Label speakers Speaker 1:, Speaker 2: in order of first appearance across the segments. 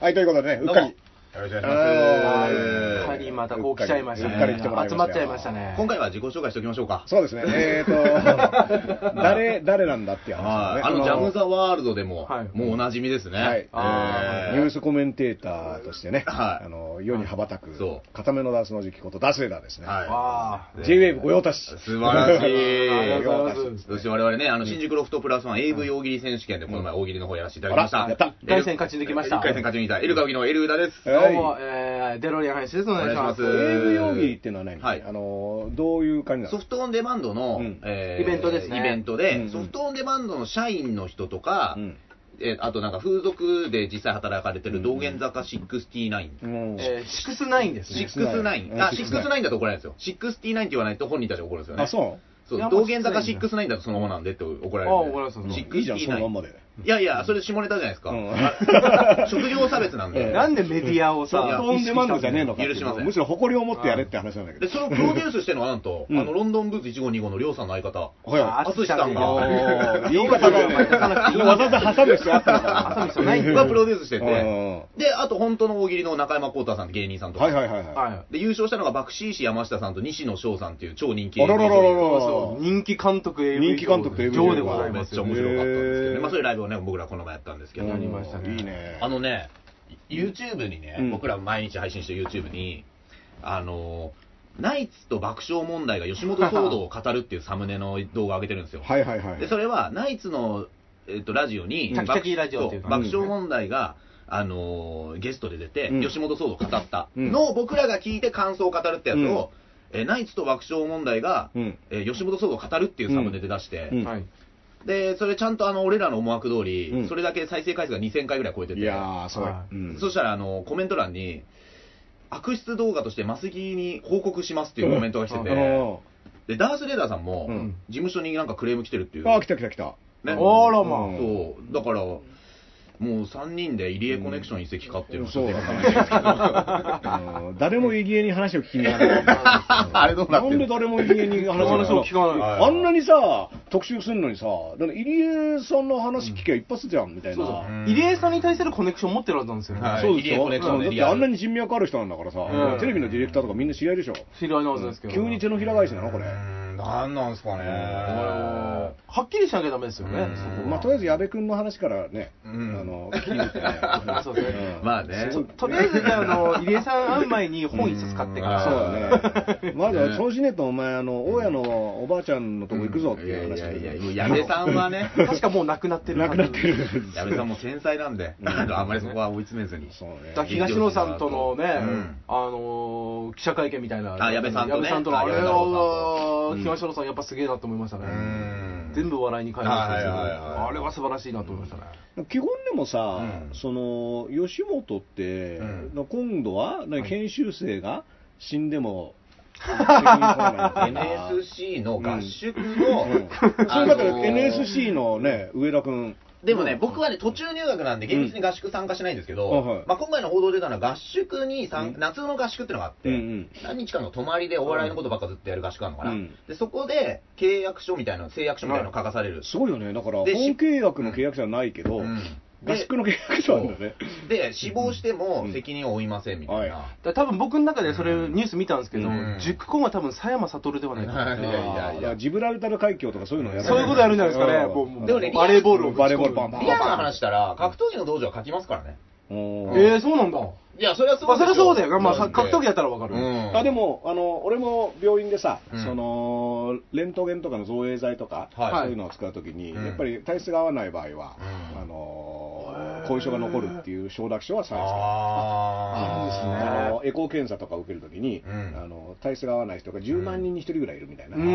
Speaker 1: はい、ということでね、うっかり。
Speaker 2: よろしくお願いし
Speaker 1: は
Speaker 2: ます
Speaker 1: い
Speaker 2: えー
Speaker 3: うっかりまたこう来ちゃいましたね
Speaker 1: うっかり来てもらいましたよ
Speaker 3: 集まっちゃいましたね
Speaker 2: 今回は自己紹介しておきましょうか。
Speaker 1: そう ですね、えーと、誰、誰なんだっていう話
Speaker 2: は
Speaker 1: で
Speaker 2: い。
Speaker 1: すね。
Speaker 2: あの、ジャム・
Speaker 1: ザ
Speaker 2: ザ・ワールドでも
Speaker 3: はい、
Speaker 2: もうおなじみですね。
Speaker 1: はい
Speaker 3: あ
Speaker 2: え
Speaker 1: ニュースコメンテーターとしてね、
Speaker 2: はい
Speaker 1: あの世に羽ばたく
Speaker 2: そ、う
Speaker 1: 固めのダースの時期ことダースレーダーですね。
Speaker 2: は
Speaker 3: あ
Speaker 2: い。
Speaker 1: J-Wave 御用達。
Speaker 2: 素晴 らし
Speaker 3: ありがとうござい
Speaker 2: い。
Speaker 3: ます
Speaker 2: そして我々ね、あの、新宿ロフトプラスワン AV 大喜利選手権で、この前大喜利の方やらせていただきまし。
Speaker 1: あらやったた
Speaker 3: 一回戦勝ち抜きました
Speaker 2: 一回戦勝ち抜いた。エルカウキのエルウダです。
Speaker 3: ど
Speaker 1: は
Speaker 3: う
Speaker 1: い
Speaker 3: も、えー、デロリアン林です。お願いします。
Speaker 2: お願いします
Speaker 1: AV 容疑っていうのはね、
Speaker 2: はい
Speaker 1: あのどういう感じな
Speaker 2: ソ
Speaker 1: の
Speaker 2: フトオンデマンドの、
Speaker 1: うん
Speaker 2: えー
Speaker 3: イベントですね
Speaker 2: イベント
Speaker 1: うんう
Speaker 2: で、
Speaker 1: ん
Speaker 2: ソフトオンデマンドの社員の人とか、
Speaker 1: うん
Speaker 2: えーあとなんか風俗で実際働かれてる道玄坂69。
Speaker 1: もう
Speaker 3: えー、シックスナインですね。
Speaker 2: 69。あ、69だと怒られるんですよ。69って言わないと本人たち怒るんですよね。
Speaker 1: あ、そう
Speaker 2: そう
Speaker 3: いや
Speaker 2: 道玄坂69だとそのままなんでって怒られるんで。
Speaker 3: あ怒られるんです
Speaker 1: いいじゃん、そのまんまで。
Speaker 2: いやいや、それ下ネタじゃないですか。
Speaker 1: うん
Speaker 2: あ職業差別なん
Speaker 1: ええ
Speaker 2: で。
Speaker 3: なんでメディアを
Speaker 1: ソ
Speaker 3: さ、
Speaker 1: フトオンデマンドじゃねえのかっていう
Speaker 2: 許しません
Speaker 1: むしろ誇りを持ってやれって話なんだけど
Speaker 2: で、。それをプロデュースしてるのはなんと、
Speaker 1: うん
Speaker 2: あの、ロンドンブーツ152号のりょうさんの相方。
Speaker 1: ほら、
Speaker 2: 淳さん
Speaker 3: お
Speaker 2: が
Speaker 3: ー。
Speaker 1: 言い方が、わざわざ挟む必要あったの
Speaker 3: 挟
Speaker 1: か
Speaker 3: む必要ないんだ
Speaker 2: がプロデュースして
Speaker 1: な。
Speaker 2: て。
Speaker 1: うん
Speaker 2: で、あと本当の大喜利の中山幸太さんって芸人さんとか。
Speaker 1: はいはいはいは
Speaker 3: は
Speaker 2: で、優勝したのが爆死石山下さんと西野翔さんっていう超人気
Speaker 1: い。あららららら
Speaker 3: い。そう人気監督 AV
Speaker 1: 人気監督と AV
Speaker 3: 上でござい
Speaker 2: め
Speaker 3: ま
Speaker 2: っ
Speaker 3: す
Speaker 2: ちゃ
Speaker 3: よ。
Speaker 2: 面白かったんです
Speaker 1: へ
Speaker 2: けどね。
Speaker 1: ー
Speaker 2: まあそういうライブをね、僕らこの前やったんですけど。
Speaker 3: やりましたね
Speaker 1: いいね。
Speaker 2: あのね、YouTube にね、
Speaker 1: うん
Speaker 2: 僕ら毎日配信して YouTube に、あの、ナイツと爆笑問題が吉本騒動を語るっていうサムネの動画を上げてるんですよ。
Speaker 1: はいはいはい。
Speaker 2: で、それは、ナイツの、えっと、ラジオに、
Speaker 3: チャキチャキラジオっていうか
Speaker 2: 爆笑問題が、あのーゲストで出て、
Speaker 1: うん
Speaker 2: 吉本騒動を語った
Speaker 1: うん
Speaker 2: のを僕らが聞いて感想を語るってやつを、えーナイツと爆笑問題が、
Speaker 1: うん。
Speaker 2: えー吉本騒動を語るっていうサムネで出して、
Speaker 1: うん
Speaker 3: はい。
Speaker 2: で、それちゃんとあの、俺らの思惑通り、
Speaker 1: うん
Speaker 2: それだけ再生回数が2000回ぐらい超えてて、
Speaker 1: いやー、すごい
Speaker 3: は。い
Speaker 1: うん
Speaker 2: そしたら、あの、コメント欄に、悪質動画としてマスギに報告しますっていうコメントが来て
Speaker 3: う
Speaker 2: て、
Speaker 1: あの
Speaker 2: で、ダースレーダーさんも、
Speaker 1: うん
Speaker 2: 事務所になんかクレーム来てるっていう。
Speaker 1: ーあ、来た来た来た。
Speaker 2: ね、
Speaker 3: あら
Speaker 1: うん
Speaker 3: ま
Speaker 2: そう、だから、もう3人で入江コネクション移籍かっていうのをちょっと今考えてるんですけど
Speaker 1: だね。誰も入江に話を聞きにならない。
Speaker 2: あれどうなっ
Speaker 1: な
Speaker 2: て
Speaker 1: んで
Speaker 2: る
Speaker 1: 誰も入江に話を
Speaker 3: 話を聞かない。
Speaker 2: はい
Speaker 1: あんなにさ、特集するのにさ、だから入江さんの話聞きゃ一発じゃんみたい
Speaker 3: そうそ
Speaker 1: な。
Speaker 2: ん
Speaker 3: う。入江さんに対するコネクション持ってるはずなんですよ
Speaker 2: は
Speaker 3: ね。
Speaker 2: い
Speaker 1: そうです
Speaker 2: 入江
Speaker 1: よ。だ
Speaker 2: コネ
Speaker 1: っ
Speaker 2: クションね
Speaker 1: てあんなに人脈ある人なんだから
Speaker 3: う
Speaker 1: さ
Speaker 3: ん、
Speaker 1: テレビのディレクターとかみんな知り合いでしょ。
Speaker 3: 知り合いなんですけど。
Speaker 1: 急に手のひら返しなのこれ。
Speaker 2: なんなんすかね。
Speaker 3: はっきりしなきゃダメですよ
Speaker 2: う
Speaker 3: ね
Speaker 2: ん、
Speaker 3: そこは。
Speaker 1: まあとりあえず矢部君の話からね、あ
Speaker 2: うん
Speaker 1: の、聞きに行ってね
Speaker 3: そうですね
Speaker 1: うん
Speaker 2: まあね
Speaker 1: そう
Speaker 3: とりあえず、じゃあ、あの、入江さん会う前に本一冊買ってか
Speaker 2: うん
Speaker 3: ら。
Speaker 1: そうだ ね。ま
Speaker 2: ね
Speaker 1: ず、そうしねえと、お前、あの、大家のおばあちゃんのとこ行くぞっていう話
Speaker 2: い
Speaker 1: だ
Speaker 2: やいやいや、
Speaker 1: け
Speaker 2: もう矢部さん はね、
Speaker 3: 確かもうなくなってる。
Speaker 1: ど。なくなってる。
Speaker 2: 矢部さんも繊細なんで、あんまりそこは追い詰めずに。
Speaker 1: そうね
Speaker 3: だから。東野さんとのね、
Speaker 2: うん
Speaker 3: あのー記者会見みたいな、
Speaker 2: あ矢部さんとね
Speaker 3: 矢部のあれ
Speaker 2: あ矢部さんと
Speaker 3: は、東野さん、やっぱすげえなと思いましたね、
Speaker 2: うん
Speaker 3: 全部笑いに変えましたけど、
Speaker 2: はいはいはいはい
Speaker 3: あれは素晴らしいなと思いましたね、
Speaker 1: 基本でもさ、
Speaker 2: うん
Speaker 1: その吉本って、
Speaker 2: うん
Speaker 1: 今度は、ね
Speaker 2: はい
Speaker 1: 研修生が死んでも責任取らないみたいな
Speaker 2: NSC の合宿
Speaker 1: うん
Speaker 2: の、
Speaker 1: それだから
Speaker 2: あのー
Speaker 1: NSC のね上田君
Speaker 2: でもね、僕はね、途中入学なんで、厳密に合宿参加しないんですけど、
Speaker 1: うんあはい
Speaker 2: まあ、今回の報道で出たのは、合宿に参、
Speaker 1: うん
Speaker 2: 夏の合宿っていうのがあって、
Speaker 1: うんうん
Speaker 2: 何日間の泊まりでお笑いのことばっかずっとやる合宿あるのかな、
Speaker 1: うん
Speaker 2: でそこで契約書みたいな、誓約書みたいなの書かされる、
Speaker 1: すごいよねだから本
Speaker 2: でし
Speaker 1: 契約の契約者はないけど、
Speaker 2: うん
Speaker 1: 合宿の契約者なんだね
Speaker 2: で、死亡しても
Speaker 1: うん
Speaker 2: 責任を負いませんみたいな。
Speaker 1: はい
Speaker 3: だから多分僕の中でそれ、ニュース見たんですけど、
Speaker 2: うん
Speaker 3: 塾講は多分佐山悟ではないか
Speaker 2: い
Speaker 3: な、
Speaker 2: やいやいや
Speaker 1: だからジブラルタル海峡とかそういうのやら
Speaker 3: そういうことやるんじゃないですかね、
Speaker 1: うん
Speaker 3: もうもう
Speaker 2: でもね
Speaker 3: バレーボールをぶち込む
Speaker 1: バレーボールバンバン
Speaker 2: リアルな話したら、格闘技の道場は書きますからね。
Speaker 1: うん
Speaker 3: えー、そうなんだ、ま
Speaker 2: いや、それはそう
Speaker 3: あ、そりゃそうだよ、まあ、さ格闘技や
Speaker 2: や
Speaker 3: ったらわかる、
Speaker 2: うん。
Speaker 1: あで、もあの、俺も病院でさ、
Speaker 2: うん
Speaker 1: そのレントゲンとかの造影剤とか、
Speaker 2: はい
Speaker 1: そういうのを使うときに、
Speaker 2: うん
Speaker 1: やっぱり体質が合わない場合は、
Speaker 2: うん
Speaker 1: あのー後遺症が残るっていう承諾書はされてた
Speaker 3: あー
Speaker 2: あ
Speaker 1: あのエコー検査とか受けるときに、
Speaker 2: うん
Speaker 1: あの体質が合わない人が10万人に1人ぐらいいるみたいな、
Speaker 3: う
Speaker 2: うん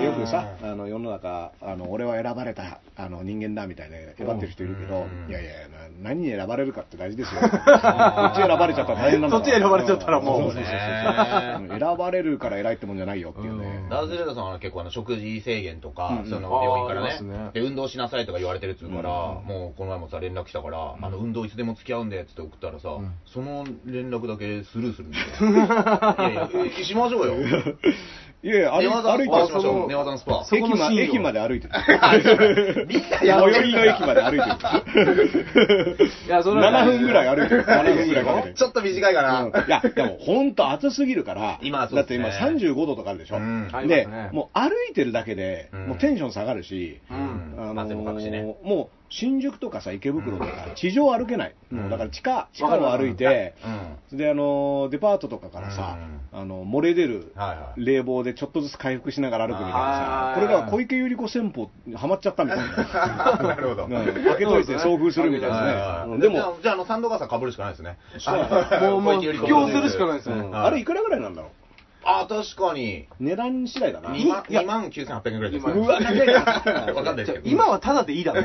Speaker 3: ーん
Speaker 1: よくさあの世の中あの俺は選ばれたあの人間だみたいな選ってる人いるけど、
Speaker 2: うん
Speaker 1: いやいやな何に選ばれるかって大事ですよこっち選ばれちゃったら大変なんだ
Speaker 3: そっち選ばれちゃったらもう
Speaker 1: そそそそ
Speaker 2: ね
Speaker 1: 選ばれるから偉いってもんじゃないよっていうね
Speaker 3: う、ん
Speaker 2: ダーズレーダーさんは結構あの食事制限とか、
Speaker 1: うんうん
Speaker 2: その病院から
Speaker 3: あー
Speaker 2: ね
Speaker 3: ありますね
Speaker 2: で運動しなさいとか言われてるっつうから、
Speaker 1: うん
Speaker 2: もうこの前もさ連絡来たから、あの運動いつでも付き合うんでっつって送ったらさ、
Speaker 3: ん
Speaker 2: その連絡だけスルーするんだよいやいやえしましょうよ
Speaker 1: いやいや、歩い
Speaker 2: 寝技
Speaker 1: 歩いて
Speaker 2: の
Speaker 1: まし
Speaker 2: ス
Speaker 1: た
Speaker 2: パしましょ
Speaker 1: よ
Speaker 2: う。寝技のスパ。
Speaker 3: そこの
Speaker 1: 駅ま
Speaker 3: シーンを
Speaker 1: 駅まで歩いてた。
Speaker 2: みんな
Speaker 1: 最
Speaker 2: やって
Speaker 1: 寄りの駅まで歩いてた。
Speaker 3: いや、それは
Speaker 1: 7分ぐらい歩いてる。7分ぐらいかけ
Speaker 2: る。
Speaker 1: て
Speaker 2: ち。ょっと短いかな。
Speaker 1: うんいや、でも本当暑すぎるから、
Speaker 2: 今はそう
Speaker 1: だっ
Speaker 2: で
Speaker 1: て
Speaker 2: すね
Speaker 1: 今35度とかあるでしょ。
Speaker 2: うん
Speaker 3: あります
Speaker 1: で
Speaker 3: ね、
Speaker 1: もう歩いてるだけで、
Speaker 2: うん
Speaker 1: もうテンション下がるし、
Speaker 3: う
Speaker 2: うん
Speaker 3: ん。
Speaker 1: あの
Speaker 2: 汗もかくしね
Speaker 1: ーもう新宿とかさ、池袋とか、地上歩けない。
Speaker 2: うん
Speaker 1: もうだから地下、地下を歩いて、
Speaker 2: うん。
Speaker 1: で、あのーデパートとかからさ、あの漏れ出る
Speaker 2: はいはい。
Speaker 1: 冷房でちょっとずつ回復しながら歩くみたいなさ
Speaker 3: あ、ー
Speaker 1: これが小池百合子戦法にハマっちゃったみたいな。
Speaker 2: なるほど。
Speaker 1: うん開けといて遭遇するみたいなね。うんで
Speaker 2: でも
Speaker 1: も、、
Speaker 2: じゃあ、あの、サンドガーサかぶるしかないですね。
Speaker 1: そうだ
Speaker 3: もう、もう、
Speaker 2: 小池百
Speaker 3: 布
Speaker 2: 合子
Speaker 3: 教するしかないです
Speaker 1: う
Speaker 3: ね。
Speaker 1: ん
Speaker 2: はい
Speaker 1: あれいくらぐらいなんだろ
Speaker 2: あ、確かに。
Speaker 1: う値段次第だな。
Speaker 2: 2万
Speaker 1: いや
Speaker 2: 2万9800円ぐらいです。
Speaker 3: う
Speaker 2: わ、わかんないですけど。
Speaker 3: 今はタダでいいだろ。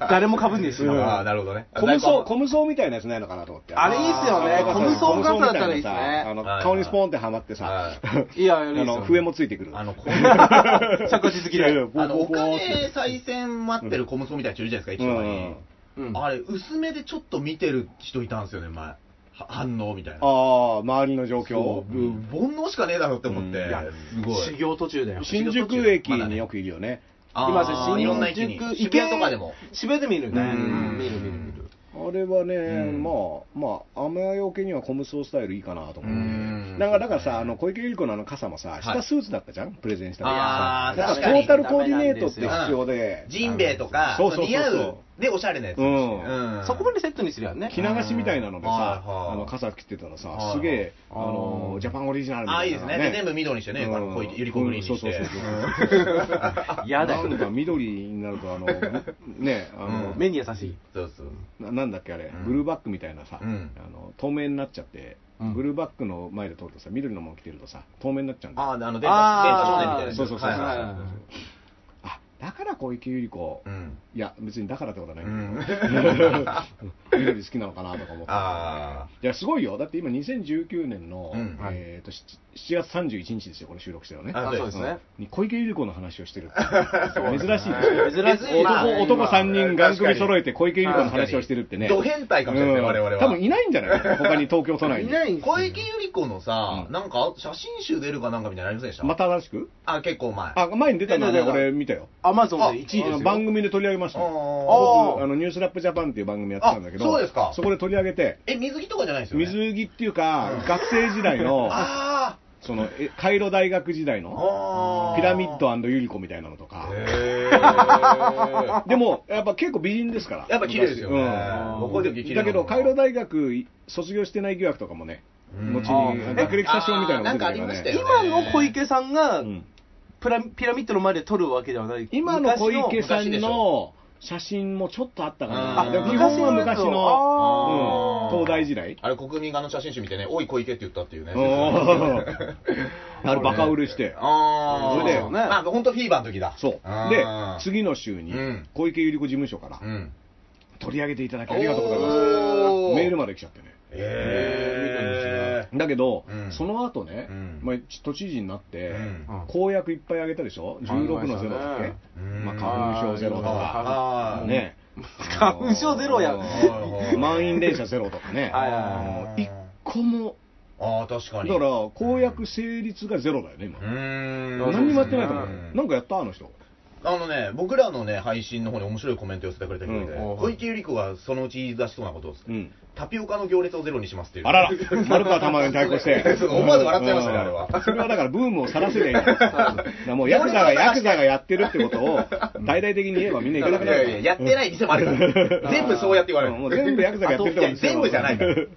Speaker 3: 誰もかぶんねえし。
Speaker 1: うん
Speaker 2: ああ、なるほどね。
Speaker 1: コムソ、コムソみたいなやつないのかなと思って。
Speaker 3: あれいいっすよね
Speaker 1: あー
Speaker 2: コムソ
Speaker 3: ンカツだったらいいっすね
Speaker 1: コムソみたいなさあの、
Speaker 2: はいはい
Speaker 1: 顔にスポーンってはまってさ、
Speaker 3: いや、
Speaker 1: あ
Speaker 3: いやいいです
Speaker 1: の、
Speaker 3: よ。
Speaker 1: 笛もついてくる。
Speaker 2: あの、こんな
Speaker 3: 着地好き
Speaker 1: いやいや
Speaker 3: で。
Speaker 1: ボ
Speaker 2: あの、
Speaker 1: ー
Speaker 2: お
Speaker 1: ボーボーっ
Speaker 2: 金再選待ってるコムソみたいな人いるじゃないですか、一緒に。
Speaker 3: うん
Speaker 2: あれ、薄めでちょっと見てる人いたんですよね、前。は反応みたいな。
Speaker 1: ああ、周りの状況
Speaker 2: そう。うん煩悩しかねえだろって思って。
Speaker 1: うんいや
Speaker 2: すご
Speaker 3: 修
Speaker 2: い。
Speaker 3: 行途中だよ。
Speaker 1: 新宿駅によくいるよね。
Speaker 2: あー
Speaker 3: いますよ新宿
Speaker 2: いろんな駅に。
Speaker 3: 池
Speaker 2: 渋谷とかでも。
Speaker 3: 渋谷で見るね。
Speaker 1: う
Speaker 3: うんん見る見る見る。
Speaker 1: あれはね、
Speaker 2: ん
Speaker 1: まあ、まあ、雨よけにはコムソスタイルいいかなと思
Speaker 2: うん
Speaker 1: って。だから、だからさ、あの、小池百合子のあの傘もさ、下スーツだったじゃん、プレゼンした時
Speaker 2: あ
Speaker 1: さ
Speaker 2: ー。
Speaker 1: だか
Speaker 2: 確
Speaker 1: ら
Speaker 2: か
Speaker 1: ト
Speaker 2: に
Speaker 1: ータルコーディネートって必要で、
Speaker 2: ジンベエとか、
Speaker 1: そうそうそうそう
Speaker 2: 似合う、で、おしゃれなやつ。
Speaker 1: うん
Speaker 3: そこまでセットにするやんね。
Speaker 1: 着流しみたいなので
Speaker 2: はい
Speaker 1: さ、
Speaker 2: はい
Speaker 1: あの傘切ってたらさ、
Speaker 2: はい
Speaker 1: すげえ、あ
Speaker 3: あー
Speaker 1: の、ジャパンオリジナルみ
Speaker 2: ああ、
Speaker 1: た
Speaker 2: いい
Speaker 1: いな
Speaker 2: です
Speaker 1: の
Speaker 2: ね。
Speaker 1: が、
Speaker 2: で、全部緑にしてね、
Speaker 1: うん
Speaker 2: こうユリコグリーンにして。
Speaker 1: うんそうそうそう
Speaker 2: うん
Speaker 3: やだよ
Speaker 1: なん。か緑になると、あ の、ね、あの、
Speaker 2: うん
Speaker 3: 目に優しい。
Speaker 2: そうそう。
Speaker 1: ななんだっけあれ、
Speaker 2: うん
Speaker 1: ブルーバックみたいなさ、
Speaker 2: うん
Speaker 1: あの透明になっちゃって、
Speaker 3: うん
Speaker 1: ブルーバックの前で通るとさ緑のもの着てるとさ透明になっちゃうんだよ
Speaker 2: ああ、あの、電波、電波少年み
Speaker 3: あ
Speaker 2: たい
Speaker 3: ー
Speaker 2: な。
Speaker 1: そうそうそう
Speaker 2: はいはい
Speaker 3: はいはい
Speaker 1: あだから小池百合子、
Speaker 2: うん。
Speaker 1: いや別にだからってことはない、
Speaker 2: う
Speaker 1: けど
Speaker 2: ん
Speaker 1: 緑好きなのかなとか思って
Speaker 2: あ
Speaker 1: いやすごいよだって今2019年の、
Speaker 2: うん
Speaker 1: えー、と 7, 7月31日ですよこれ収録してるのね
Speaker 2: あ
Speaker 3: あ、そうですね。
Speaker 1: に小池百合子の話をしてるって
Speaker 2: そう
Speaker 1: 珍
Speaker 2: です
Speaker 1: しい
Speaker 2: ね
Speaker 1: でしょ
Speaker 3: 珍しい。
Speaker 2: えまあ
Speaker 1: 男男3人、ガン
Speaker 2: 確か
Speaker 1: 首
Speaker 2: に
Speaker 1: 揃えて小池百合子の
Speaker 2: 確か
Speaker 1: 話
Speaker 2: に
Speaker 1: をしてるってね、
Speaker 2: ド変態かもしれないですね、我々は。
Speaker 1: 多分いないんじゃない他に東京都内
Speaker 3: い
Speaker 1: に。
Speaker 3: ないんですよ
Speaker 2: 小池百合子のさ、
Speaker 1: うん
Speaker 2: なんか写真集出るかなんかみたいなのありませんでした
Speaker 1: また新しく
Speaker 2: あ、結構前。
Speaker 1: あ、前に出たのはね、
Speaker 3: 出た出た
Speaker 1: 俺見たよ。
Speaker 3: アマゾンで1位です
Speaker 1: あの
Speaker 3: よ。
Speaker 1: 番組で取り上げましたよ。
Speaker 2: あー
Speaker 3: あー
Speaker 1: 僕あのニュースラップジャパンっていう番組やってたんだけど、
Speaker 2: あそうですか
Speaker 1: そこで取り上げて、
Speaker 2: え、水着とかじゃないですよね。
Speaker 1: 水着っていうか、学生時代の、
Speaker 2: あ
Speaker 1: その、えカイロ大学時代
Speaker 2: ー
Speaker 1: の、
Speaker 2: あー。
Speaker 1: ピラミッドユリコみたいなのとか。
Speaker 2: へー
Speaker 1: でも、やっぱ結構美人ですから。
Speaker 2: やっぱ綺麗ですよね。
Speaker 1: うん
Speaker 2: 僕の時綺麗
Speaker 1: だけど、カイロ
Speaker 2: だ
Speaker 1: 大学卒業してない疑惑とかもね、
Speaker 2: うん
Speaker 1: 後に
Speaker 3: あー
Speaker 1: 学歴詐称みたいなの
Speaker 2: あーなんかあ
Speaker 1: 出てる
Speaker 2: りま
Speaker 1: か
Speaker 2: し
Speaker 1: ら
Speaker 2: た
Speaker 1: ね
Speaker 2: よ。
Speaker 3: 今の小池さんが
Speaker 1: うん
Speaker 3: プラピラミッドの前で撮るわけではない
Speaker 1: 今の小池さん
Speaker 2: 昔
Speaker 1: の写真もちょっとあったか
Speaker 2: う
Speaker 1: な。
Speaker 2: ん
Speaker 1: でも基本は
Speaker 3: のや
Speaker 1: 昔
Speaker 3: つを
Speaker 1: の、う
Speaker 3: あ
Speaker 1: ん東大時代
Speaker 2: あれ、国民画の写真集見てね、おい小池って言ったっていうね。
Speaker 1: うんあれバカ売れして。
Speaker 2: ああ。
Speaker 1: それだよ
Speaker 3: ね
Speaker 2: まあ、本当フィーバーの時だ。
Speaker 1: そうで
Speaker 2: あー
Speaker 1: 次の週に
Speaker 2: うん
Speaker 1: 小池百合子事務所から
Speaker 2: うん。
Speaker 1: 取り上げていただきありがとうございます
Speaker 2: おー
Speaker 1: メールまで来ちゃってね
Speaker 2: え
Speaker 1: だけど、
Speaker 2: うん
Speaker 1: その後ね、
Speaker 2: うん
Speaker 1: まあ、都知事になって、
Speaker 2: うん
Speaker 3: うん
Speaker 1: 公約いっぱいあげたでしょ16のゼロだっ
Speaker 3: ありました
Speaker 1: け
Speaker 3: ね、
Speaker 2: うん
Speaker 1: まあ、花粉症ゼロとか、
Speaker 2: あー
Speaker 1: ね
Speaker 3: 花粉症ゼロやん
Speaker 1: うん満員電車ゼロとかね
Speaker 3: はいはい
Speaker 2: はい
Speaker 1: 一個も
Speaker 2: ああ、確か
Speaker 1: だ
Speaker 2: に。
Speaker 1: から公約成立がゼロだよね今
Speaker 2: うーん。
Speaker 1: 何にもやってないと思
Speaker 3: う
Speaker 1: うなんかやったあの人
Speaker 2: あのね、僕らのね、配信の方に面白いコメント寄せてくれた人で、
Speaker 3: うん
Speaker 2: 小池百合子がそのうち言い出しそうなことを、
Speaker 1: うん
Speaker 2: タピオカの行列をゼロにしますっていう。
Speaker 1: あらら、丸川玉に対抗して。
Speaker 2: そう思わず笑っちゃいましたね、
Speaker 1: うん
Speaker 2: あれは。
Speaker 1: それはだからブームをさらせりゃいい んだよだからもうヤクザが、ヤクザがやってるってことを、大々的に言えばみんな行かなく
Speaker 2: い
Speaker 1: な
Speaker 2: や
Speaker 1: る
Speaker 2: いややってない店もあるから。 全部そうやって言わ
Speaker 1: う
Speaker 2: れ
Speaker 1: んもう
Speaker 2: る。
Speaker 1: 全部ヤクザがやってるってこと
Speaker 2: あといや全部じゃないから。やって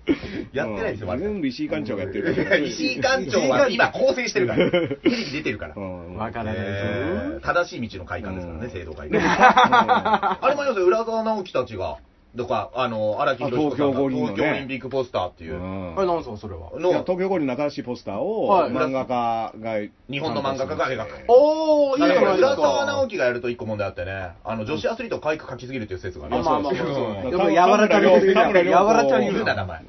Speaker 2: ない店もあ
Speaker 1: うん全
Speaker 2: る
Speaker 1: 部石井館長がやってるってこ
Speaker 2: から。
Speaker 1: と
Speaker 2: 石井館長は今構成してるから。テレビ出てるから。
Speaker 1: うん
Speaker 3: わからないぞ
Speaker 2: えー正しい道の会館ですから
Speaker 1: う
Speaker 2: ね、
Speaker 1: ん
Speaker 2: 制度会館。あれもありますよ、浦沢直樹たちが、とか、あの、荒木宏彦さん
Speaker 1: あ
Speaker 2: が
Speaker 1: 東京五輪のね
Speaker 2: 東京オリンピックポスターって いうう、
Speaker 1: ん
Speaker 3: あれなんすかそれは
Speaker 1: うんいや
Speaker 2: の、
Speaker 1: 東京五輪の新しいポスターを
Speaker 3: はい
Speaker 1: 漫画家が
Speaker 2: 日本の漫画家が描く
Speaker 3: おおいいじ
Speaker 2: だ
Speaker 3: ゃ
Speaker 2: か
Speaker 3: な
Speaker 2: ら
Speaker 3: いです
Speaker 2: 浦
Speaker 3: か
Speaker 2: 沢直樹がやると一個問題あってね、あの、女子アスリートを可愛く描きすぎるっていう説があります
Speaker 3: あまあまあまあ
Speaker 2: うん
Speaker 3: でも柔らかに言うな柔らかに
Speaker 2: 言
Speaker 3: 言
Speaker 2: う
Speaker 3: う
Speaker 2: な、
Speaker 3: な
Speaker 2: 名前。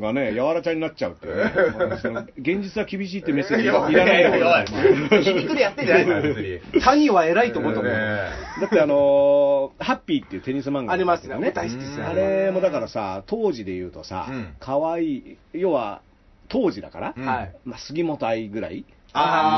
Speaker 1: がね、柔らちゃになっちゃうっていうね、その現実は厳しいってメッセージがい
Speaker 2: いや
Speaker 1: らないいよ
Speaker 2: やいやいや皮肉でやってんじゃないから、別に。
Speaker 3: 谷は偉いと思うと思
Speaker 2: ね
Speaker 3: う
Speaker 1: だってあのー、ハッピーっていうテニス漫画
Speaker 3: ありますね
Speaker 1: ね。
Speaker 3: 大好きです
Speaker 2: うん
Speaker 3: よ
Speaker 1: あ
Speaker 3: あれ
Speaker 1: れもだからさ、当時で言うとさ
Speaker 2: うん、
Speaker 1: 可愛い要は、当時だから
Speaker 2: う、ん
Speaker 3: はい
Speaker 1: まあ杉本愛ぐらい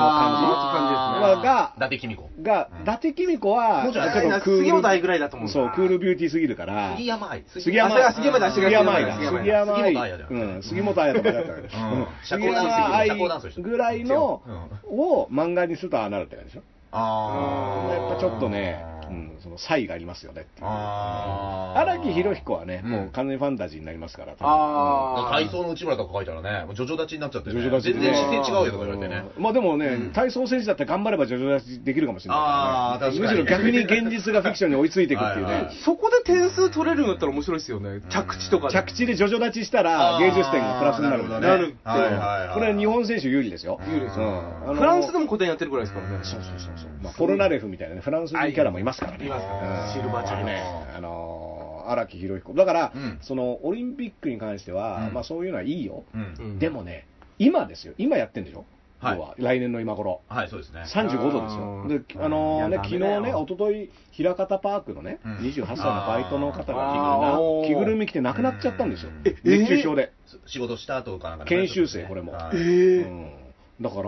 Speaker 3: あー
Speaker 1: の感じ
Speaker 2: 伊達君子。
Speaker 1: が、
Speaker 2: うん
Speaker 1: 伊達公子は、
Speaker 2: もうじゃない
Speaker 1: ちょっとクール
Speaker 3: 杉本愛ぐらいだと思うな
Speaker 1: そう、クールビューティーすぎるから。
Speaker 2: 杉山愛。
Speaker 1: 杉山愛
Speaker 3: あ杉山だ
Speaker 1: 杉山愛
Speaker 3: 杉山愛だ
Speaker 1: 杉山愛
Speaker 2: 杉本愛だよ
Speaker 1: うん、杉本愛だとかだったね
Speaker 2: うん
Speaker 1: うん
Speaker 2: 社
Speaker 1: 杉
Speaker 2: 交ダンス
Speaker 1: 山愛
Speaker 2: 社交ダンスをしてる
Speaker 1: ぐらいの
Speaker 2: う
Speaker 1: を漫画にするとああなるって感じでしょ
Speaker 2: ああ。
Speaker 1: やっぱちょっとね、うん、その差異がありますよねっていう
Speaker 2: ああ。
Speaker 1: 荒木博彦はね、
Speaker 2: うん
Speaker 1: もう完全にファンタジーになりますから、
Speaker 3: あー
Speaker 2: 体操の内村とか書いたらね、もうジョジョ立ちになっちゃってね、
Speaker 1: ジョジョ立ち
Speaker 2: 全
Speaker 1: ね
Speaker 2: 然姿勢違うよとか言われてね。
Speaker 1: うんまあでもね、
Speaker 2: うん
Speaker 1: 体操選手だって頑張ればジョジョ立ちできるかもしれない
Speaker 2: あー確かに
Speaker 1: むしろ逆に現実がフィクションに追いついていくっていうね。
Speaker 2: はいはい
Speaker 3: そこで点数取れるんだったら面白いですよね。着地とかで。
Speaker 1: 着地でジョジョ立ちしたら芸術点がプラスになるんだよね
Speaker 3: なるほどね
Speaker 1: うん
Speaker 2: はいはいはい
Speaker 1: これは日本選手有利ですよ
Speaker 2: 有利ですよ
Speaker 1: うんあの
Speaker 3: フランスでも古典やってるぐらいですからね。
Speaker 1: そうそうそうそう、まあ、ポルナレフみたいなねフランス人キャラもいますからね
Speaker 3: いますからねシルバーチャンピオン
Speaker 1: ねあのー荒木博彦だから、
Speaker 2: うん
Speaker 1: そのオリンピックに関しては、
Speaker 2: うん
Speaker 1: まあそういうのはいいよ、
Speaker 2: うん。
Speaker 1: でもね今ですよ今やってんでしょ、
Speaker 2: はい
Speaker 1: 要は来年の今頃
Speaker 2: はい、そうですね。
Speaker 1: 35度ですよ。で、
Speaker 2: あー
Speaker 1: あのー
Speaker 3: い
Speaker 1: ね、
Speaker 3: や
Speaker 1: 昨日
Speaker 3: ダメだ
Speaker 1: ね、
Speaker 3: よ
Speaker 1: 一昨日平方パークのね、
Speaker 2: うん
Speaker 1: 28歳のバイトの方
Speaker 3: あ
Speaker 1: が
Speaker 3: ー
Speaker 1: 着ぐるみ着ぐるみ着て亡くなっちゃったんですよ
Speaker 2: え。
Speaker 1: 熱中症で。
Speaker 2: 仕事した後かなんかね
Speaker 1: 研修生これも
Speaker 2: は
Speaker 3: え
Speaker 2: い
Speaker 1: うん
Speaker 3: ー
Speaker 1: だから、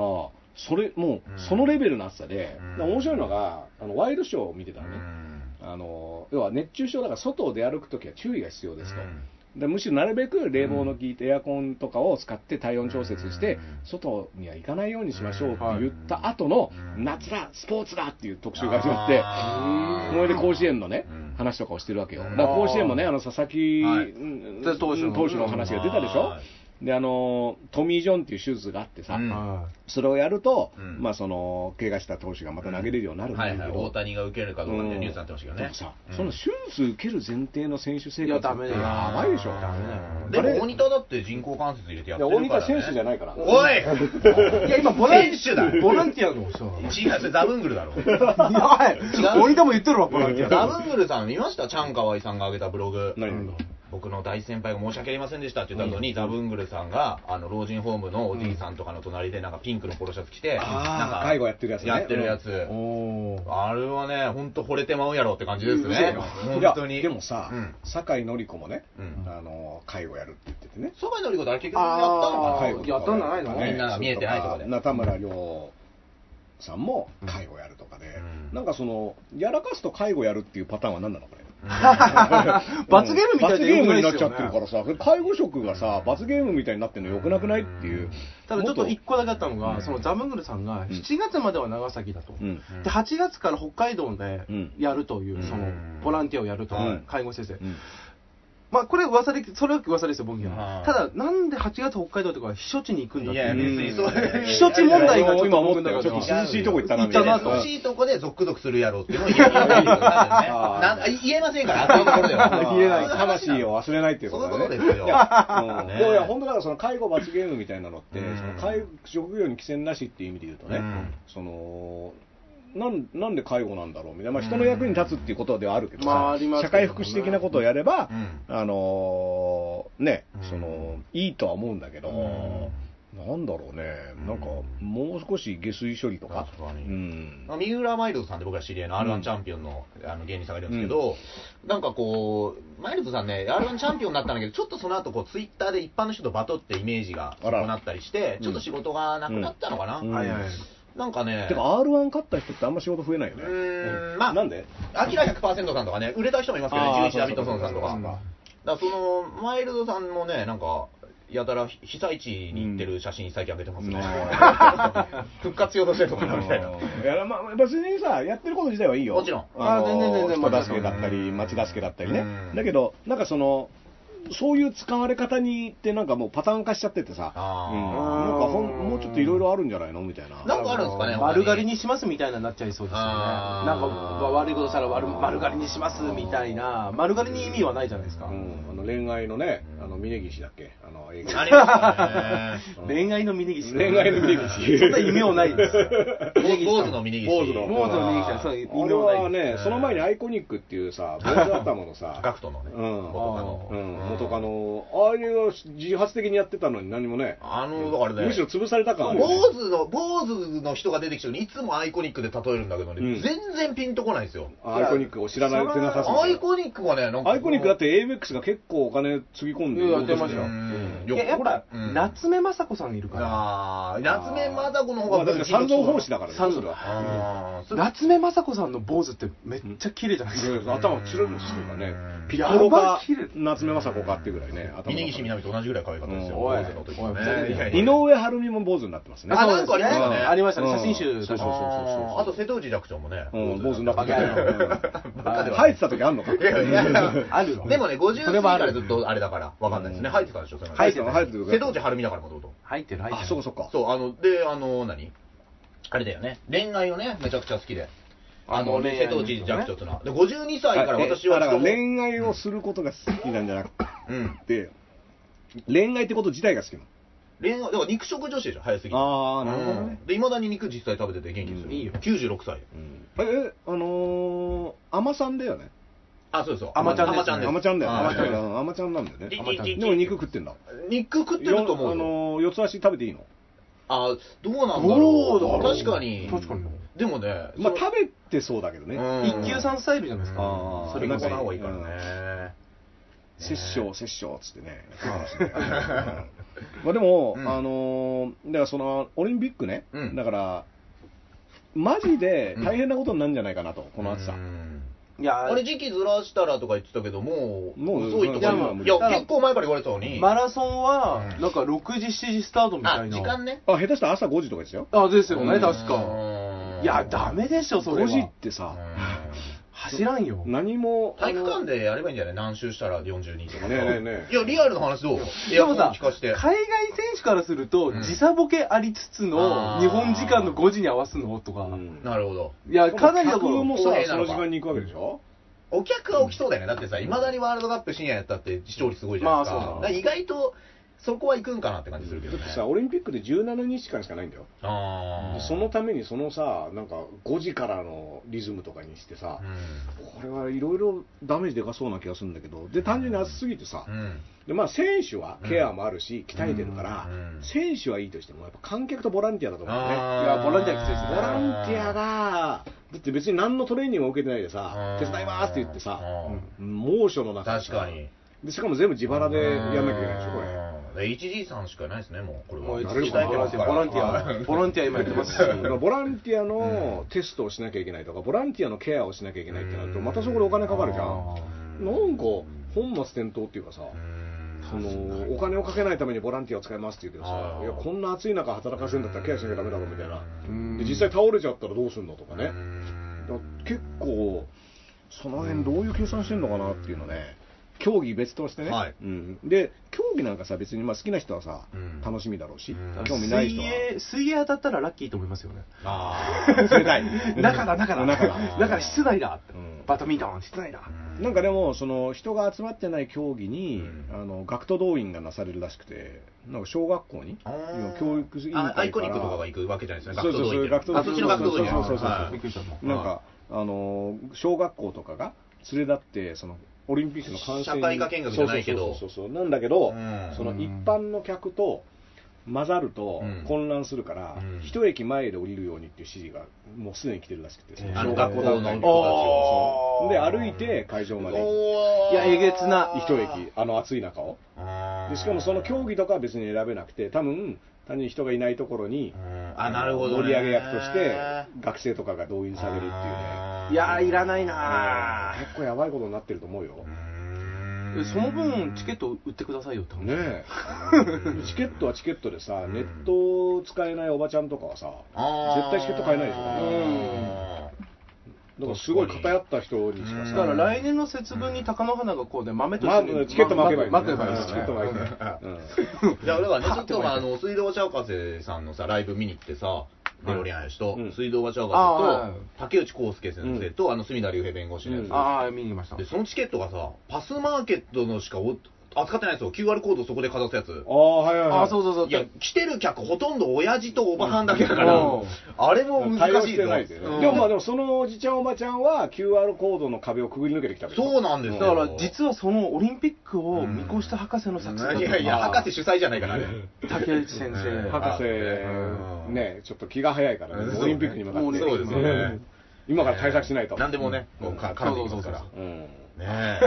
Speaker 1: それ、もう
Speaker 2: うん、
Speaker 1: そのレベルの暑さで、
Speaker 2: うん
Speaker 1: だから面白いのが、あのワイドショーを見てた
Speaker 2: う
Speaker 1: らね、
Speaker 2: ん
Speaker 1: あのー要は熱中症だから外を出歩くときは注意が必要ですと。
Speaker 2: うん
Speaker 1: でむしろなるべく冷房の効いてエアコンとかを使って体温調節して、
Speaker 2: うん
Speaker 1: 外には行かないようにしましょうって言った後の、
Speaker 2: うん
Speaker 1: 夏だ、スポーツだっていう特集が始まって、
Speaker 2: あー
Speaker 1: それで甲子園のね
Speaker 2: うん、
Speaker 1: 話とかをしてるわけよ。
Speaker 2: う
Speaker 1: だ
Speaker 2: ん
Speaker 1: から甲子園もね、あの佐々木
Speaker 2: はい
Speaker 1: うん
Speaker 3: で投手の
Speaker 1: 投手の話が出たでしょ
Speaker 2: はい。
Speaker 1: で、あの、トミー・ジョンっていう手術があってさ
Speaker 2: う、ん
Speaker 3: は
Speaker 1: それをやると
Speaker 2: う、ん
Speaker 1: まあその、怪我した投手がまた投げれるようになるんだ
Speaker 2: は
Speaker 1: け
Speaker 2: いはい、大
Speaker 1: ど、
Speaker 2: 谷が受けるかどうかみたいなニュースになってましたけど
Speaker 1: で
Speaker 2: ね
Speaker 1: も。さ
Speaker 2: う、ん
Speaker 1: その手術受ける前提の選手生
Speaker 3: い
Speaker 1: 活
Speaker 3: や
Speaker 1: って
Speaker 3: ダメだよ
Speaker 1: やばいでしょ。
Speaker 3: ダメだよ
Speaker 2: で
Speaker 1: あれ
Speaker 2: も大仁田だって人工関節入れてやってるから、ね。
Speaker 1: いや大仁田選手じゃないから
Speaker 2: おい
Speaker 3: い。いや、今、ボランテ
Speaker 2: 選手
Speaker 3: ィ
Speaker 2: だ
Speaker 3: ア、ボランティアのさ。
Speaker 2: 違う、それザブング ルだろ。
Speaker 3: はい。俺でも言ってるわ、ボランティア。
Speaker 2: ダブングルさん見ましたチャンカワイさんが上げたブログ。
Speaker 1: 何々
Speaker 2: 僕の大先輩が申し訳ありませんでしたって言った後に、ザブングルさんが、あの、老人ホームのおじいさんとかの隣で、なんかピンクのポロシャツ着て、
Speaker 3: あー
Speaker 2: なんか、
Speaker 1: 介護やってるやつね
Speaker 2: やってるやつ。
Speaker 3: おー
Speaker 2: あれはね、ほんと惚れてまうやろって感じですね。
Speaker 1: い
Speaker 2: 本
Speaker 1: や
Speaker 2: 当に。
Speaker 1: でもさ
Speaker 2: うん、
Speaker 1: 酒井紀子もね、
Speaker 2: うん
Speaker 1: あの、介護やるって言っててね。
Speaker 2: そばのりことあれ結局やったのか
Speaker 3: あー
Speaker 2: な
Speaker 1: 介護とか
Speaker 3: やったんじゃないの
Speaker 2: みんなが見えてないとこで
Speaker 1: 中村亮さんも介護やるとかで、
Speaker 2: うん
Speaker 1: なんかそのやらかすと介護やるっていうパターンは何なのこれ
Speaker 3: 罰ゲームみたい
Speaker 1: 罰
Speaker 3: で
Speaker 1: ゲ
Speaker 3: よ
Speaker 1: ー
Speaker 3: く
Speaker 1: ム
Speaker 3: な
Speaker 1: に
Speaker 3: いで
Speaker 1: な
Speaker 3: す
Speaker 1: っ
Speaker 3: よね
Speaker 1: ちゃってるからさ、介護職がさ、罰ゲームみたいになってるのよくなくないっていう。
Speaker 3: ただちょっと
Speaker 1: も
Speaker 3: 一個だけあったのが、
Speaker 1: うん
Speaker 3: そのザブングルさんが
Speaker 1: ん
Speaker 3: 7月までは長崎だと、
Speaker 1: うん
Speaker 2: うん
Speaker 3: で8月から北海道で
Speaker 1: うん
Speaker 3: やるという、
Speaker 1: うん
Speaker 3: そのボランティアをやると、
Speaker 1: はい
Speaker 3: 介護施設、
Speaker 1: うん
Speaker 3: まあこれ噂でそれは噂ですよ僕に
Speaker 2: う
Speaker 3: は
Speaker 2: ん
Speaker 3: ただなんで8月北海道とか避暑地に行くんだっ
Speaker 2: い
Speaker 3: て
Speaker 2: や、別
Speaker 3: いう
Speaker 2: にそう。
Speaker 3: 避暑地問題がちょっと
Speaker 1: 今思ったよ。
Speaker 3: 僕
Speaker 1: ち
Speaker 3: の
Speaker 1: ょっ
Speaker 3: 中で
Speaker 1: と
Speaker 3: は
Speaker 1: 涼しいとこ行ったなみ
Speaker 2: じ
Speaker 1: たいな。
Speaker 2: ゃあ、欲しいとこでゾックゾクするやろっていうのを言えるよね なんあ言えませんから、あそういうところでは。
Speaker 1: 言えない魂を忘れないっていう
Speaker 2: そ
Speaker 1: こ
Speaker 2: ういう
Speaker 1: と
Speaker 2: こ
Speaker 1: だ
Speaker 2: と
Speaker 1: ね
Speaker 2: で。すよ。
Speaker 1: うん
Speaker 2: ね
Speaker 1: いやいや、本当だから、その介護罰ゲームみたいなのって、
Speaker 2: うん
Speaker 1: その介護職業に規制なしっていう意味で言うとね、
Speaker 2: うん
Speaker 1: そのなんなんで介護なんだろうみたいな、まあ、人の役に立つっていうことではあるけどさ、
Speaker 3: まああります
Speaker 1: 社
Speaker 3: けどね
Speaker 1: 会福祉的なことをやれば、
Speaker 2: う
Speaker 1: あのーね
Speaker 2: うん
Speaker 1: その、いいとは思うんだけど、
Speaker 2: うん
Speaker 1: なんだろうね、なんか、もう少し下水処理とか。
Speaker 2: 確かに
Speaker 1: うん
Speaker 2: まあ三浦マイルドさんで僕ら知り合いの R1 チャンピオンの,、あの芸人さんがいるんですけど、なんかこう、マイルドさんね、R1 チャンピオンになったんだけど、ちょっとその後こうツイッターで一般の人とバトってイメージが
Speaker 1: あ
Speaker 2: な
Speaker 1: ら
Speaker 2: くなったりして
Speaker 1: う、ん
Speaker 2: ちょっと仕事がなくなったのかな、
Speaker 1: うん
Speaker 3: はいはいはい
Speaker 2: なんかね、
Speaker 1: てか、R1 勝った人ってあんま仕事増えないよ
Speaker 2: う
Speaker 1: ね。
Speaker 2: ーん、まあ、
Speaker 1: なんで
Speaker 2: アキラ100%さんとかね、売れた人もいますけど
Speaker 1: あー
Speaker 2: ね、11ダビッドソンさんとか。
Speaker 1: そ
Speaker 2: だ
Speaker 1: うそうそうそう
Speaker 2: からその、マイルドさんもね、なんか、やたらひ被災地に行ってる写真最近上げてますね。
Speaker 1: うん
Speaker 2: 復活用としてるとかなみたいな。
Speaker 1: いやまあ別にさやってること自体はいいよ
Speaker 2: もちろん
Speaker 1: あの
Speaker 3: あ全然全然
Speaker 1: 人助けだったり
Speaker 2: うん
Speaker 1: 町助けだったりね
Speaker 2: うん
Speaker 1: だけどなんかそのそういう使われ方にってなんかもうパターン化しちゃっててさ
Speaker 2: あ
Speaker 1: う
Speaker 2: ー
Speaker 1: んなんかほんもうちょっといろいろあるんじゃないのみたいな
Speaker 2: なんかあるんですかね他に
Speaker 3: 丸刈りにしますみたいなになっちゃいそうですよね
Speaker 2: あー
Speaker 3: なんか悪いことしたら悪丸刈りにしますみたいな丸刈りに意味はないじゃないですか、
Speaker 1: うんあの恋愛のねあの峯岸だっけあの映
Speaker 2: あ
Speaker 1: 画
Speaker 2: りましたね。
Speaker 3: 恋愛の峯岸
Speaker 1: 恋愛の峯岸
Speaker 3: そんな異名ないです
Speaker 2: 坊主の峯岸。
Speaker 1: 坊主の
Speaker 3: 坊主の峯岸はそういう異
Speaker 1: あれ
Speaker 3: 名ない
Speaker 1: はねその前にアイコニックっていう さ坊主頭のさ
Speaker 2: ガクトのね。
Speaker 1: うん
Speaker 2: 元カノ。
Speaker 1: うん、元カ。ノ、ああいうのを自発的にやってたのに何もね、
Speaker 2: あの、だからね。
Speaker 1: むしろ潰された感あるよね
Speaker 2: 坊主の、坊主の人が出てきたのに、いつもアイコニックで例えるんだけどね、
Speaker 1: うん
Speaker 2: 全然ピンとこないんですよ。
Speaker 1: アイコニックを知らないてなさすぎて
Speaker 2: アイコニックはね、なんか。
Speaker 1: アイコニックだって AMX が結構お金つぎ込んで
Speaker 3: いややってました
Speaker 2: う
Speaker 3: よ
Speaker 2: ん
Speaker 3: いや、やっぱ、
Speaker 2: うん
Speaker 3: 夏目雅子さんいるか
Speaker 2: ああ、夏目雅子の方
Speaker 1: ま
Speaker 2: が
Speaker 1: あ、だって三蔵法師だから
Speaker 3: 三蔵
Speaker 1: それは
Speaker 2: あー
Speaker 3: ら。夏目雅子さんの坊主ってめっちゃ綺麗じゃないですか。
Speaker 1: 頭つるんしてるからね
Speaker 2: うん、
Speaker 1: ピッコロ
Speaker 3: やば
Speaker 1: か
Speaker 3: い綺麗
Speaker 1: 夏目雅子かっていうぐらいね、頭
Speaker 2: 峯
Speaker 1: の
Speaker 2: 岸みなみと同じぐらい可愛かったですよ、
Speaker 1: うん
Speaker 2: 坊主の時はね
Speaker 3: おいおい
Speaker 2: いやいや
Speaker 1: 井上晴美も坊主になってますね。
Speaker 2: あなんかありましたね
Speaker 1: うん
Speaker 3: ありましたね
Speaker 1: うん
Speaker 3: 写真集
Speaker 1: そうそうそう
Speaker 2: あーあ
Speaker 1: そう
Speaker 2: と瀬戸内寂聴もね、
Speaker 1: うん
Speaker 2: 坊
Speaker 1: 坊主
Speaker 2: 主に
Speaker 1: に
Speaker 2: な
Speaker 1: な
Speaker 2: っ
Speaker 1: ってた
Speaker 2: た
Speaker 1: うん入ってた時あんのか
Speaker 2: いやいやいや
Speaker 3: あるよ
Speaker 2: でもね、50
Speaker 3: そ
Speaker 2: 過ぎ
Speaker 3: れは
Speaker 2: か
Speaker 3: ある
Speaker 2: らずっとあれだから、わかんないですね。
Speaker 1: うん
Speaker 2: 入ってたでしょ、それ
Speaker 1: 入ってた入ってた
Speaker 2: 瀬戸内晴美だから、もともと。
Speaker 3: 入ってる、入ってる。
Speaker 1: あ、そっかそっか。
Speaker 2: そう、あの、で、あの、何あれだよね。恋愛をね、めちゃくちゃ好きで。あ
Speaker 3: あ
Speaker 2: の、
Speaker 3: の恋愛
Speaker 2: 瀬戸内寂聴ってのは。で、52歳から私は
Speaker 1: だか
Speaker 2: 人
Speaker 1: ら
Speaker 2: を
Speaker 1: 恋愛をすることが好きなんじゃなく
Speaker 2: うん。
Speaker 1: て、恋愛ってこと自体が好きなの。
Speaker 2: 恋愛、だから肉食女子でしょ、早すぎて。
Speaker 1: あーなるほどね
Speaker 2: うんで、いまだに肉実際食べてて元気です
Speaker 1: う
Speaker 2: よ。
Speaker 1: ん
Speaker 3: いいよ
Speaker 2: 96歳。
Speaker 1: ええ、あのー、あまさんだよね。
Speaker 2: あ、そうそう。
Speaker 3: あまちゃんですね
Speaker 2: です
Speaker 1: あまちゃんだよね。
Speaker 2: あ
Speaker 1: あ
Speaker 2: ま
Speaker 1: まち
Speaker 2: ちゃ
Speaker 1: ゃん
Speaker 2: ん
Speaker 1: うんあまちゃんなんだよね
Speaker 2: ち。
Speaker 3: まちゃん
Speaker 1: でも肉食ってんだ。
Speaker 2: 肉食ってると思うよ
Speaker 1: よあのー、四つ足食べていいの
Speaker 2: あ、どうなんだ
Speaker 3: ど
Speaker 2: ろ
Speaker 3: う
Speaker 2: う。
Speaker 3: だろう
Speaker 2: 確かに。
Speaker 3: 確かに。
Speaker 2: でもね、
Speaker 1: まあ
Speaker 2: その
Speaker 1: 食べてそうだけどね。
Speaker 2: うん
Speaker 3: 一級さんスタイルじゃないです
Speaker 1: あ
Speaker 3: か
Speaker 1: ー。
Speaker 2: それ
Speaker 1: な
Speaker 2: が
Speaker 1: ん
Speaker 2: こ
Speaker 1: か
Speaker 2: の方がいいからね。
Speaker 1: 殺生、殺生っつってね、まあでも、
Speaker 2: うん
Speaker 1: あのーだからそのオリンピックね、
Speaker 2: うん
Speaker 1: だから、マジで大変なことになるんじゃないかなと、この暑さ、
Speaker 2: うん
Speaker 3: いや
Speaker 2: あれ時期ずらしたらとか言ってたけど、もう、
Speaker 1: もう
Speaker 2: 遅いとか言うの
Speaker 1: い
Speaker 2: い
Speaker 1: や
Speaker 2: や
Speaker 1: もう、
Speaker 2: 結構前から言われてたのに。
Speaker 3: マラソンは
Speaker 2: う、ん
Speaker 3: なんか6時、7時スタートみた
Speaker 2: あ、
Speaker 3: いな。
Speaker 2: 時間ね。
Speaker 1: あ下手したら朝5時とかですよ、
Speaker 3: あ、ですよ
Speaker 2: う
Speaker 3: ね、
Speaker 2: ん
Speaker 3: 確か。いや、ダ。メでしょ、それ
Speaker 1: 5
Speaker 3: は。
Speaker 1: 時って
Speaker 2: うん
Speaker 1: さ、
Speaker 3: 走らんよ。
Speaker 1: 何も、
Speaker 2: 体育館でやればいいんじゃない何周したら42とか。
Speaker 1: ねえねえねえ
Speaker 2: いや、リアルの話どうエ
Speaker 3: で
Speaker 2: アコ
Speaker 3: も
Speaker 2: ン
Speaker 3: さ、
Speaker 2: 聞か
Speaker 3: 海
Speaker 2: せて。
Speaker 3: 外選手からすると、
Speaker 2: うん
Speaker 3: 時差ボケありつつ
Speaker 2: あー
Speaker 3: の、日本時間の5時に合わすのとか、
Speaker 1: うん
Speaker 2: なるほど。
Speaker 3: いや、かなりだ
Speaker 1: 客
Speaker 3: から、
Speaker 1: も
Speaker 2: 公
Speaker 1: さ
Speaker 2: 平、な
Speaker 1: そ
Speaker 2: の
Speaker 1: の
Speaker 2: か
Speaker 1: 時間に行くわけでしょ、
Speaker 2: お客は起きそうだよね。だってさ、いまだにワールドカップ深夜やったって視聴率すごいじゃないですか。
Speaker 3: まあそうだな
Speaker 2: だから意外と、そこは行くんかなって感じするけど
Speaker 1: だ
Speaker 2: ね
Speaker 1: って。さ、オリンピックで17日間しかないんだよ、
Speaker 2: あー
Speaker 1: そのためにそのさ、なんか5時からのリズムとかにしてさ、
Speaker 2: う
Speaker 1: これはいろいろダメージでかそうな気がするんだけど、で単純に暑すぎてさ、
Speaker 2: ん。うん。
Speaker 1: でまあ、選手はケアもあるし、鍛えてるから、
Speaker 2: うん
Speaker 1: 選手はいいとしても、やっぱ観客とボランティアだと思うんだよね。
Speaker 2: あー
Speaker 3: いやボランティアきついです
Speaker 1: ボ
Speaker 3: ね
Speaker 1: ランティアが、だって別に何のトレーニングも受けてないで
Speaker 2: う
Speaker 1: さ
Speaker 2: ん、
Speaker 1: 手伝いますって言ってさ、
Speaker 2: う
Speaker 1: 猛暑の中で
Speaker 2: 確
Speaker 1: さ
Speaker 2: かに。
Speaker 1: で、しかも全部自腹でやんなきゃいけないでしょ、これ。
Speaker 2: これ。HG さんしかないですね、もう、これは。
Speaker 3: もう
Speaker 1: 一時
Speaker 2: 鍛えてますから
Speaker 1: ボ
Speaker 3: ランティア
Speaker 2: はい
Speaker 3: ボランティア今やってますし
Speaker 1: だからボランティアのテストをしなきゃいけないとか、ボランティアのケアをしなきゃいけないってなると、またそこでお金かかるじゃん。
Speaker 2: う
Speaker 1: なんか、本末転倒っていうかさ、
Speaker 2: うん
Speaker 1: そのお金をかけないためにボランティアを使いますって言うけど
Speaker 2: あ
Speaker 1: さ
Speaker 2: ー、
Speaker 1: いやこんな暑い中働かせるんだったらケアしなきゃだめだろみたいな、
Speaker 3: うん
Speaker 1: で実際倒れちゃったらどうするのとかね、
Speaker 2: うん
Speaker 1: だから結構、その辺どういう計算してるのかなっていうのね、競技別としてね、
Speaker 2: はい
Speaker 1: うんで競技なんかさ、別にまあ好きな人はさ
Speaker 2: うん、
Speaker 1: 楽しみだろうし
Speaker 2: うん、
Speaker 1: 興味ない人
Speaker 3: 水
Speaker 1: は。
Speaker 3: 泳、水泳当たったらラッキーと思いますよね。
Speaker 2: あ
Speaker 1: 冷たい
Speaker 3: 中だ、中
Speaker 1: 中
Speaker 3: だ、
Speaker 1: だ
Speaker 3: だから室内だ
Speaker 1: うん。
Speaker 3: バドミントン、室内だ。
Speaker 2: ー
Speaker 1: なんかでも、その人が集まってない競技に、
Speaker 2: うん
Speaker 1: あの学徒動員がなされるらしくて、なんか小学校に、
Speaker 2: あー
Speaker 1: 今教育委員会
Speaker 2: あアイコニックとかが行くわけじゃないですね、学徒動員って
Speaker 1: そうそうそう学徒動員
Speaker 2: あそっちの学徒動員じゃない
Speaker 1: そうそうそう
Speaker 2: は
Speaker 3: びっくりした。
Speaker 2: い
Speaker 1: なんか、あのー小学校とかが連れ立って、そのオリンピックの観戦に
Speaker 2: 社会科見学じゃないけ
Speaker 1: そう
Speaker 2: ど
Speaker 1: そうそうそうそうなんだけど、
Speaker 2: うん
Speaker 1: その一般の客と混ざると
Speaker 2: うん
Speaker 1: 混乱するから、
Speaker 2: うん
Speaker 1: 一駅前で降りるようにっていう指示がもうすでに来てるらしくて、その
Speaker 2: あの
Speaker 1: 小学校団体
Speaker 2: 学
Speaker 1: の
Speaker 2: 校の
Speaker 1: そうで
Speaker 3: あー
Speaker 1: 歩いて会場まで行
Speaker 2: おー
Speaker 3: いやえげつな
Speaker 1: く一駅、あの暑い中を。
Speaker 2: あー
Speaker 1: でしかもその競技とかは別に選べなくて、多分単に人がいないところに
Speaker 2: うんあなるほどね
Speaker 1: 盛り上げ役として、学生とかが動員されるっていうね、
Speaker 2: あ
Speaker 3: いやー、いらないな
Speaker 1: 結構やばいことになってると思うよ。
Speaker 3: ーその分、チケット売ってくださいよって話。
Speaker 1: ねえ、チケットはチケットでさ、ネットを使えないおばちゃんとかはさ、絶対チケット買えないでしょだからすごい偏った人にしか
Speaker 2: う
Speaker 1: さ、
Speaker 2: ん
Speaker 3: だから来年の節分に貴乃花がこうね、豆と
Speaker 1: まあ、
Speaker 3: に
Speaker 1: チケット負けばいいんだ
Speaker 3: ま
Speaker 1: ね、
Speaker 3: けばいいです
Speaker 1: チ
Speaker 3: ね
Speaker 1: ケット負けばいいんだねうん
Speaker 2: いやだからね、ちょっとまああの水道橋博士さんのさライブ見に行ってさ、デロリアンやしと、
Speaker 1: うん
Speaker 2: 水道橋博士
Speaker 3: あはいは
Speaker 2: と、竹内康介先生と、あの隅田竜平弁護士のやつ、
Speaker 1: うん
Speaker 3: ああ、見に行きました
Speaker 2: で、。そのチケットがさ、パスマーケットのしかお扱ってないんですよ、QR コードそこでかざすやつ。
Speaker 1: ああ、はいはいはい。
Speaker 3: ああ、そうそうそう。
Speaker 2: いや、来てる客、ほとんど親父とおばはんだけだから
Speaker 3: うん、
Speaker 2: あれも
Speaker 1: 対応
Speaker 2: 難し
Speaker 1: し
Speaker 2: い
Speaker 1: て
Speaker 2: ぞ
Speaker 1: ないでね。
Speaker 2: うん
Speaker 1: でもまあ、でもそのおじちゃんおばちゃんは QR コードの壁をくぐり抜けてきたわけでしょ
Speaker 2: そうなんですよ
Speaker 3: だから実はそのオリンピックを見越した博士の作戦だ
Speaker 2: いやいや、博士主催じゃないから、あれ。
Speaker 3: 竹内先
Speaker 2: うん
Speaker 3: 生。
Speaker 1: 博士、
Speaker 2: うん
Speaker 1: ね、ちょっと気が早いからね、オリンピックに向かって、
Speaker 2: そうですよね。
Speaker 1: 今から対策しないと。
Speaker 2: 何でもね、こうか絡んでいきますから。
Speaker 1: うん。
Speaker 2: ねえ。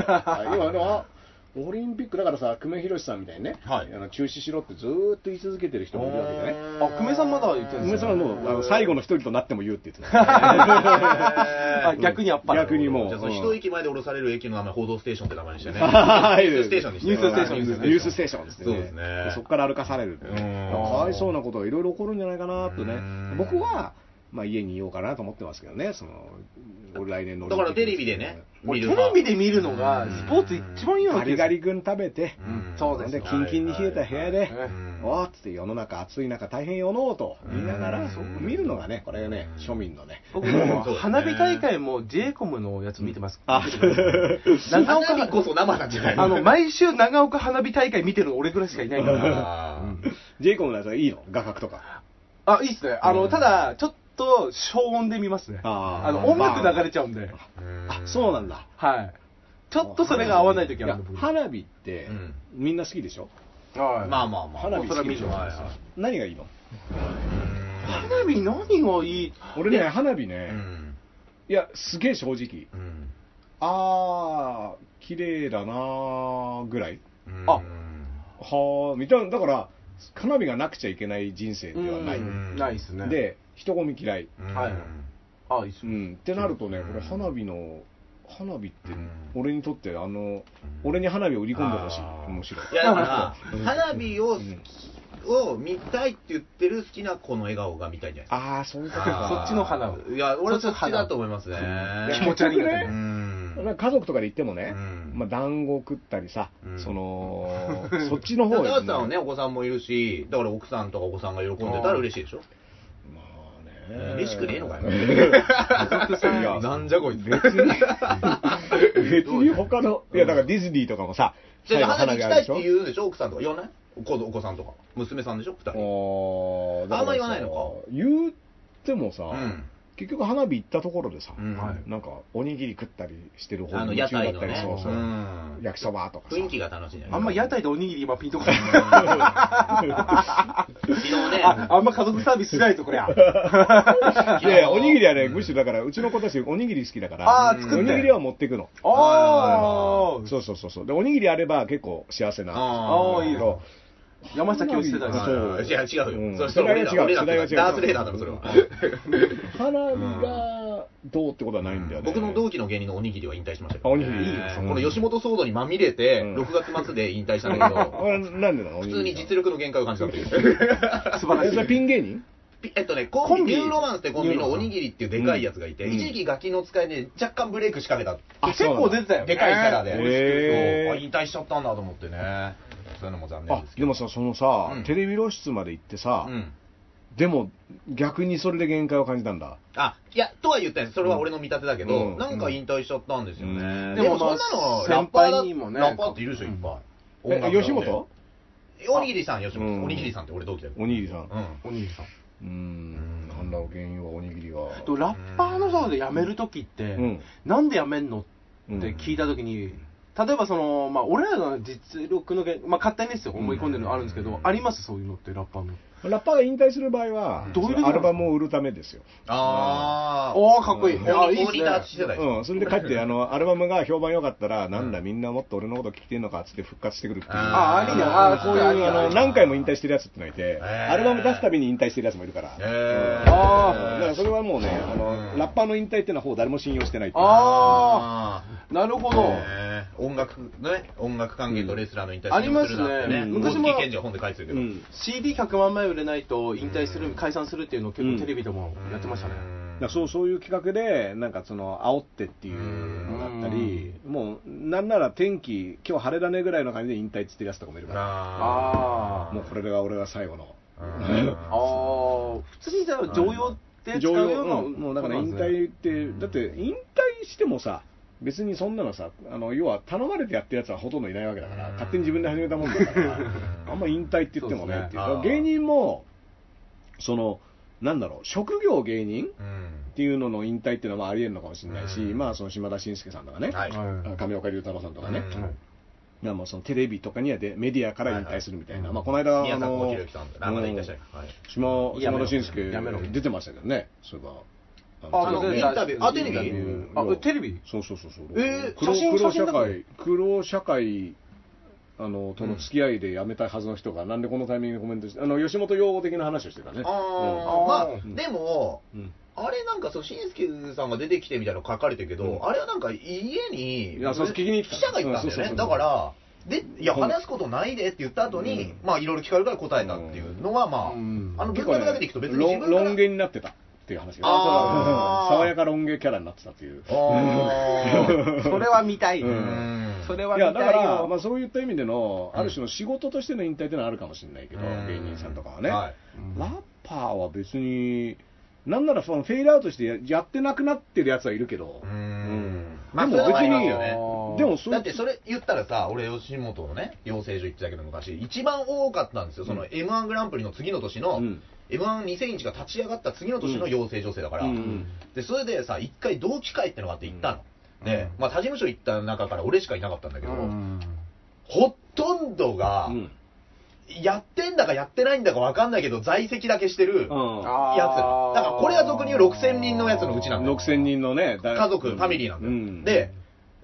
Speaker 1: あ今でも、あ
Speaker 4: オリンピックだからさ、久米宏さんみたいにね、
Speaker 2: はい
Speaker 4: あの中止しろってずーっと言い続けてる人もいるわけでね。
Speaker 3: あ久米さんまだ言ってるん
Speaker 1: 梅
Speaker 3: で
Speaker 1: さ
Speaker 3: す
Speaker 1: ん
Speaker 3: か
Speaker 1: はもうあの最後の一人となっても言うって言ってた。
Speaker 3: あ逆にやっぱり
Speaker 1: 逆にもう
Speaker 2: じゃあその一駅前で降ろされる駅の名前、報道ステーションって名前にしてね。
Speaker 1: はい
Speaker 2: ニュースステーションにして
Speaker 3: ニュースステーションにして
Speaker 1: ニュースステーションですね。
Speaker 2: そうですね
Speaker 1: そこから歩かされるっていうね。
Speaker 2: うん
Speaker 1: かわいそうなことがいろいろ起こるんじゃないかなと
Speaker 2: う
Speaker 1: ね
Speaker 2: ん。
Speaker 1: 僕は、まあ家にいようかなと思ってますけどね、その、俺来年の。
Speaker 2: だからテレビでね。、
Speaker 3: 俺
Speaker 2: 見
Speaker 3: テ
Speaker 2: る
Speaker 3: レビで見るのがスポーツ一番いいわ
Speaker 1: ガ
Speaker 3: け
Speaker 1: リ
Speaker 3: です
Speaker 1: ガ
Speaker 3: よ
Speaker 1: リ君食べて、
Speaker 2: うん
Speaker 3: そう
Speaker 1: ほ
Speaker 3: で
Speaker 1: ん
Speaker 3: す
Speaker 1: でキンキンに冷えた部屋で
Speaker 3: はいはいはい、
Speaker 1: おーっつって世の中暑い中大変世のうと言いなが
Speaker 2: う
Speaker 1: ら
Speaker 2: んそう、
Speaker 1: 見るのがね、これがね、庶民のね。
Speaker 3: 僕も
Speaker 2: そうですね
Speaker 3: 花火大会も j コムのやつ見てます。
Speaker 1: あ、
Speaker 3: 長岡
Speaker 2: 花火こそ生なんじゃない
Speaker 3: あの、毎週長岡花火大会見てるの俺ぐらいしかいないから。
Speaker 2: あー
Speaker 1: ジェイコムのやつはいいの画角とか。
Speaker 3: あ、いいっすね。あ
Speaker 2: う
Speaker 3: の、
Speaker 2: ん
Speaker 3: ただ、ちょっと、消音で見ますね。
Speaker 1: あ
Speaker 2: ー
Speaker 3: あの、音楽流れちゃうんで。
Speaker 1: あ、そうなんだ。
Speaker 3: はい。ちょっとそれが合わないとき
Speaker 1: い
Speaker 3: は
Speaker 1: や、花火って
Speaker 2: うん
Speaker 1: みんな好きでしょ
Speaker 3: は
Speaker 2: まあまあまあ。
Speaker 1: 花火好きでしょ
Speaker 3: まあ
Speaker 2: それは見る
Speaker 1: 何がいいの
Speaker 3: 花火何がいい
Speaker 1: 俺ね、花火
Speaker 2: う
Speaker 1: ね、
Speaker 2: ん
Speaker 1: いや、すげえ正直、
Speaker 2: うん
Speaker 1: あー、綺麗だなーぐらい、
Speaker 2: うん
Speaker 3: あ
Speaker 1: はー、みたいな、だから、花火がなくちゃいけない人生ではない、
Speaker 2: ん
Speaker 3: ないっすね。、
Speaker 1: で、人混み嫌い、
Speaker 2: うん
Speaker 3: はいあ、いいっす
Speaker 1: う
Speaker 3: ね。
Speaker 1: ん、ってなるとね、
Speaker 2: うん
Speaker 1: 俺、花火の、花火って
Speaker 2: うん、
Speaker 1: 俺にとって、あの、俺に花火を売り込んでほしい
Speaker 2: あー、
Speaker 1: むしろ。
Speaker 2: いやだから、花火
Speaker 1: う
Speaker 2: を
Speaker 1: ん
Speaker 2: を見たいって言ってる好きな子の笑顔が見たいんじゃないですか。
Speaker 1: あー、そういうこと
Speaker 3: あー
Speaker 1: か。
Speaker 3: そっちの花を
Speaker 2: いや、俺はそ
Speaker 3: そっ
Speaker 2: っ
Speaker 3: ちの
Speaker 2: ち
Speaker 3: 花
Speaker 2: だと思いますね。
Speaker 3: 気持ち悪いんだけ
Speaker 1: ね
Speaker 2: う
Speaker 3: ど
Speaker 2: ん
Speaker 1: なんか家族とかで行ってもね、
Speaker 2: うん
Speaker 1: まあ団子食ったりさ、
Speaker 2: うん
Speaker 1: その そっちの方
Speaker 2: 高
Speaker 1: よ
Speaker 2: 橋さんはね、お子さんもいるし、だから奥さんとかお子さんが喜んでたら嬉しいでしょ。
Speaker 1: まあね
Speaker 2: 嬉しくねえのかよ。
Speaker 1: いや
Speaker 2: なんじゃこいつ。
Speaker 1: 別に 別に他のいやだからディズニーとかもさ
Speaker 2: じゃあ
Speaker 1: 花
Speaker 2: 花火
Speaker 1: 火
Speaker 2: 行き
Speaker 1: あ
Speaker 2: たい
Speaker 1: るでしょ
Speaker 2: って言うでしょ、奥さんとか。言わないお子お子さんとか。娘さんでしょ、二人。
Speaker 1: おーだ
Speaker 2: あんま
Speaker 1: からさ
Speaker 2: 言わないのか
Speaker 1: 言ってもさ、
Speaker 2: うん
Speaker 1: 結局花火行ったところでさ、
Speaker 2: うん
Speaker 3: はい
Speaker 1: なんかおにぎり食ったりしてる方
Speaker 2: あの、屋
Speaker 1: 夢中だ
Speaker 2: 台
Speaker 1: っ
Speaker 2: の
Speaker 1: たり
Speaker 2: ね
Speaker 1: そうそう、
Speaker 2: うん
Speaker 1: 焼きそばとかさ
Speaker 2: 雰囲気が楽しいんじゃない
Speaker 3: あんま屋台でおにぎり今ピンと こない。
Speaker 2: 昨日ね、
Speaker 3: ああんま家族サービスしないと、 こりゃ。
Speaker 1: いやいやおにぎりはねむしろだからうちの子たちおにぎり好きだから
Speaker 3: あー作って
Speaker 1: おにぎりは持ってくの
Speaker 3: ああ、
Speaker 1: そうそうそうそうでおにぎりあれば結構幸せな
Speaker 3: ああ、いい
Speaker 1: の
Speaker 3: よ。山下清世代
Speaker 1: そ
Speaker 3: だ
Speaker 1: う
Speaker 2: いや、違うよ。
Speaker 1: うん
Speaker 2: それそれ俺ら
Speaker 1: 世代が違う
Speaker 2: 俺ら
Speaker 1: 世代が違う
Speaker 2: ダースレーダーだろ、それは。
Speaker 1: 花火がどうってことはないんだよね
Speaker 2: 僕の同期の芸人のおにぎりは引退しましたけど
Speaker 1: あおにぎり
Speaker 2: ね
Speaker 1: いいよそんな
Speaker 2: こ
Speaker 1: の
Speaker 2: の吉本騒動にまみれて、
Speaker 1: うん
Speaker 2: 6月末で引退したんだ け
Speaker 1: あれ
Speaker 2: ど、
Speaker 1: なんでなの
Speaker 2: 普通に実
Speaker 1: 力
Speaker 2: 力の限界を感じたっていう。
Speaker 3: 素晴ら
Speaker 1: えそれ
Speaker 3: しい。
Speaker 1: ピン芸人
Speaker 2: ピ えっとね、コン
Speaker 3: コン
Speaker 2: ビ、
Speaker 3: ビ
Speaker 2: ニューロマンスってコンビのおにぎりっていうでかいやつがいて、
Speaker 1: うん
Speaker 2: 一時期ガキの使いで若干ブレイク仕掛けた。
Speaker 1: あ
Speaker 3: 結
Speaker 1: そうなん
Speaker 3: 構
Speaker 1: だ
Speaker 3: 出てたよね。
Speaker 2: でかいキャラで。
Speaker 1: へー
Speaker 2: そうあ引退しちゃったんだと思ってね。そういうのも残念
Speaker 1: あ
Speaker 2: ですけ
Speaker 1: で
Speaker 2: ど。
Speaker 1: もさそのさ、
Speaker 2: うん
Speaker 1: テレビ露出まで行ってさ、
Speaker 2: うん。
Speaker 1: でも逆にそれで限界を感じたんだ
Speaker 2: あ、いや、とは言ったんです。それは俺の見立てだけど、
Speaker 1: うん
Speaker 2: なんか引退しちゃったんですよね。
Speaker 1: うん
Speaker 2: でもそんなの、ラッパーだ、ラッパーっているでしょ、いっぱい。
Speaker 1: え
Speaker 2: 音楽だって
Speaker 1: 吉本
Speaker 2: おにぎりさん、吉本さ。
Speaker 1: うんん
Speaker 2: おにぎりさんって俺同期だよ。
Speaker 1: おにぎりさん
Speaker 2: うん。
Speaker 3: おにぎりさん。
Speaker 1: うーんなんだろう原因はおにぎりが
Speaker 3: でもラッパーの人で辞めるときって、
Speaker 1: うん
Speaker 3: なんで辞めんの
Speaker 1: うん
Speaker 3: って聞いたときに、例えばその、まあ、俺らの実力のげ、まあ、勝手にですよ、思い込んでるのあるんですけど、あります、そういうのって、ラッパーの。
Speaker 1: ラッパーが引退する場合は
Speaker 3: どういう時なの
Speaker 1: アルバムを売るためですよ
Speaker 2: あー。
Speaker 3: おー、かっこいい。
Speaker 2: モニ
Speaker 3: あ、いいっ
Speaker 2: モ
Speaker 3: す
Speaker 2: ニ
Speaker 3: ね
Speaker 2: ターって世代でしょ
Speaker 1: うん、それで帰って、あの、アルバムが評判良かったら、なんだ、みんなもっと俺のこと聞いてんのかっつって復活してくるっていう。
Speaker 3: あありだあ
Speaker 1: こういう、
Speaker 3: ありだ
Speaker 1: あの、何回も引退してるやつってのがいて、
Speaker 2: ー
Speaker 1: アルバム出すたびに引退してるやつもいるから。
Speaker 2: へ
Speaker 1: うんだ
Speaker 2: ー
Speaker 3: あ
Speaker 1: からそれはもうね、あ
Speaker 2: うん
Speaker 1: の、ラッパーの引退っていうのはほぼ誰も信用してないっていう
Speaker 3: あー、なるほど。
Speaker 2: へー音楽、ね、音楽関係とレスラーの引退
Speaker 3: ありますね
Speaker 1: うん
Speaker 2: 昔
Speaker 3: 昔も
Speaker 2: も。大月健二が本で書いてるけ
Speaker 1: う
Speaker 2: ど。
Speaker 1: ん。
Speaker 3: CD100 万枚売れないと引退する、解散するっていうのを結構テレビでもやってましたね。
Speaker 1: だからそう、そういう企画で、なんかその、煽ってっていうのがあったり、もう、なんなら天気、今日晴れだねぐらいの感じで引退っつってるやつとかもいるから、
Speaker 2: あー
Speaker 1: もうこれが俺が最後の。
Speaker 2: うん
Speaker 3: あー、普通にじゃあ、常用で使
Speaker 1: 常
Speaker 3: うよ
Speaker 1: 用
Speaker 3: うな、
Speaker 1: うんもうだから引退って、だって引退してもさ、別にそんなのさ、あの要は頼まれてやってるやつはほとんどいないわけだから、
Speaker 2: うん
Speaker 1: 勝手に自分で始めたもんだから、 あんま引退って言ってもねっていう
Speaker 2: そうですね
Speaker 1: 芸人も、その、なんだろう、職業芸人
Speaker 2: うん
Speaker 1: っていうのの引退っていうのはまあありえるのかもしれないし、
Speaker 2: うん
Speaker 1: まあその島田紳介さんとかね、
Speaker 2: はい。
Speaker 3: はい
Speaker 1: 亀岡龍太郎さんとか
Speaker 2: う
Speaker 1: ね、
Speaker 2: ん
Speaker 1: まあもうそのテレビとかにはでメディアから引退するみたいな、まあこの間、
Speaker 2: 宮
Speaker 1: あ
Speaker 2: 迫
Speaker 1: の
Speaker 2: 博之さんあまだ引退したいはい
Speaker 1: 島
Speaker 3: やめ
Speaker 1: 島
Speaker 3: ろ
Speaker 1: 田紳介
Speaker 3: やめろ
Speaker 1: 出てましたけどね、そういえば。
Speaker 3: あ
Speaker 1: の
Speaker 3: そう
Speaker 1: テレビ
Speaker 3: 出
Speaker 1: で
Speaker 3: た
Speaker 2: あテレ
Speaker 1: イン
Speaker 2: ビ
Speaker 1: タビュー
Speaker 3: あ、テレビ
Speaker 1: そうそうそうそう。
Speaker 3: えー
Speaker 1: 黒
Speaker 3: 写真
Speaker 1: 黒
Speaker 3: 写真
Speaker 1: 社
Speaker 3: だけ
Speaker 1: 会、黒社会あのとの付き合いで辞めたはずの人が、なんでこのタイミングでコメントして、あの吉本用語的な話をしてたね。
Speaker 2: あー
Speaker 3: う
Speaker 2: ま
Speaker 1: ん
Speaker 2: あ、でも、
Speaker 1: うんうん
Speaker 2: あれなんか、そう、しんすけさんが出てきてみたいなの書かれてるけど、
Speaker 1: うん
Speaker 2: あれはなんか家に、
Speaker 1: いやそう聞きに来た
Speaker 2: 記者がいたん
Speaker 1: うんそう
Speaker 2: だ
Speaker 1: そう
Speaker 2: よ
Speaker 1: そ
Speaker 2: ね。
Speaker 1: う
Speaker 2: だから、で、いや、話すことないでって言った後に、
Speaker 1: うん
Speaker 2: まあ、いろいろ聞かれるから答えたっていうのは、まあ、
Speaker 3: うん
Speaker 2: あの、
Speaker 1: 結
Speaker 2: 文
Speaker 1: 構
Speaker 2: 化
Speaker 1: ね
Speaker 2: だけでいくと別に自
Speaker 1: 論
Speaker 2: 分から
Speaker 1: 論言になってたっていう話が
Speaker 2: あー
Speaker 1: 爽やか論言キャラになってたっていう。
Speaker 2: あー
Speaker 5: それは見たい。
Speaker 1: う
Speaker 2: うんん
Speaker 5: それはい見
Speaker 1: やだか
Speaker 5: たい
Speaker 1: ら、
Speaker 5: よ。
Speaker 1: まあ、そういった意味での、
Speaker 2: うん
Speaker 1: ある種の仕事としての引退っていうのはあるかもしれないけど、
Speaker 2: うん
Speaker 1: 芸人さんとかはね、
Speaker 2: はい
Speaker 1: ラッパーは別に、なんならそのフェイルアウトしてややってなくなってるやつはいるけど、
Speaker 2: うん
Speaker 1: まあ
Speaker 2: でも別に
Speaker 1: いいよ
Speaker 3: あ
Speaker 1: ね
Speaker 3: ー
Speaker 1: でもそ
Speaker 2: だ
Speaker 1: れ
Speaker 2: ってそれ言ったらさ、俺、吉本のね、養成所行ってたけど、昔、一番多かったんですよ、その m 1グランプリの次の年の、
Speaker 1: うん
Speaker 2: m 1 2 0 0 1が立ち上がった次の年の養成女性だから、
Speaker 1: うん
Speaker 2: でそれでさ、一回同期会ってのがあって行ったの、
Speaker 3: うん
Speaker 2: で、まあ、他事務所行った中から俺しかいなかったんだけど、
Speaker 3: うん
Speaker 2: ほとんどが、
Speaker 1: うん
Speaker 2: やってんだかやってないんだか分かんないけど、在籍だけしてるやつ、だ
Speaker 1: うん
Speaker 3: あー
Speaker 2: からこれが俗に言う6000人のやつのうちなんだよ
Speaker 1: 6000人のね、だ
Speaker 2: 家族、ファミリーなんだよ、
Speaker 1: うん
Speaker 2: で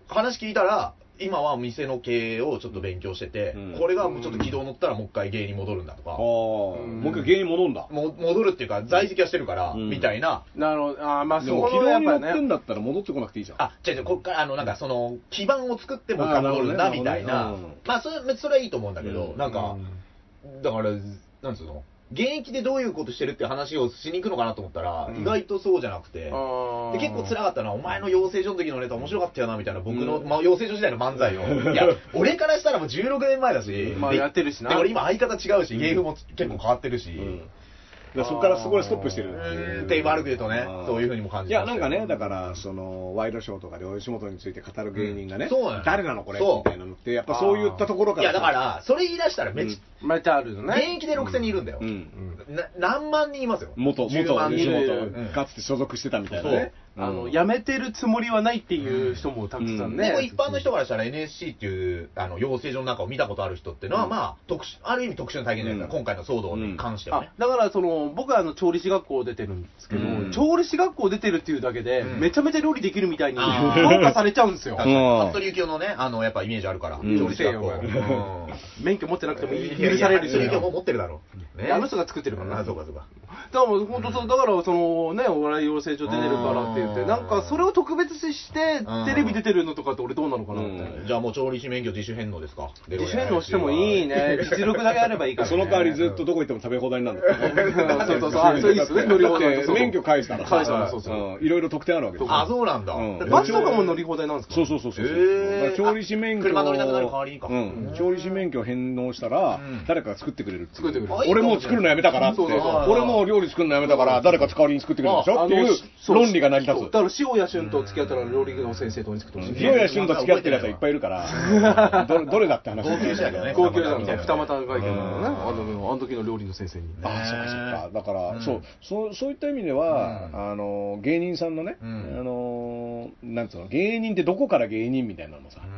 Speaker 2: 話聞いたら今は店の経営をちょっと勉強してて、
Speaker 1: うん
Speaker 2: これがもうちょっと軌道乗ったらもう一回芸に戻るんだとか
Speaker 1: あ、ー
Speaker 3: うん
Speaker 1: もう一回芸人戻んだ、
Speaker 2: もう戻るっていうか在籍はしてるから、
Speaker 1: うん
Speaker 2: みたいな
Speaker 3: なるほど。あーまあ、
Speaker 1: で
Speaker 3: そ
Speaker 1: も
Speaker 3: こ
Speaker 1: 軌
Speaker 3: の
Speaker 1: 道
Speaker 3: やっ
Speaker 1: に乗
Speaker 3: ぱり
Speaker 1: ってん
Speaker 3: ね。
Speaker 1: だったら戻ってこなくていいじゃん。
Speaker 2: あ違う違うこっからあのなんかその基盤を作ってもう一回戻るん
Speaker 1: あ
Speaker 2: だ
Speaker 1: ーなる
Speaker 2: み
Speaker 1: ほど
Speaker 2: た
Speaker 1: ね
Speaker 2: い
Speaker 1: なる
Speaker 2: な
Speaker 1: ほどね
Speaker 2: まあそれそれはいいと思うんだけど、
Speaker 1: うん
Speaker 2: なんか、だからなんつうの現役でどういうことしてるって話をしに行くのかなと思ったら、
Speaker 3: うん
Speaker 2: 意外とそうじゃなくて、
Speaker 3: あ
Speaker 2: で
Speaker 3: ー
Speaker 2: 結構辛かったのは、お前の養成所の時のネタ面白かったよな、みたいな、僕の、まあ、養成所時代の漫 才を。いや、俺からしたらもう16年前だし、
Speaker 3: まあ
Speaker 2: で
Speaker 3: やってるしな
Speaker 2: で、俺今相方違うし、芸風も結構変わってるし、
Speaker 1: うんでそこからそこでストップして
Speaker 2: う
Speaker 1: る。
Speaker 2: ーんって悪く言うとね
Speaker 1: あー、
Speaker 2: そういうふうにも感
Speaker 1: い
Speaker 2: じ
Speaker 1: や、
Speaker 2: ま
Speaker 1: な
Speaker 2: す
Speaker 1: ん
Speaker 2: よ
Speaker 1: かね、だから、その、ワイドショーとかで吉本について語る芸人がね、
Speaker 2: うんそうなの
Speaker 1: 誰なのこれみ
Speaker 2: そう
Speaker 1: たいなのって、やっぱそういったところから。
Speaker 2: いや、だか、ら、それ言い出したらめっち
Speaker 3: めっちゃあるよ
Speaker 2: ゃ、現
Speaker 3: ね。
Speaker 2: 役で6000人いるんだよ
Speaker 1: う。ん。
Speaker 3: うん
Speaker 2: な何万人いますよ。
Speaker 1: 元、元
Speaker 2: 10万人
Speaker 1: 吉
Speaker 2: うん
Speaker 1: 本、かつて所属してたみたいなね。うん
Speaker 3: あの、辞めてるつもりはないっていう人もたくさんね。
Speaker 2: でも一般の人からしたら NSC っていうあの養成所の中を見たことある人っていうのは、
Speaker 1: うん
Speaker 2: まあ特殊ある意味特殊な体験じゃないですか、
Speaker 1: うん
Speaker 2: 今回の騒動に関してはね
Speaker 3: あ、だからその僕はあの調理師学校出てるんですけど、
Speaker 1: うん
Speaker 3: 調理師学校出てるっていうだけで、
Speaker 2: うん
Speaker 3: めちゃめちゃ料理できるみたいに
Speaker 2: あー
Speaker 3: 評価されちゃうんですよ
Speaker 2: 確か。
Speaker 1: う
Speaker 2: に
Speaker 1: ん
Speaker 2: 服部幸男のね、あの、やっぱイメージあるから、
Speaker 1: うん
Speaker 2: 調理師学校。
Speaker 3: うるせえ
Speaker 2: うん
Speaker 3: 免許持ってなくてもいい許される
Speaker 2: いやいや服部幸男も
Speaker 3: し。
Speaker 2: 持ってるだろう。
Speaker 3: あの人が作ってるから
Speaker 2: あ、
Speaker 3: な。
Speaker 2: そうかそうか。
Speaker 3: だからもう本当そう、だからそのね、お笑い養成所出てるからって言って、
Speaker 2: うん
Speaker 3: なんかそれを特別視して
Speaker 2: うん、
Speaker 3: テレビ出てるのとかって俺どうなのかなみたいな。
Speaker 2: じゃあもう調理師免許自主返納ですか。
Speaker 3: 自主返納してもいい。ね。実力だけあればいいから、ね。
Speaker 1: その代わりずっとどこ行っても食べ放題になるんだよ
Speaker 3: うん。そうそうそう。あ、そういいっ すね。乗り放題
Speaker 1: だって免許返したらさ
Speaker 3: 返したら、そうそう。
Speaker 1: うんいろいろ特典あるわけですよ
Speaker 2: あ、そうなんだ。
Speaker 1: うん
Speaker 3: バスとかも乗り放題なんですか
Speaker 1: そうそうそうそう。
Speaker 2: へー
Speaker 1: だから調理師免許を。
Speaker 2: 車乗りなくなる代わりにか
Speaker 1: うん。調理師免許を返納したら
Speaker 2: うん、
Speaker 1: 誰かが作ってくれるっていう
Speaker 3: 作ってくれる
Speaker 1: 俺もう作るのやめたからって。
Speaker 3: そうそうそう
Speaker 1: 俺もう料理作るのやめたから、誰か代わりに作ってくれるでしょっていう論理が成り立
Speaker 3: そう
Speaker 1: つ
Speaker 3: だ。から塩谷俊と付き合ったら料理の先生と同じことし
Speaker 1: ひろやしゅんと付き合ってるやつはいっぱいいる から、どどれだって話
Speaker 2: 号泣したけどね
Speaker 3: 高級なのね二
Speaker 2: 二
Speaker 3: 股
Speaker 2: 股
Speaker 3: 会見だからね
Speaker 1: うん
Speaker 3: あのあの時の料理の先生に
Speaker 1: ああ、そうかそうか。だから、
Speaker 2: うん
Speaker 1: そう、そう、そういった意味では、
Speaker 2: うん
Speaker 1: あの、芸人さんのね、
Speaker 2: うん
Speaker 1: あの、なんつうの、芸人ってどこから芸人みたいなのもさ、う
Speaker 2: う
Speaker 1: ん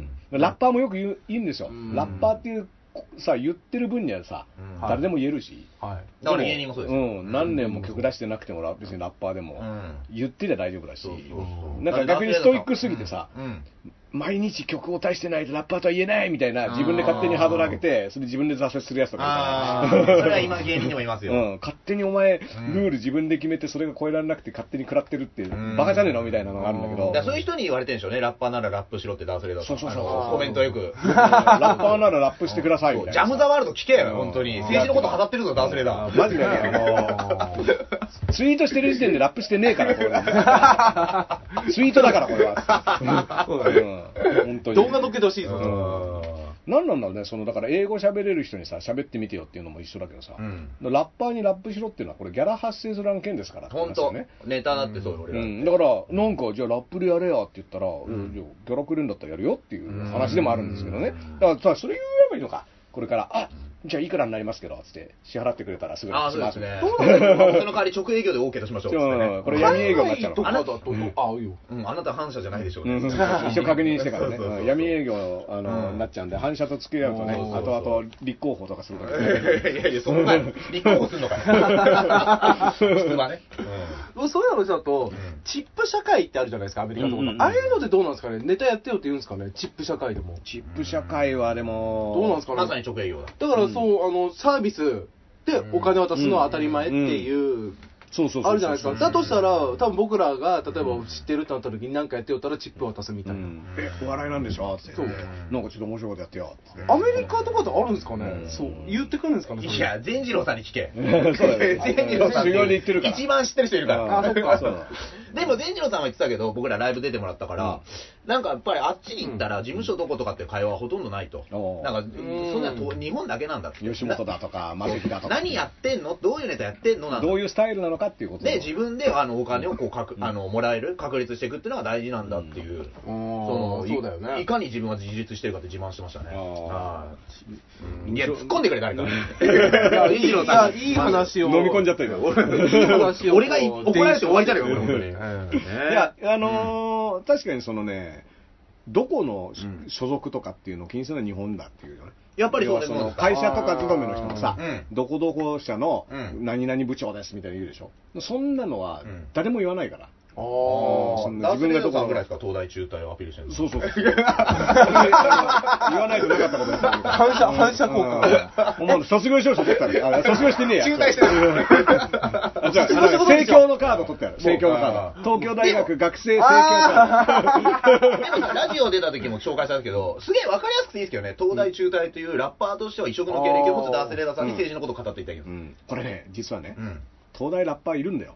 Speaker 1: ん。ラッパーもよく言う言うんですよ、
Speaker 3: うん
Speaker 1: ラッパーっていうさ言ってる分にはさ、
Speaker 2: うん
Speaker 1: 誰でも言えるし、
Speaker 3: はい
Speaker 2: だから芸人もそうです。
Speaker 1: ん、何年も曲出してなくてもラ別にラッパーでも、
Speaker 2: うん
Speaker 1: 言ってりゃ大丈夫だし
Speaker 2: そうそうそう
Speaker 1: なんか逆にストイックすぎてさ
Speaker 2: うん。
Speaker 1: 毎日曲を出してないとラッパーとは言えないみたいな自分で勝手にハードル上げてそれ自分で挫折するやつとか
Speaker 2: あ
Speaker 1: い
Speaker 2: あ、
Speaker 1: る
Speaker 2: そ
Speaker 1: から
Speaker 2: れは今芸人にもいま
Speaker 1: う
Speaker 2: すよ。
Speaker 1: ん、勝手にお前、
Speaker 2: ん
Speaker 1: ルール自分で決めてそれが超えられなくて勝手に食らってるって、
Speaker 2: ん
Speaker 1: バカじゃねえのみたいなのがあるんだけど、
Speaker 2: だからそういう人に言われてるんでしょうね、ラッパーならラップしろってダンスレーダー
Speaker 1: そうそうそう
Speaker 2: コメントよく。
Speaker 1: ラッパーならラップしてくださいみ
Speaker 2: そう
Speaker 1: たい
Speaker 2: ジ
Speaker 1: な
Speaker 2: ャ
Speaker 1: さ。
Speaker 2: ム・ザ・ワールド聞け
Speaker 1: う
Speaker 2: よ、
Speaker 1: ん
Speaker 2: 本当に。政治のこと語ってるぞ、ダンスレーダー。
Speaker 1: マジでね、あのーツイートしてる時点でラップしてねえから、これは。ツイートだから、これは。うん、本当に。
Speaker 3: 動画のけてほしいぞ
Speaker 2: う
Speaker 1: 何なんだろうね、その、だから英語喋れる人にさ、喋ってみてよっていうのも一緒だけどさ、
Speaker 2: ん。
Speaker 1: ラッパーにラップしろっていうのは、これギャラ発生する案件ですからって話
Speaker 2: 本
Speaker 1: だよ
Speaker 2: 当
Speaker 1: ね。
Speaker 2: ネタだってそうよ、
Speaker 1: う
Speaker 2: 俺ら。
Speaker 1: ん、だから、なんか、じゃあラップでやれやって言ったら、うん、いやギャラくれるんだったらやるよっていう話でもあるんですけどね。だからさ、それ言えばいいのか。これから、あ、じゃあいくらになりますけど、つって、支払ってくれたらすぐ
Speaker 2: ああ、
Speaker 1: に
Speaker 2: そ
Speaker 1: し
Speaker 2: う
Speaker 1: ま
Speaker 2: ですす
Speaker 1: みたいな
Speaker 2: ね。その代わり直営業で OK としましょう。つって
Speaker 1: うん
Speaker 2: ね
Speaker 1: これ闇営業になっちゃうの
Speaker 3: 海外とかだとあ合うよ
Speaker 2: うん、あなた反社じゃないでしょう
Speaker 1: う
Speaker 2: ね。
Speaker 1: ん一応確認してからね、
Speaker 2: そうそうそう
Speaker 1: うん闇営業あの、
Speaker 2: うん
Speaker 1: なっちゃうんで、反射と付き合うとね、
Speaker 2: そうそうそう
Speaker 1: 後々立候補とかする から、
Speaker 2: いやいや、そんな、立候補すんのかよ。質はね。うん
Speaker 3: そういう話だと、
Speaker 2: うん
Speaker 3: チップ社会ってあるじゃないですか、アメリカとか、
Speaker 1: うんうんうん
Speaker 3: ああいうのってどうなんですかね、ネタやってよって言うんですかね、チップ社会でも。
Speaker 1: チップ社会はでも、
Speaker 3: どうなんですかね。
Speaker 2: まさに直営業だ。
Speaker 3: だからそう、あのサービスでお金渡すのは当たり前っていう、
Speaker 1: そうそうそうそう
Speaker 3: あるじゃないですか、
Speaker 2: うん
Speaker 3: だとしたら、多分僕らが例えば知ってるってなった時に何かやってよったらチップ渡すみた
Speaker 1: う
Speaker 3: いな、
Speaker 1: んえ、お笑いなんでしょって。
Speaker 3: そう
Speaker 1: なんかちょっと面白いことやってよって。
Speaker 3: アメリカとかってあるんですかね、
Speaker 1: うん
Speaker 3: そう言ってくるんですかね、それ
Speaker 2: いや、善次郎さんに聞け。
Speaker 1: そうだよ
Speaker 2: 善次郎さん
Speaker 1: 修行で行ってるから
Speaker 2: 一番知ってる人いるから。
Speaker 1: あそっかそうだ
Speaker 2: でも善次郎さんは言ってたけど、僕らライブ出てもらったから、なんかやっぱりあっちに行ったら、事務所どことかって会話はほとんどないと。
Speaker 1: おう
Speaker 2: なんか、そんなと日本だけなんだって。
Speaker 1: 吉本だとか、マジキだとか。
Speaker 2: 何やってんのどういうネタやってんのなんだ
Speaker 1: どういうスタイルなのかっていうこと
Speaker 2: で、自分であのお金をこうかく、あのもらえる、確立していくっていうのが大事なんだっていう。
Speaker 3: あー
Speaker 2: その
Speaker 3: そうだよね
Speaker 2: いいかに自分は自立してるかって自慢してましたね。
Speaker 1: あー
Speaker 2: はいうんいや、突っ込んでくれ、誰か。 いや
Speaker 3: いい
Speaker 2: よ
Speaker 3: いやいい話を
Speaker 1: 飲み込んじゃったよ。
Speaker 3: いい話を
Speaker 2: 俺がい怒られて終わりだよ、俺、本当に。
Speaker 1: いや、あのー確かにそのね、どこのし
Speaker 2: うん
Speaker 1: 所属とかっていうのを気にするのは日本だっていうよね。
Speaker 2: やっぱり
Speaker 1: 要
Speaker 2: そう
Speaker 1: は
Speaker 2: で
Speaker 1: そ
Speaker 2: すもん
Speaker 1: の会社とか勤めの人もさ
Speaker 2: あー、
Speaker 1: どこどこ社の
Speaker 2: うん
Speaker 1: 何々部長ですみたいな言うでしょ。そんなのは
Speaker 2: うん
Speaker 1: 誰も言わないから。
Speaker 3: あ
Speaker 1: そ
Speaker 3: ー
Speaker 1: んな
Speaker 2: ダー
Speaker 1: 自
Speaker 2: ス
Speaker 1: 分
Speaker 2: レ
Speaker 1: が
Speaker 2: イ
Speaker 1: ど
Speaker 2: ド
Speaker 1: こ
Speaker 2: さ
Speaker 1: の
Speaker 2: んぐらいですか、東大中退をアピールしてるの
Speaker 1: そうそうそ う。言わないとなかったことですよ
Speaker 3: 反射反射効果
Speaker 1: うんお前卒業証書取ったら、あ卒業してねえや。
Speaker 2: 中退 してる
Speaker 1: あ、じゃあ、政教のカード取ってある。政教のカード。東京大学学生政教カー
Speaker 2: でもさラジオ出た時も紹介したんですけど、すげえ分かりやすくていいですけどね、東大中退というラッパーとしては異色の経歴を持つダースレーダーさんに政治のことを語っていただき
Speaker 1: ド。う
Speaker 2: ます。
Speaker 1: んこれね、実はね
Speaker 2: う、ん
Speaker 1: 東大ラッパーいるんだよ。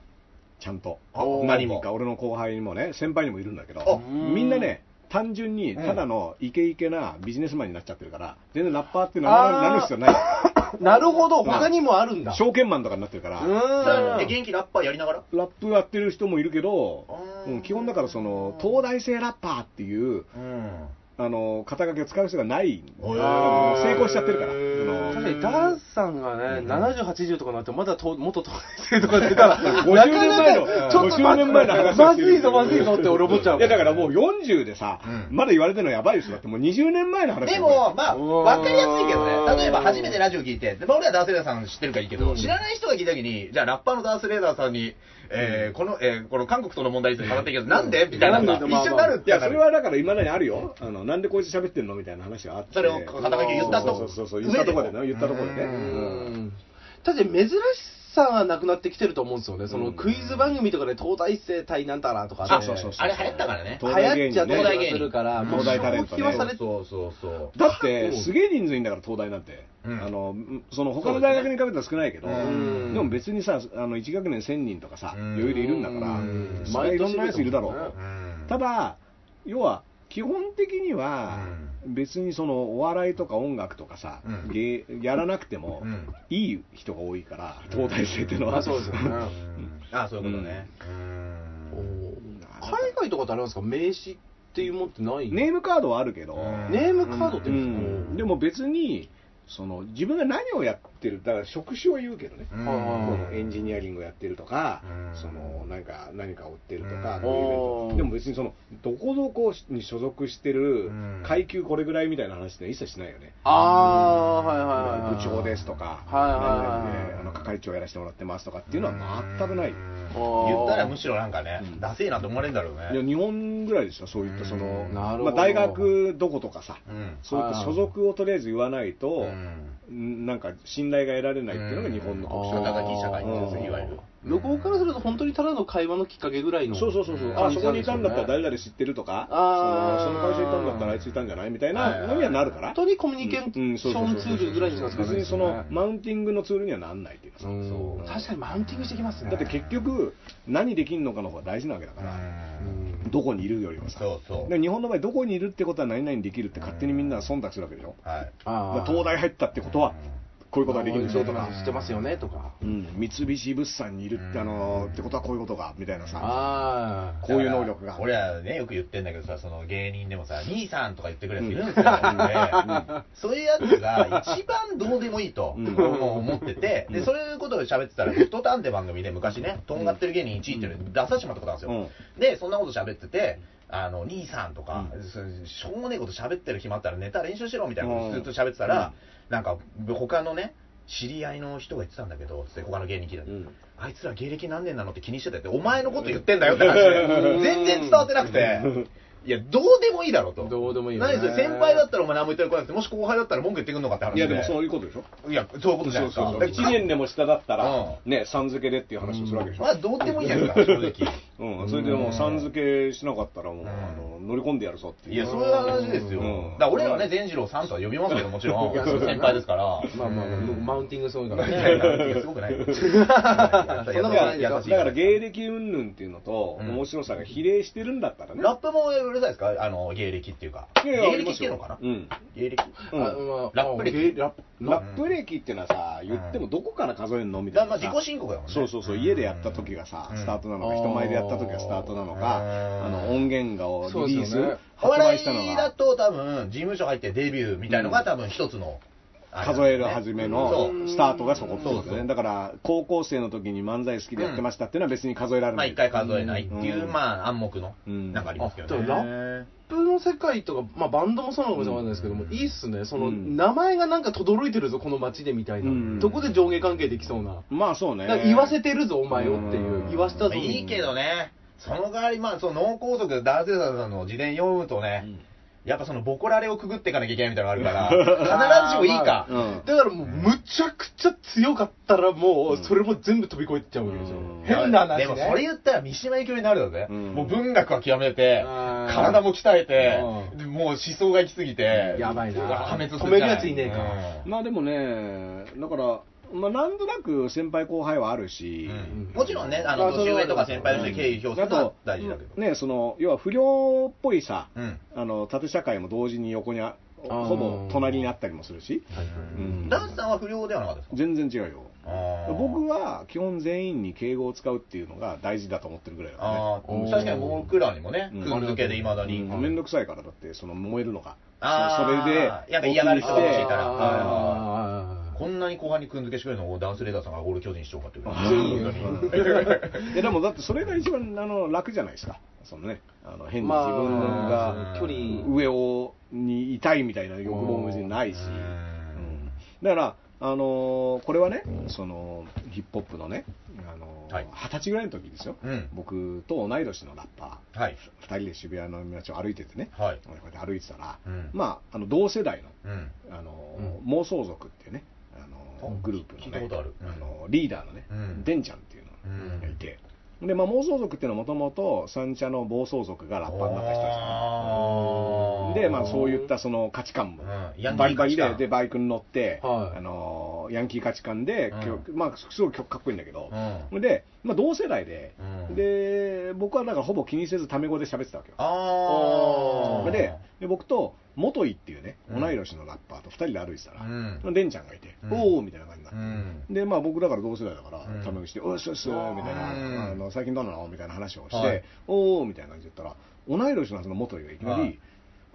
Speaker 1: ちゃんと。
Speaker 2: あ
Speaker 1: 何人か、俺の後輩にもね、先輩にもいるんだけ
Speaker 2: あ
Speaker 1: ど、みんなね、単純にただのイケイケなビジネスマンになっちゃってるから、全然ラッパーって名前になる必要ない。
Speaker 3: なるほど他にもあるんだ
Speaker 1: 証券マンとかになってるか
Speaker 3: う
Speaker 1: ら、
Speaker 2: さあえ
Speaker 3: ーん
Speaker 2: 現役ラッパーやりながら
Speaker 1: ラップやってる人もいるけど
Speaker 2: あ、ー
Speaker 1: うん基本だからその、東大生ラッパーっていう、
Speaker 2: うん。
Speaker 1: あの、肩書きを使う人がない。
Speaker 2: おい
Speaker 1: あの成功しちゃってるから。
Speaker 2: へー
Speaker 1: あ
Speaker 3: 確
Speaker 1: の
Speaker 3: かにダンスさんがね、
Speaker 2: うん
Speaker 3: 70、80とかになって、まだと元東大生とか出たら、
Speaker 1: 50年前の
Speaker 3: なかなかちょっと
Speaker 1: 50年前の話
Speaker 3: まずいぞ、まずいぞって俺思っちゃう。
Speaker 1: いやだからもう40でさ、
Speaker 2: うん
Speaker 1: まだ言われてるのやばいですよだってもう20年前の話だよ
Speaker 2: でも、まあ、
Speaker 3: うーん
Speaker 2: わかりやすいけどね。例えば、初めてラジオ聞いて、でまあ俺はダースレーダーさん知ってるからいいけど、
Speaker 3: うん
Speaker 2: 知らない人が聞いた時に、じゃあ、ラッパーのダースレーダーさんに、えーこの、えーこの韓国との問題について語っていいけど、なんでみたいな
Speaker 3: なん
Speaker 2: さ、
Speaker 3: で
Speaker 2: 一
Speaker 3: まあまあ
Speaker 2: 緒になるっ
Speaker 1: い
Speaker 2: て
Speaker 1: や
Speaker 2: やつ
Speaker 1: それはだからいまだにあるよあのなんでこいつ喋ってんのみたいな話があって
Speaker 2: それを肩書き言ったと
Speaker 1: そうそうそうそう言ったところでね言ったところでね
Speaker 2: う
Speaker 3: う
Speaker 1: うん
Speaker 3: んだって珍しさがなくなってきてると思うんですよね。そのクイズ番組とかで東大生対なんたらとか
Speaker 2: あ、
Speaker 3: ね
Speaker 2: そうそうそうあれ流行ったからね。
Speaker 1: そう
Speaker 3: 流行っちゃったりとかするから、もう
Speaker 1: 東大タレント
Speaker 3: 消
Speaker 1: ね
Speaker 3: 費はされて
Speaker 2: そうそうそう。
Speaker 1: だってすげえ人数いんだから東大なんて、
Speaker 2: うん
Speaker 1: あのその他の大学に比べたら少ないけど、
Speaker 2: そうですね
Speaker 3: うん
Speaker 1: でも別にさあの1学年1000人とかさ
Speaker 2: うん
Speaker 1: 余裕でいるんだから
Speaker 2: うん
Speaker 1: それはいろんなやついるだろうと
Speaker 2: うん
Speaker 1: ただ要は基本的には別にそのお笑いとか音楽とかさ、
Speaker 2: うん
Speaker 1: 芸やらなくても
Speaker 2: うん
Speaker 1: いい人が多いから東大生っていうの
Speaker 3: ま
Speaker 1: は、
Speaker 3: あそうですよね。
Speaker 2: うんあ、そういうことね。うん
Speaker 3: おー海外とかってあれなんですか名刺っていうもんってな い
Speaker 1: ネームカードはあるけど、
Speaker 2: うん
Speaker 3: ネームカードって
Speaker 1: う
Speaker 3: 言うん
Speaker 1: んでも別にその自分が何をやってるだから職種を言うけどね、
Speaker 2: うん
Speaker 3: あ
Speaker 1: エンジニアリングをやってるとか、
Speaker 2: うん
Speaker 1: そのなんか何かを売ってるとか、
Speaker 2: うん
Speaker 1: こういうイベント
Speaker 3: おー
Speaker 1: でも別にそのどこどこに所属してる
Speaker 2: うん
Speaker 1: 階級これぐらいみたいな話って一切しないよね、
Speaker 3: あー、はいはいはいはい。
Speaker 1: 部長ですとか、
Speaker 3: はいはいはい
Speaker 1: 何々であの係長やらせてもらってますとかっていうのは全くない、
Speaker 3: おー
Speaker 2: 言ったらむしろなんかね
Speaker 1: うん、
Speaker 2: ダセえなと思われるんだろう
Speaker 1: いや
Speaker 2: ね。
Speaker 1: 日本ぐらいでしょ、そういったその、
Speaker 2: うん
Speaker 3: なるほ
Speaker 1: ま
Speaker 3: ど
Speaker 1: あ、大学どことかさ、
Speaker 2: うん
Speaker 1: そういった所属をとりあえず言わないと、
Speaker 2: うん
Speaker 1: んなんか信頼が得られないっていうのが日本の特
Speaker 3: うん
Speaker 1: 徴
Speaker 2: 肩書き社会ってやつ
Speaker 1: うん
Speaker 2: いわゆる。
Speaker 3: 向こうからすると本当にただの会話のきっかけぐらいの
Speaker 1: そうそうそうそう、あそこにいたんだったら誰々知ってるとか、そ
Speaker 3: あー
Speaker 1: のその会社いたんだったらあいついたんじゃないみたい
Speaker 2: はいは
Speaker 1: ないのにはなるか
Speaker 3: 本
Speaker 1: ら、
Speaker 3: 当にコミュニケーションツールぐらいにしか使わ
Speaker 1: 別
Speaker 3: な
Speaker 1: に
Speaker 3: いです
Speaker 1: そ
Speaker 3: よね
Speaker 1: のマウンティングのツールにはならないっていうかさ、
Speaker 3: うん
Speaker 2: そう
Speaker 3: 確かにマウンティングしてきますね
Speaker 1: だって結局、何できるのかの方が大事なわけだから、
Speaker 3: うん
Speaker 1: どこにいるよりもさ。
Speaker 2: そうそう。
Speaker 1: で日本の場合、どこにいるってことは何々できるって勝手にみんな忖度するわけでしょ。
Speaker 2: はい。
Speaker 1: だ
Speaker 3: あー
Speaker 1: から東大入ったってことは、こういうことができるでしょとか
Speaker 3: こういうことが、してますよねとか
Speaker 1: うん、三菱物産にいるって、あのーってことはこういうことが、みたいなさ、
Speaker 3: あ
Speaker 1: こういう能力が。
Speaker 2: 俺らね、よく言ってんだけどさ、その芸人でもさ、兄さんとか言ってくるやついるんですよ、ねそういうやつが一番どうでもいいと
Speaker 1: うん
Speaker 2: 思ってて、で、そういうことを喋ってたら、グッドターンって番組で昔ね、とんがってる芸人1位っていうの出させてもらったことあるんですよ。で、そんなこと喋ってて、あの、兄さんとか、そうしょうもねえこと喋ってる暇あったらネタ練習しろみたいなことずっと喋ってたら、なんか、他のね、知り合いの人が言ってたんだけど、つって他の芸人聞いたら、
Speaker 4: うん
Speaker 2: あいつら芸歴何年なのって気にしてたって、お前のこと言ってんだよって話で、全然伝わってなくて、いや、どうでもいいだろうと。
Speaker 3: どうでもいいよね
Speaker 2: 何それ、先輩だったらお前何も言ってる子なんですもし後輩だったら文句言ってくんのかって話
Speaker 1: いや、でもそうい
Speaker 2: い
Speaker 1: うことでしょ。
Speaker 2: う。いや、そういうことじゃないですか。
Speaker 1: 1年でも下だったら、
Speaker 2: う
Speaker 1: ね、さん付けでっていう話をするわけでしょ
Speaker 2: ま。あ、どうでもいいじゃないですか、正直。
Speaker 1: うん、それでもうさん付けしなかったらもう、
Speaker 2: うん
Speaker 1: あの乗り込んでやるぞっていう
Speaker 2: いや、そういう話ですよ。
Speaker 1: うん
Speaker 2: だから俺らはね、善次郎さんとは呼びますけど、もちろん。
Speaker 3: いやそうだよな
Speaker 2: 先輩ですから。
Speaker 3: まあまあまあ、
Speaker 2: うん
Speaker 3: マウンティングそういうのが
Speaker 2: い
Speaker 3: ね。
Speaker 2: やいやいやすごくない。いやい
Speaker 1: だか
Speaker 2: や
Speaker 1: ら
Speaker 2: 優しい
Speaker 1: だから芸歴云々っていうのと、
Speaker 2: うん
Speaker 1: 面白さが比例してるんだったらね、
Speaker 2: ラップもうるさいですかあの、芸歴っていうか。
Speaker 1: いやいや
Speaker 2: 芸歴っていうのかな
Speaker 1: うん
Speaker 2: 芸歴。
Speaker 1: うん
Speaker 3: あまあ
Speaker 2: ラップ歴
Speaker 3: あゲイラップ
Speaker 4: ラップ歴ってのはさ、言ってもどこから数えるのみた
Speaker 2: だ
Speaker 4: い
Speaker 2: まあ
Speaker 4: な
Speaker 2: 自
Speaker 4: さ。
Speaker 2: 己申告だもんね。
Speaker 1: そうそうそう、家でやった時がさ、
Speaker 2: うん
Speaker 1: スタートなの
Speaker 3: う
Speaker 1: か、
Speaker 3: ん
Speaker 1: 人前でやった時がスタートなの
Speaker 2: うん
Speaker 1: か、あの音源がをリリース、
Speaker 3: そうですよね
Speaker 2: お
Speaker 1: 発
Speaker 2: 笑
Speaker 1: 売
Speaker 2: い
Speaker 1: したの
Speaker 2: だ
Speaker 1: が、
Speaker 2: と多分、事務所入ってデビューみたいのが多分一つの。あれ
Speaker 1: 数える初めの
Speaker 2: そう
Speaker 1: スタートがそこってことだ
Speaker 2: そう
Speaker 1: よ
Speaker 2: そう
Speaker 1: ね。だから、高校生の時に漫才好きでやってましたっていうのは別に数えられ
Speaker 2: ま
Speaker 1: な
Speaker 2: あ
Speaker 1: い。
Speaker 2: 一回数えないっていう、
Speaker 1: うん
Speaker 2: まあ暗黙の、
Speaker 1: うん
Speaker 2: なんかありますけど
Speaker 3: あ
Speaker 2: ね。
Speaker 3: でもラッラップの世界とか、まあ、バンドもそうなのかもしれないですけども、
Speaker 2: うん
Speaker 3: いいっすね、その、
Speaker 1: うん
Speaker 3: 名前がなんか轟いてるぞ、この街でみたいな、
Speaker 1: うん
Speaker 3: とこで上下関係できそうな、
Speaker 1: まあそうね。
Speaker 3: なんか言わせてるぞ、お前をっていうう、
Speaker 1: ん
Speaker 3: 言わしたぞ、
Speaker 2: いいけどね、その代わり、まあ、その脳梗塞で男性さんの自伝読むとね、やっぱそのボコられをくぐっていかなきゃいけないみたいなのがあるから、 必ずしもいいか。
Speaker 1: うん
Speaker 3: だからもう、むちゃくちゃ強かったら、もう、それも全部飛び越えちゃうわけでしょ、
Speaker 1: うん
Speaker 3: 変な話、ね、
Speaker 2: でもそれ言ったら三島由紀夫になるよね、
Speaker 1: うん
Speaker 2: もう文学は極めて、
Speaker 3: うん
Speaker 2: 体も鍛えて、
Speaker 3: うん
Speaker 2: でもう思想が行き過ぎて、
Speaker 3: やばいな
Speaker 2: 破滅す
Speaker 3: 止めるやついねえか
Speaker 2: うん
Speaker 1: まあでもね、だから、まあなんとなく先輩後輩はあるし、
Speaker 2: うんもちろんね、あの
Speaker 3: あそう
Speaker 2: 年上とか先輩の人に敬意表すのは大事だけど。
Speaker 1: ね、その、要は不良っぽいさ、
Speaker 2: うん
Speaker 1: あの縦社会も同時に横にあ
Speaker 3: ー
Speaker 1: ほぼ隣にあったりもするし、うん
Speaker 2: ダンスさんは不良ではなかったですか
Speaker 1: 全然違うよ。
Speaker 2: あー
Speaker 1: 僕は基本全員に敬語を使うっていうのが大事だと思ってるぐらいだからね。
Speaker 2: あ
Speaker 3: う
Speaker 2: あ
Speaker 3: ん
Speaker 2: 確かに僕らにもね、
Speaker 1: うん
Speaker 2: くんづけでいまだに、
Speaker 1: うんめんどくさいからだって、その燃えるのが。
Speaker 2: あー
Speaker 1: それで、
Speaker 2: やっぱ嫌がる人が欲しい
Speaker 3: あ
Speaker 2: から
Speaker 3: あ
Speaker 2: こんなに後半にくんづけしてくれるのをダンスレーダーさんが俺巨人しようかっていう
Speaker 1: あーいやでもだってそれが一番あの楽じゃないですか。そのね、あの変に
Speaker 3: まあ
Speaker 1: 自分が
Speaker 2: うん
Speaker 3: 距離
Speaker 1: 上をにいたいみたいな欲望も別にないし。うんだから、あのーこれはね、そのヒップホップのね、あのー
Speaker 2: はい
Speaker 1: 二十歳ぐらいの時ですよ、
Speaker 2: うん
Speaker 1: 僕と同い年のラッパ
Speaker 2: はい
Speaker 1: ー、2人で渋谷の街を歩いててね、
Speaker 2: はい
Speaker 1: 俺こうやって歩いてたら、
Speaker 2: うん
Speaker 1: まあ、あの同世代の、
Speaker 2: うん
Speaker 1: あのー妄想族っていうね、あのー
Speaker 2: あ
Speaker 1: グループ
Speaker 2: 聞い
Speaker 1: の
Speaker 2: た
Speaker 1: ね
Speaker 2: ことあるうん
Speaker 1: のーリーダーのね、
Speaker 2: うん
Speaker 1: デンちゃんっていうのがいて、でまあ、妄想族っていうのはもともと三茶の暴走族がラッパーになった人たちなので、まあ、そういったその価値観も、
Speaker 2: うんヤンキー
Speaker 1: バリバリ
Speaker 2: 価値
Speaker 1: で
Speaker 2: 観
Speaker 1: でバイクに乗って、
Speaker 3: はい
Speaker 1: あのーヤンキー価値観で、
Speaker 2: うん
Speaker 1: きょまあ、すごいかっこいいんだけど、
Speaker 2: あ
Speaker 1: で、まあ、同世代で、
Speaker 2: うん
Speaker 1: で僕はだからほぼ気にせずタメ語で喋ってたわけよ。
Speaker 2: あー
Speaker 1: でで僕と元井っていうね、
Speaker 2: うん
Speaker 1: 同い年のラッパーと2人で歩いてたら、
Speaker 2: うん
Speaker 1: でんちゃんがいて、
Speaker 2: うん
Speaker 1: おおみたいな感じになって、
Speaker 2: うん
Speaker 1: でまあ、僕だから同世代だから、
Speaker 2: うん
Speaker 1: タメ口して、おっしよしよみたいな、
Speaker 2: うん
Speaker 1: あの最近どうなのみたいな話をして、
Speaker 2: はい
Speaker 1: おおみたいな感じで言ったら、同い年のその元井がいきなり、
Speaker 2: はい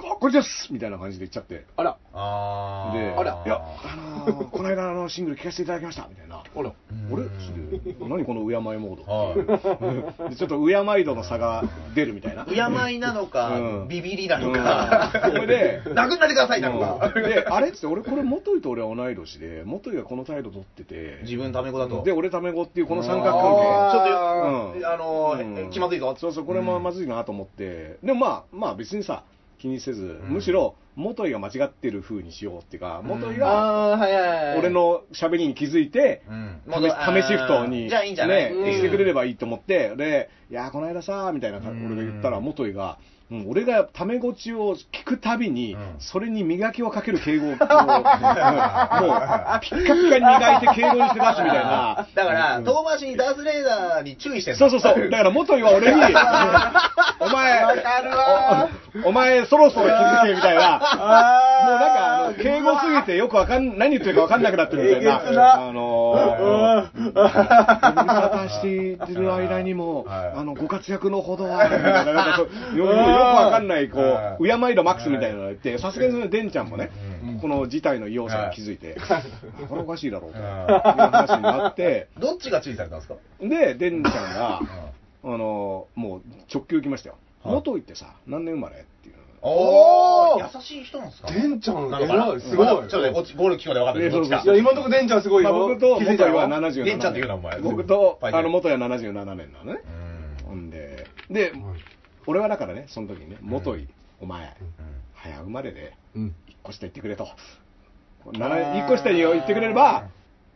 Speaker 1: あこれですみたいな感じで言っちゃって、
Speaker 3: あら、
Speaker 2: あー
Speaker 1: で、
Speaker 2: あら
Speaker 1: いや、あのーこの間あのシングル聴かせていただきました、みたいな。
Speaker 3: あ
Speaker 1: あれ
Speaker 3: ら、
Speaker 1: ちょっと何この敬いモード、
Speaker 2: は
Speaker 1: でちょっと敬い度の差が出るみたいな。
Speaker 2: い敬いなの
Speaker 1: う
Speaker 2: か
Speaker 1: ん
Speaker 2: ビビりなのか
Speaker 1: うんそれで
Speaker 2: 殴んなでくださいなのか
Speaker 1: うんで、あれっつって、俺、これ、元井と俺は同い年で、元井がこの態度取ってて、
Speaker 2: 自分ため子だと
Speaker 1: で、俺、タメ語っていう、この三角
Speaker 3: あ
Speaker 1: 関係。う
Speaker 2: ちょっ
Speaker 3: ー
Speaker 1: ん
Speaker 2: とあの
Speaker 1: うん
Speaker 2: ー気まずいぞ
Speaker 1: そうそう、これもまずいなと思って、でもまあ、まあ別にさ、気にせず、むしろ、元井が間違ってる風にしようっていうか、元井が
Speaker 3: ああ、はいはいはい。
Speaker 1: 俺、の喋りに気づいて、
Speaker 2: うん
Speaker 1: 試し試しシフト
Speaker 2: あー
Speaker 1: に、
Speaker 2: じゃあいいんじゃない
Speaker 1: ね
Speaker 2: っていう
Speaker 1: してくれればいいと思って、で、いやー、この間さー、みたいな、
Speaker 2: うん
Speaker 1: 俺が言ったら、元井が、うん俺がタメ口を聞くたびに、
Speaker 2: うん
Speaker 1: それに磨きをかける敬語を、もう、うんもうピッカピカに磨いて敬語にして出すみたいな。
Speaker 2: だから、遠回しにダースレーダーに注意してんの
Speaker 1: そうそうそう。だから元井は俺に、お前、
Speaker 2: るわ
Speaker 1: お前そろそろ気づけみたいな。もうなんか、あの、敬語すぎてよくわかん、何言ってるかわかんなくなってるみたい
Speaker 3: えげつな
Speaker 1: な。あのー、ご無沙汰している間にも、
Speaker 2: はい
Speaker 1: あの、ご活躍のほどは、みたいななんかそうよよくわかんない、こう、敬い度マックスみたいなのが言って、さすがにそのデンちゃんもね、この事態の異様さに気づいて、あこれおかしいだろうと、いう話になって、
Speaker 2: どっちが注意されたんですか
Speaker 1: で、デンちゃんが、あのもう直球行きましたよ、
Speaker 2: はい
Speaker 1: 元井ってさ、何年生まれっていう
Speaker 2: おお優しい人なんですか
Speaker 3: デンちゃん
Speaker 2: なのかな
Speaker 3: 偉いすごい
Speaker 2: ちょっとね、こっちゴール聞こえたら分かったけど
Speaker 1: え
Speaker 2: こっ
Speaker 1: ーそ
Speaker 2: ち
Speaker 1: う
Speaker 2: か
Speaker 1: そう
Speaker 3: いや、今のところデンちゃんすごい
Speaker 1: まあ
Speaker 3: よ。
Speaker 1: 僕と
Speaker 3: 気づいたよ
Speaker 1: 元は77
Speaker 2: デンちゃんって言うなお前
Speaker 1: 僕と、
Speaker 2: パイセン
Speaker 1: あの、元は77年なのね
Speaker 2: う。ん
Speaker 1: ほんで、で、俺はだからね、その時にね、元井、お前、
Speaker 2: う
Speaker 1: 早生まれで、
Speaker 3: うん。
Speaker 1: 一個下行ってくれと。7 1個下に行ってくれれば、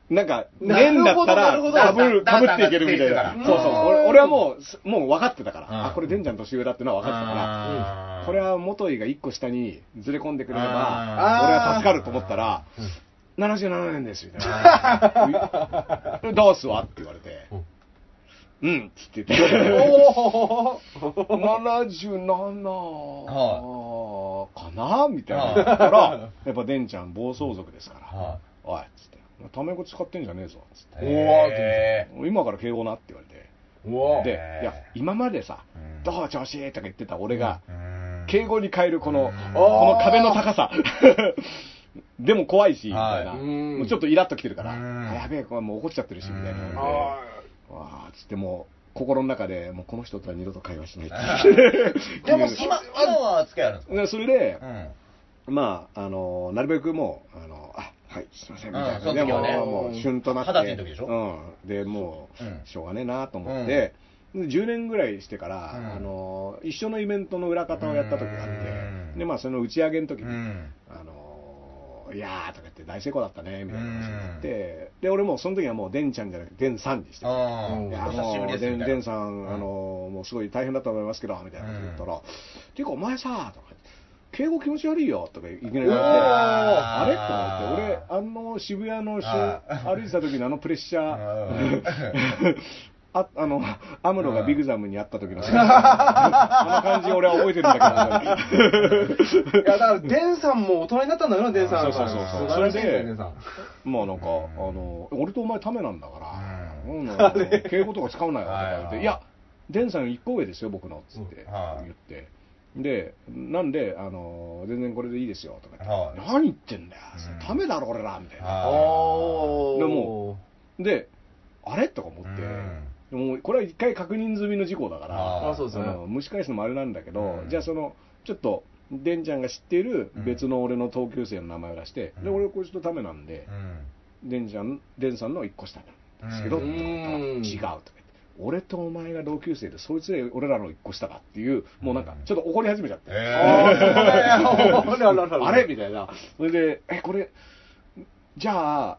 Speaker 1: なんか、年だった
Speaker 2: なる
Speaker 1: ら、
Speaker 2: ほど
Speaker 1: かぶる、
Speaker 2: な
Speaker 1: か
Speaker 2: るほ
Speaker 1: ぶ
Speaker 2: ど
Speaker 1: っていけるみたい
Speaker 2: う
Speaker 1: な。
Speaker 2: ん
Speaker 1: そうそう。俺俺はもうす、もう分かってたか
Speaker 2: うん
Speaker 1: ら、あ、これ、デンちゃん年上だってのは分かってたから、
Speaker 2: あー
Speaker 1: これは元井が1個下にずれ込んでくれれば、俺
Speaker 2: あ
Speaker 3: ー
Speaker 1: は助かると思ったら、77年です、みたいな。 ういどうすわって言われて、うん、つって言って、
Speaker 3: お
Speaker 1: 77かなみたいない
Speaker 2: は
Speaker 1: 言ったら、やっぱデンちゃん暴走族ですか
Speaker 2: は
Speaker 1: ら、おい、つって、タメ語使ってんじゃねえぞ、つって。
Speaker 2: い
Speaker 3: おー
Speaker 2: へ
Speaker 1: 今から敬語なって言われて、
Speaker 3: お
Speaker 1: で
Speaker 2: へー、
Speaker 1: いや、今までさ
Speaker 2: うん、
Speaker 1: どう調子いいとか言ってた俺が、
Speaker 2: ーうん
Speaker 1: 敬語に変えるこ
Speaker 2: う
Speaker 1: のこ
Speaker 2: ん、
Speaker 1: の壁の高さ。 でも怖いし、みたいな。
Speaker 2: はい
Speaker 3: うん
Speaker 1: もうちょっとイラっときてるから、
Speaker 2: うん
Speaker 1: あやべえ、これもう怒っちゃってるし、みたいな感じで。
Speaker 2: うん
Speaker 1: わ
Speaker 3: あ
Speaker 1: あ、つってもう、心の中で、もうこの人とは二度と会話しない って。
Speaker 2: でも今、今は付き合いあるんですか
Speaker 1: でそれで、
Speaker 2: うん
Speaker 1: まあ、あの、なるべくもう、あの、あ、はい、すいません、みたいな。
Speaker 2: うん
Speaker 1: でも
Speaker 2: その時はね
Speaker 1: もう、もう、旬となって。
Speaker 2: 二十歳の時でしょ
Speaker 1: うん。で、もう
Speaker 2: うん、
Speaker 1: しょうがねえなと思って、で10年ぐらいしてから、
Speaker 2: うん
Speaker 1: あの、一緒のイベントの裏方をやった時があっ
Speaker 2: うん
Speaker 1: て、で、まあ、その打ち上げの時
Speaker 2: う
Speaker 1: に、
Speaker 2: ん
Speaker 1: あのーいやーとか言って大成功だったねみたいな話になって、で俺もうその時はもうデンちゃんじゃなくてデンさんにしてて
Speaker 2: あ
Speaker 3: う
Speaker 2: ー
Speaker 3: ん
Speaker 1: い
Speaker 2: お
Speaker 1: や
Speaker 2: 久しぶ
Speaker 1: も
Speaker 2: り
Speaker 1: う
Speaker 2: です
Speaker 1: デ
Speaker 2: み
Speaker 1: ン
Speaker 2: たい
Speaker 1: デ
Speaker 2: な
Speaker 1: ンさん、
Speaker 2: うん
Speaker 1: あのーもうすごい大変だと思いますけどみたいなこと言ったら、
Speaker 2: う
Speaker 1: っていうかお前さとか敬語気持ち悪いよとかいきなり言
Speaker 2: う
Speaker 1: われて
Speaker 2: わ
Speaker 1: あれと思
Speaker 2: ー
Speaker 1: って俺あの渋谷のし
Speaker 2: あー
Speaker 1: 歩いてた時のあのプレッシャ
Speaker 2: うん
Speaker 1: ーああのアムロがビグザムに会った時の、 あの感じ俺は覚えてるんだけど。
Speaker 3: いや、だから、デンさんも大人になったんだよな、デンさ
Speaker 1: そう
Speaker 3: ん。
Speaker 1: そうそうそう
Speaker 3: 素晴らしいです
Speaker 1: それで
Speaker 3: ね、デンさん。
Speaker 1: まあなんか、
Speaker 2: うん
Speaker 1: あの俺とお前ためなんだから、
Speaker 2: う
Speaker 1: うんあの敬語とか使うなよとか言っ
Speaker 2: はいは
Speaker 1: て
Speaker 2: い
Speaker 1: 「いやデンさん一個上ですよ僕の」っつって
Speaker 2: はい
Speaker 1: 言って。で、なんで、あの全然これでいいですよとか言 って、
Speaker 2: は
Speaker 1: 何言ってんだよ
Speaker 2: うん、
Speaker 1: ためだろ、俺らみたいな。
Speaker 2: あー
Speaker 3: おー
Speaker 1: でもで、あれとか思って、もうこれは一回確認済みの事項だか
Speaker 2: あ
Speaker 1: ら、
Speaker 2: ー
Speaker 3: あ、そうですよね。
Speaker 1: うん蒸し返すのもあれなんだけど、
Speaker 2: うん
Speaker 1: じゃあそのちょっとデンちゃんが知っている別の俺の同級生の名前を出して、
Speaker 2: うん
Speaker 1: で俺こいつとためなんで、
Speaker 2: うん
Speaker 1: デンちゃんデンさんの一個下なんですけど、
Speaker 2: うん
Speaker 1: 違うとか言って俺とお前が同級生でそいつで俺らの一個下だっていうもうなんかちょっと怒り始めちゃって、
Speaker 2: えー
Speaker 3: あーあれあれあれ
Speaker 1: あれみたいなそれでえこれじゃあ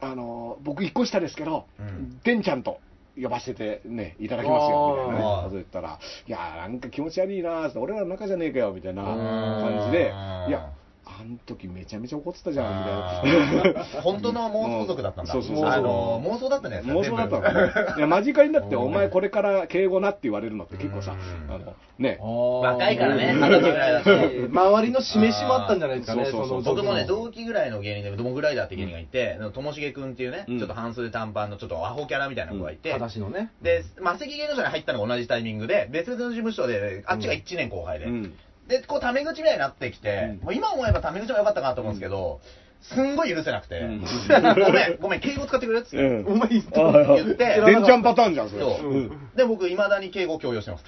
Speaker 1: あの僕一個下ですけど、
Speaker 2: うん
Speaker 1: デンちゃんと呼ばせてねいただきますよみたいな
Speaker 2: あー
Speaker 1: ねこと言ったらいやーなんか気持ち悪いなーって俺らの中じゃねえかよみたいな感じで
Speaker 2: うん
Speaker 1: いやあん時めちゃめちゃ怒ってたじゃんみたいな
Speaker 2: あー 本当の妄想族だったんだ。
Speaker 1: そうそうそう
Speaker 2: あの妄想だったね。
Speaker 1: 妄想だったの
Speaker 2: 全部
Speaker 1: かな。いや、間近にだって、
Speaker 3: うん
Speaker 1: お前これから敬語なって言われるのって結構さ、
Speaker 2: うん
Speaker 1: あの、ね、
Speaker 2: 若いからね
Speaker 3: うん
Speaker 2: 二十歳ぐらいだと
Speaker 3: 周りの示しもあったんじゃないですかね、
Speaker 1: そうそうそう
Speaker 3: の
Speaker 2: 僕もね、同期ぐらいの芸人で、どもぐらいだって芸人がいて、ともしげくんっていうね、ち
Speaker 1: うん
Speaker 2: ょっと半袖短パンのちょっとアホキャラみたいな子がいて、
Speaker 3: 裸足のね。
Speaker 2: で、マセキ芸能社に入ったのが同じタイミングで、別の事務所で、あっちが1年後輩で、
Speaker 1: うん。
Speaker 2: で、こう、タメ口みたいになってきて
Speaker 1: うん、
Speaker 2: もう今思えばタメ口も良かったかなと思うんですけど、すんごい許せなくて、
Speaker 1: うん
Speaker 2: ごめ ん、ごめん、敬語使ってくれっつって。
Speaker 1: うん
Speaker 3: お前言っ
Speaker 1: あ
Speaker 3: た
Speaker 1: はいはい
Speaker 2: 言って
Speaker 1: レンチャンパターンじゃん、それ。
Speaker 2: そう
Speaker 1: うん
Speaker 2: で、僕、いまだに敬語を強要してます。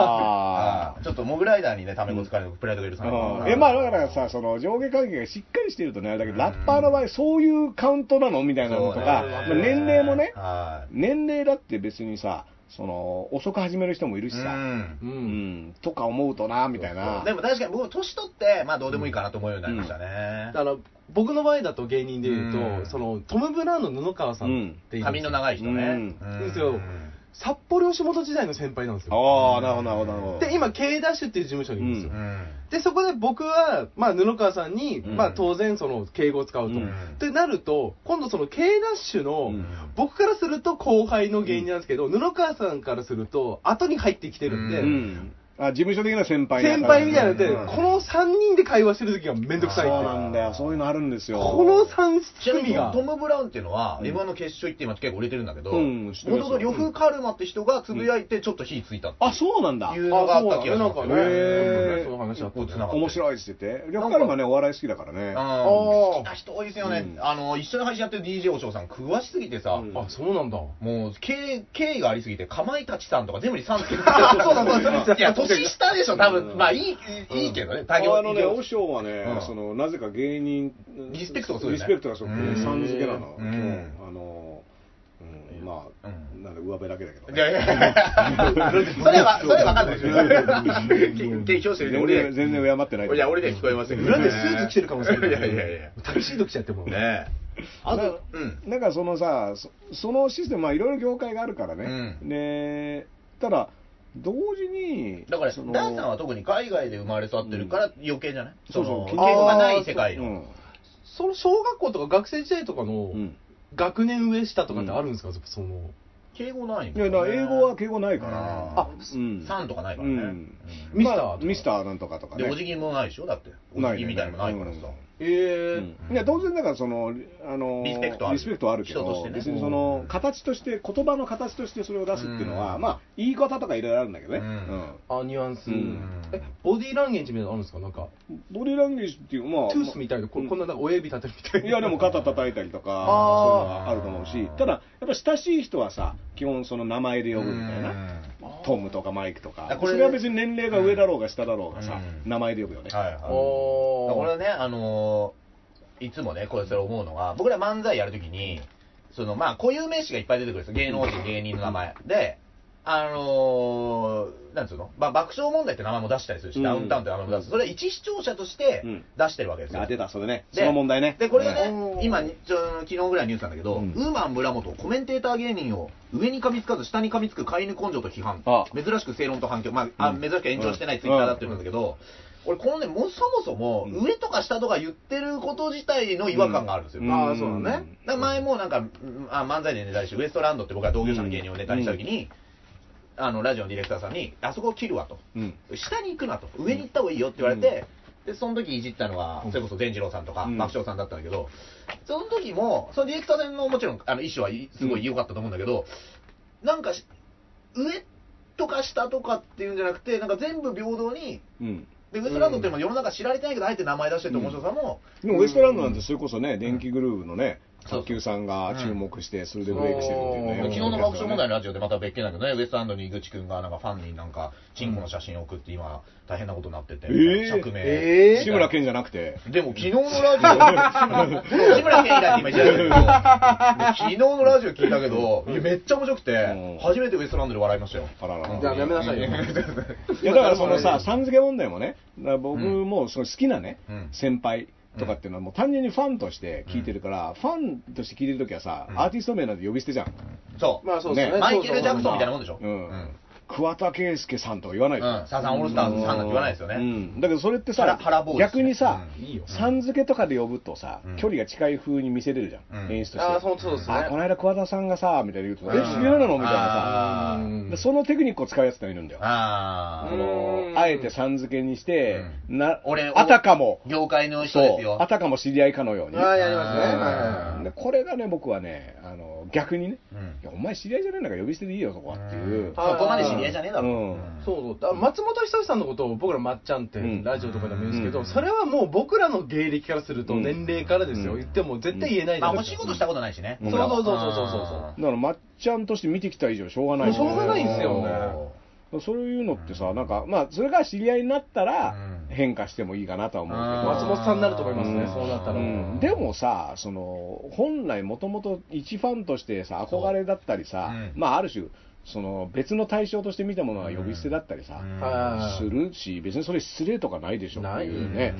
Speaker 1: あ
Speaker 2: ちょっとモグライダーにね、タメ語使われるプライドが許さない
Speaker 1: あーえ、まあ、だからさ、その上下関係がしっかりしてるとね、だけど、ラッパーの場合、そういうカウントなのみたいなのとか、まあ
Speaker 2: そうね
Speaker 1: 年齢もね、
Speaker 2: はい
Speaker 1: 年齢だって別にさ、その、遅く始める人もいるし
Speaker 2: う
Speaker 1: さ、
Speaker 2: ん
Speaker 3: う。
Speaker 1: うんん、とか思うとな、みたいな。
Speaker 2: でも確かに僕、年取って、まあどうでもいいかなと思うようになりましたね。
Speaker 3: だから、僕の場合だと芸人で言う
Speaker 2: うん
Speaker 3: と、その、トム・ブラウンの布川さんっていう。
Speaker 2: 髪の長い人ね。
Speaker 1: うん
Speaker 3: ですよ札幌吉本時代の先輩なんですよ。
Speaker 1: ああ、なるほど、なるほど、なるほど。
Speaker 3: で、今、K ダッシュっていう事務所にいるんですよ
Speaker 2: う。ん
Speaker 3: で、そこで僕は、まあ、布川さんに、
Speaker 1: うん
Speaker 3: まあ、当然、その、敬語を使うと。
Speaker 1: うん
Speaker 3: ってなると、今度、その、K ダッシュの、
Speaker 1: うん
Speaker 3: 僕からすると後輩の芸人なんですけど、布川さんからすると、後に入ってきてるんで、
Speaker 1: うん、あ事務所的な先輩
Speaker 3: 先輩みた
Speaker 1: な
Speaker 3: いなのって、
Speaker 1: うん
Speaker 3: この3人で会話してる時がめんどくさい
Speaker 1: そう
Speaker 3: っていう
Speaker 1: なんだよそういうのあるんですよ
Speaker 3: この3
Speaker 2: ちなみ
Speaker 3: 組
Speaker 2: に
Speaker 3: が
Speaker 2: ト、ム・ブラウンっていうのは、M1 の決勝行って今結構売れてるんだけど、
Speaker 1: うん
Speaker 2: も
Speaker 1: 知って
Speaker 2: と
Speaker 1: ます
Speaker 2: もと呂布カルマって人がつぶやいてちょっと火ついたって
Speaker 1: あそうなんだ
Speaker 2: いうのがあった気がしま
Speaker 3: な
Speaker 2: すよ
Speaker 3: んか
Speaker 1: あ
Speaker 3: ね、
Speaker 1: へー
Speaker 3: そういう話あった
Speaker 2: こう繋がってる
Speaker 1: 面白いって言ってて呂布カルマねお笑い好きだからね
Speaker 2: うん
Speaker 3: あー
Speaker 2: 好きな人多いいですよね、
Speaker 1: うん
Speaker 2: あの一緒に配信やってる DJ おしょうさん詳しすぎてさ、
Speaker 1: うん
Speaker 3: あ、そうなんだ。
Speaker 2: もう経経緯がありすぎてかまいたちさんとか全部に3つそう
Speaker 3: そうそうそれ
Speaker 2: いや年下でしょ多分、
Speaker 1: うん
Speaker 2: まあいいいいけどね
Speaker 1: あ
Speaker 2: 大業
Speaker 1: のね、
Speaker 2: 医療
Speaker 1: 和尚はね、
Speaker 2: うん
Speaker 1: そのなぜか芸人、
Speaker 2: リスペクトがすごいね
Speaker 1: リスペクトがすごくて
Speaker 2: うん
Speaker 1: さん付けなの、
Speaker 2: うん
Speaker 1: あの、うん、まあ、
Speaker 2: うん
Speaker 1: なんで上辺だけだけど、
Speaker 2: いやいやいやそれはそれは分かんないでしょ 提供してるんで俺
Speaker 1: 全然全然敬ってない
Speaker 2: いや俺には聞こえませんけど
Speaker 5: 裏でスーツ着てるかもしれない
Speaker 2: いやいやいや
Speaker 5: タキシード来ちゃってもう
Speaker 2: ねえ
Speaker 1: あと
Speaker 2: うん
Speaker 1: なんかそのさ、そそのシステム、まあいろいろ業界があるからね、
Speaker 2: う
Speaker 1: でただ、同時に、
Speaker 2: だから
Speaker 1: その
Speaker 2: ダンさんは特に海外で生まれ育ってるから余計じゃない
Speaker 1: そうそう、
Speaker 2: 経験がない世界
Speaker 1: うん
Speaker 2: の
Speaker 3: その小学校とか学生時代とかの
Speaker 1: うん
Speaker 3: 学年上下とかってあるんですか、その。
Speaker 2: 敬語ない
Speaker 1: いやだから英語は敬語ないから、
Speaker 2: あ
Speaker 1: うん
Speaker 2: さんとかないからね
Speaker 1: う
Speaker 2: うんん
Speaker 3: ミスター
Speaker 1: まあ
Speaker 3: とか
Speaker 1: ミスターなんとかとか
Speaker 2: でお辞
Speaker 1: ね。
Speaker 2: 儀もないでしょだってお
Speaker 1: ないね
Speaker 2: 辞儀みたいのもないからさ
Speaker 3: え
Speaker 1: うんいや当然だからそのあの
Speaker 2: リスペクトある
Speaker 1: リスペクトはあるけど
Speaker 2: 人としてね
Speaker 1: 別にその形として言葉の形としてそれを出すっていうのは、
Speaker 2: うん
Speaker 1: まあ言い方とかいろいろあるんだけどね、
Speaker 2: うん
Speaker 3: あ、ニュアンス、
Speaker 1: うん
Speaker 3: え、ボディーランゲージみたいなのあるんですかなんか、
Speaker 1: うんボディランゲージっていうまあ
Speaker 3: トゥースみたいな、ここんななんか親指立てるみたい
Speaker 1: い
Speaker 3: な。
Speaker 1: やでも肩叩いたりとか、そういうのはあると思うし、ただ、やっぱ親しい人はさ、基本、その名前で呼ぶみたいな、トムとかマイクとか
Speaker 2: あ、こ
Speaker 1: そ
Speaker 2: れ
Speaker 1: れは別に年齢が上だろうが下だろうがさ、
Speaker 2: うん
Speaker 1: 名前で呼ぶよね。
Speaker 2: はいはい
Speaker 3: おー
Speaker 2: これねあのーいつもねこれそれ思うのが僕ら漫才やるときにそのまあ固有名詞がいっぱい出てくるんですよ芸能人芸人の名前であのーなんつうの、まあ、爆笑問題って名前も出したりするし、
Speaker 1: うん
Speaker 2: ダウンタウンって名前も出すそれは一視聴者として
Speaker 1: うん
Speaker 2: 出してるわけですよ、
Speaker 1: あ、出た、それね。
Speaker 2: で
Speaker 1: その問題ね。
Speaker 2: で、これがね、
Speaker 3: うん
Speaker 2: 今、ちょ昨日ぐらいニュースなんだけど、
Speaker 1: うん
Speaker 2: ウーマン村本、コメンテーター芸人を上に噛みつかず、下に噛みつく飼い犬根性と批判
Speaker 1: あ、
Speaker 2: 珍しく正論と反響、まあ、あ
Speaker 1: うん
Speaker 2: 珍しく炎上してないツイッターだって言うんだけど、俺、このね、もうそもそも、
Speaker 1: うん
Speaker 2: 上とか下とか言ってること自体の違和感があるんですよ。
Speaker 1: うん
Speaker 2: あ
Speaker 1: あーそうだね
Speaker 2: だから前もなんか、うんあ漫才でネタにして、ウエストランドって僕は同業者の芸人をネタにした時に、あの、ラジオのディレクターさんに、あそこを切るわと。
Speaker 1: うん。
Speaker 2: 下に行くなと上に行った方がいいよって言われて、でその時いじったのがそれこそ伝次郎さんとか
Speaker 1: うん
Speaker 2: 爆笑さんだったんだけど、その時もそのディレクターさんのもちろんあの意思はいすごい良かったと思うんだけど、なんかし上とか下とかっていうんじゃなくてなんか全部平等に
Speaker 1: うん。
Speaker 2: でウエストランドっても世の中知られてないけど、あえて名前出してる面白さも、
Speaker 1: でも、ウエストランドなんて、それこそね、電気グルーヴのね、
Speaker 2: そうそう
Speaker 1: 卓球さんが注目して、それでブレイクしてるっていうね。
Speaker 2: 昨日の爆笑問題のラジオでまた別件だけどね、ウエストランドに井口くんがなんかファンになんか、チンコの写真を送って、今、大変なことになってて、
Speaker 1: えー
Speaker 2: 釈明、
Speaker 5: えー
Speaker 1: 志村けんじゃなくて。
Speaker 2: でも昨日のラ ジオ、志村けん以来って今言っちゃうけど、昨日のラジオ聞いたけど、いやめっちゃ面白く
Speaker 1: うん
Speaker 2: て、初めてウエストランドで笑いましたよ。
Speaker 1: あらら
Speaker 2: うん
Speaker 3: じゃあやめな さいよ
Speaker 1: いやだからそのさ、さん付け問題もね、だから僕
Speaker 2: うん
Speaker 1: もその好きなね、
Speaker 2: うん
Speaker 1: 先輩とかっていうのは、もう単純にファンとして聞いてるから、ファンとして聞いてるときはさ、
Speaker 2: うん
Speaker 1: アーティスト名なんて呼び捨てじゃん、
Speaker 2: そう。
Speaker 3: まあそうですね
Speaker 1: ね
Speaker 2: マイケル・ジャクソンみたいなもんでしょ。
Speaker 1: う
Speaker 2: うんん。
Speaker 1: 桑田佳祐さんとか言わないじゃん
Speaker 2: うんサザンオールスターズさんなんて言わないですよね
Speaker 1: うんだけどそれって
Speaker 2: 腹
Speaker 1: さ
Speaker 2: 腹坊主、
Speaker 1: 逆にさ、
Speaker 2: うん
Speaker 3: いいよ
Speaker 1: さん付けとかで呼ぶとさ
Speaker 2: うん、
Speaker 1: 距離が近い風に見せれるじゃん、
Speaker 2: うん
Speaker 1: 演出として。
Speaker 3: あー、そうそうですね。
Speaker 1: あこの間桑田さんがさ、みたいな言うと、
Speaker 2: う
Speaker 1: え、
Speaker 2: ん
Speaker 1: 知り合いなのみたいなさ、
Speaker 2: あー
Speaker 3: うん
Speaker 1: でそのテクニックを使うやつってのいるんだよ。
Speaker 2: あ
Speaker 1: あ
Speaker 2: ー
Speaker 1: の
Speaker 3: うん
Speaker 1: あえてさん付けにして、な
Speaker 2: 俺
Speaker 1: あたかも、
Speaker 2: 業界の人
Speaker 1: そ
Speaker 2: です
Speaker 1: う
Speaker 2: よ。
Speaker 1: あたかも知り合いかのように。
Speaker 3: あーやりま
Speaker 2: う
Speaker 3: すね。
Speaker 2: ん
Speaker 3: はいはいはい
Speaker 1: でこれがね、僕はね、あの逆にね、
Speaker 2: うん
Speaker 1: いやお前知り合いじゃないんだから呼び捨てでいいよ、そこはっていう。
Speaker 2: そこまで知り合いじゃねえだろ。
Speaker 1: うん
Speaker 2: ん
Speaker 3: そうそうだから松本人志さんのことを僕らまっちゃんって
Speaker 1: うん
Speaker 3: ラジオとかでも言うんですけど、
Speaker 2: うん
Speaker 3: それはもう僕らの芸歴からすると
Speaker 1: うん
Speaker 3: 年齢からですよ、
Speaker 1: うん
Speaker 3: 言っても絶対言えないじ
Speaker 2: ま
Speaker 3: ゃ
Speaker 2: あ、
Speaker 3: な
Speaker 2: お
Speaker 3: いで
Speaker 2: 仕
Speaker 3: すか、
Speaker 2: 事したことないしね。
Speaker 1: うん
Speaker 2: 僕らは
Speaker 3: そうそうそうそうそうそう
Speaker 1: だから、まっちゃんとして見てきた以上、しょうがない、
Speaker 3: しょうがないんですよね
Speaker 1: そういうのってさ、なんか、まあ、それが知り合いになったら
Speaker 2: うん、
Speaker 1: 変化してもいいかなとは思う
Speaker 3: 松本さんになると思いますね、
Speaker 1: うん
Speaker 3: そうなっ
Speaker 1: け
Speaker 3: たら、
Speaker 1: ど、う
Speaker 2: う
Speaker 1: んでもさ、その、本来もともと一ファンとしてさ、憧れだったりさ
Speaker 2: そううん、
Speaker 1: まあ、ある種、その、別の対象として見たものは呼び捨てだったりさ、
Speaker 2: うん
Speaker 3: はい
Speaker 1: するし、別にそれ失礼とかないでしょっていうね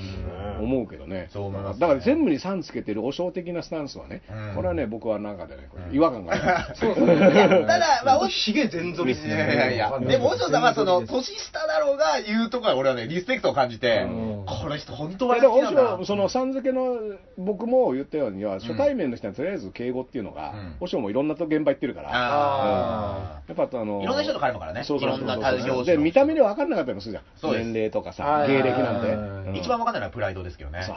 Speaker 2: ない、
Speaker 1: 思うけどね。
Speaker 2: そう思いますね
Speaker 1: だから全部に3つけてる、お尚的なスタンスはね
Speaker 2: うん、
Speaker 1: これはね、僕はなんかでね、これ違和感があ る。
Speaker 2: いやただ、まあ、お
Speaker 3: ひげ全剃りっす
Speaker 2: いやいやいや、でも、おしょさんは、その、年下だろうが言うとこは、俺はね、リスペクトを感じて、
Speaker 3: うん
Speaker 2: この人、本当
Speaker 1: いや
Speaker 2: は
Speaker 1: で
Speaker 2: 好
Speaker 1: も
Speaker 2: きなんだな
Speaker 1: 和尚そのさん付けの僕も言ったようには初対面の人にはとりあえず敬語っていうのが
Speaker 2: うん
Speaker 1: 和尚もいろんなと現場行ってるから
Speaker 2: あ
Speaker 1: やっぱっぱあとあの
Speaker 2: いろんな人と絡むからね
Speaker 1: そうそうそうそう
Speaker 2: いろんな業種の
Speaker 1: で見た目で分かんなかったりもするじゃん
Speaker 2: そうです
Speaker 1: 年齢とか
Speaker 2: は
Speaker 1: さ
Speaker 2: い
Speaker 1: 芸歴なんて、
Speaker 3: はいはいはい
Speaker 1: うん
Speaker 2: 一番わかんないのはプライドですけどね。
Speaker 1: そう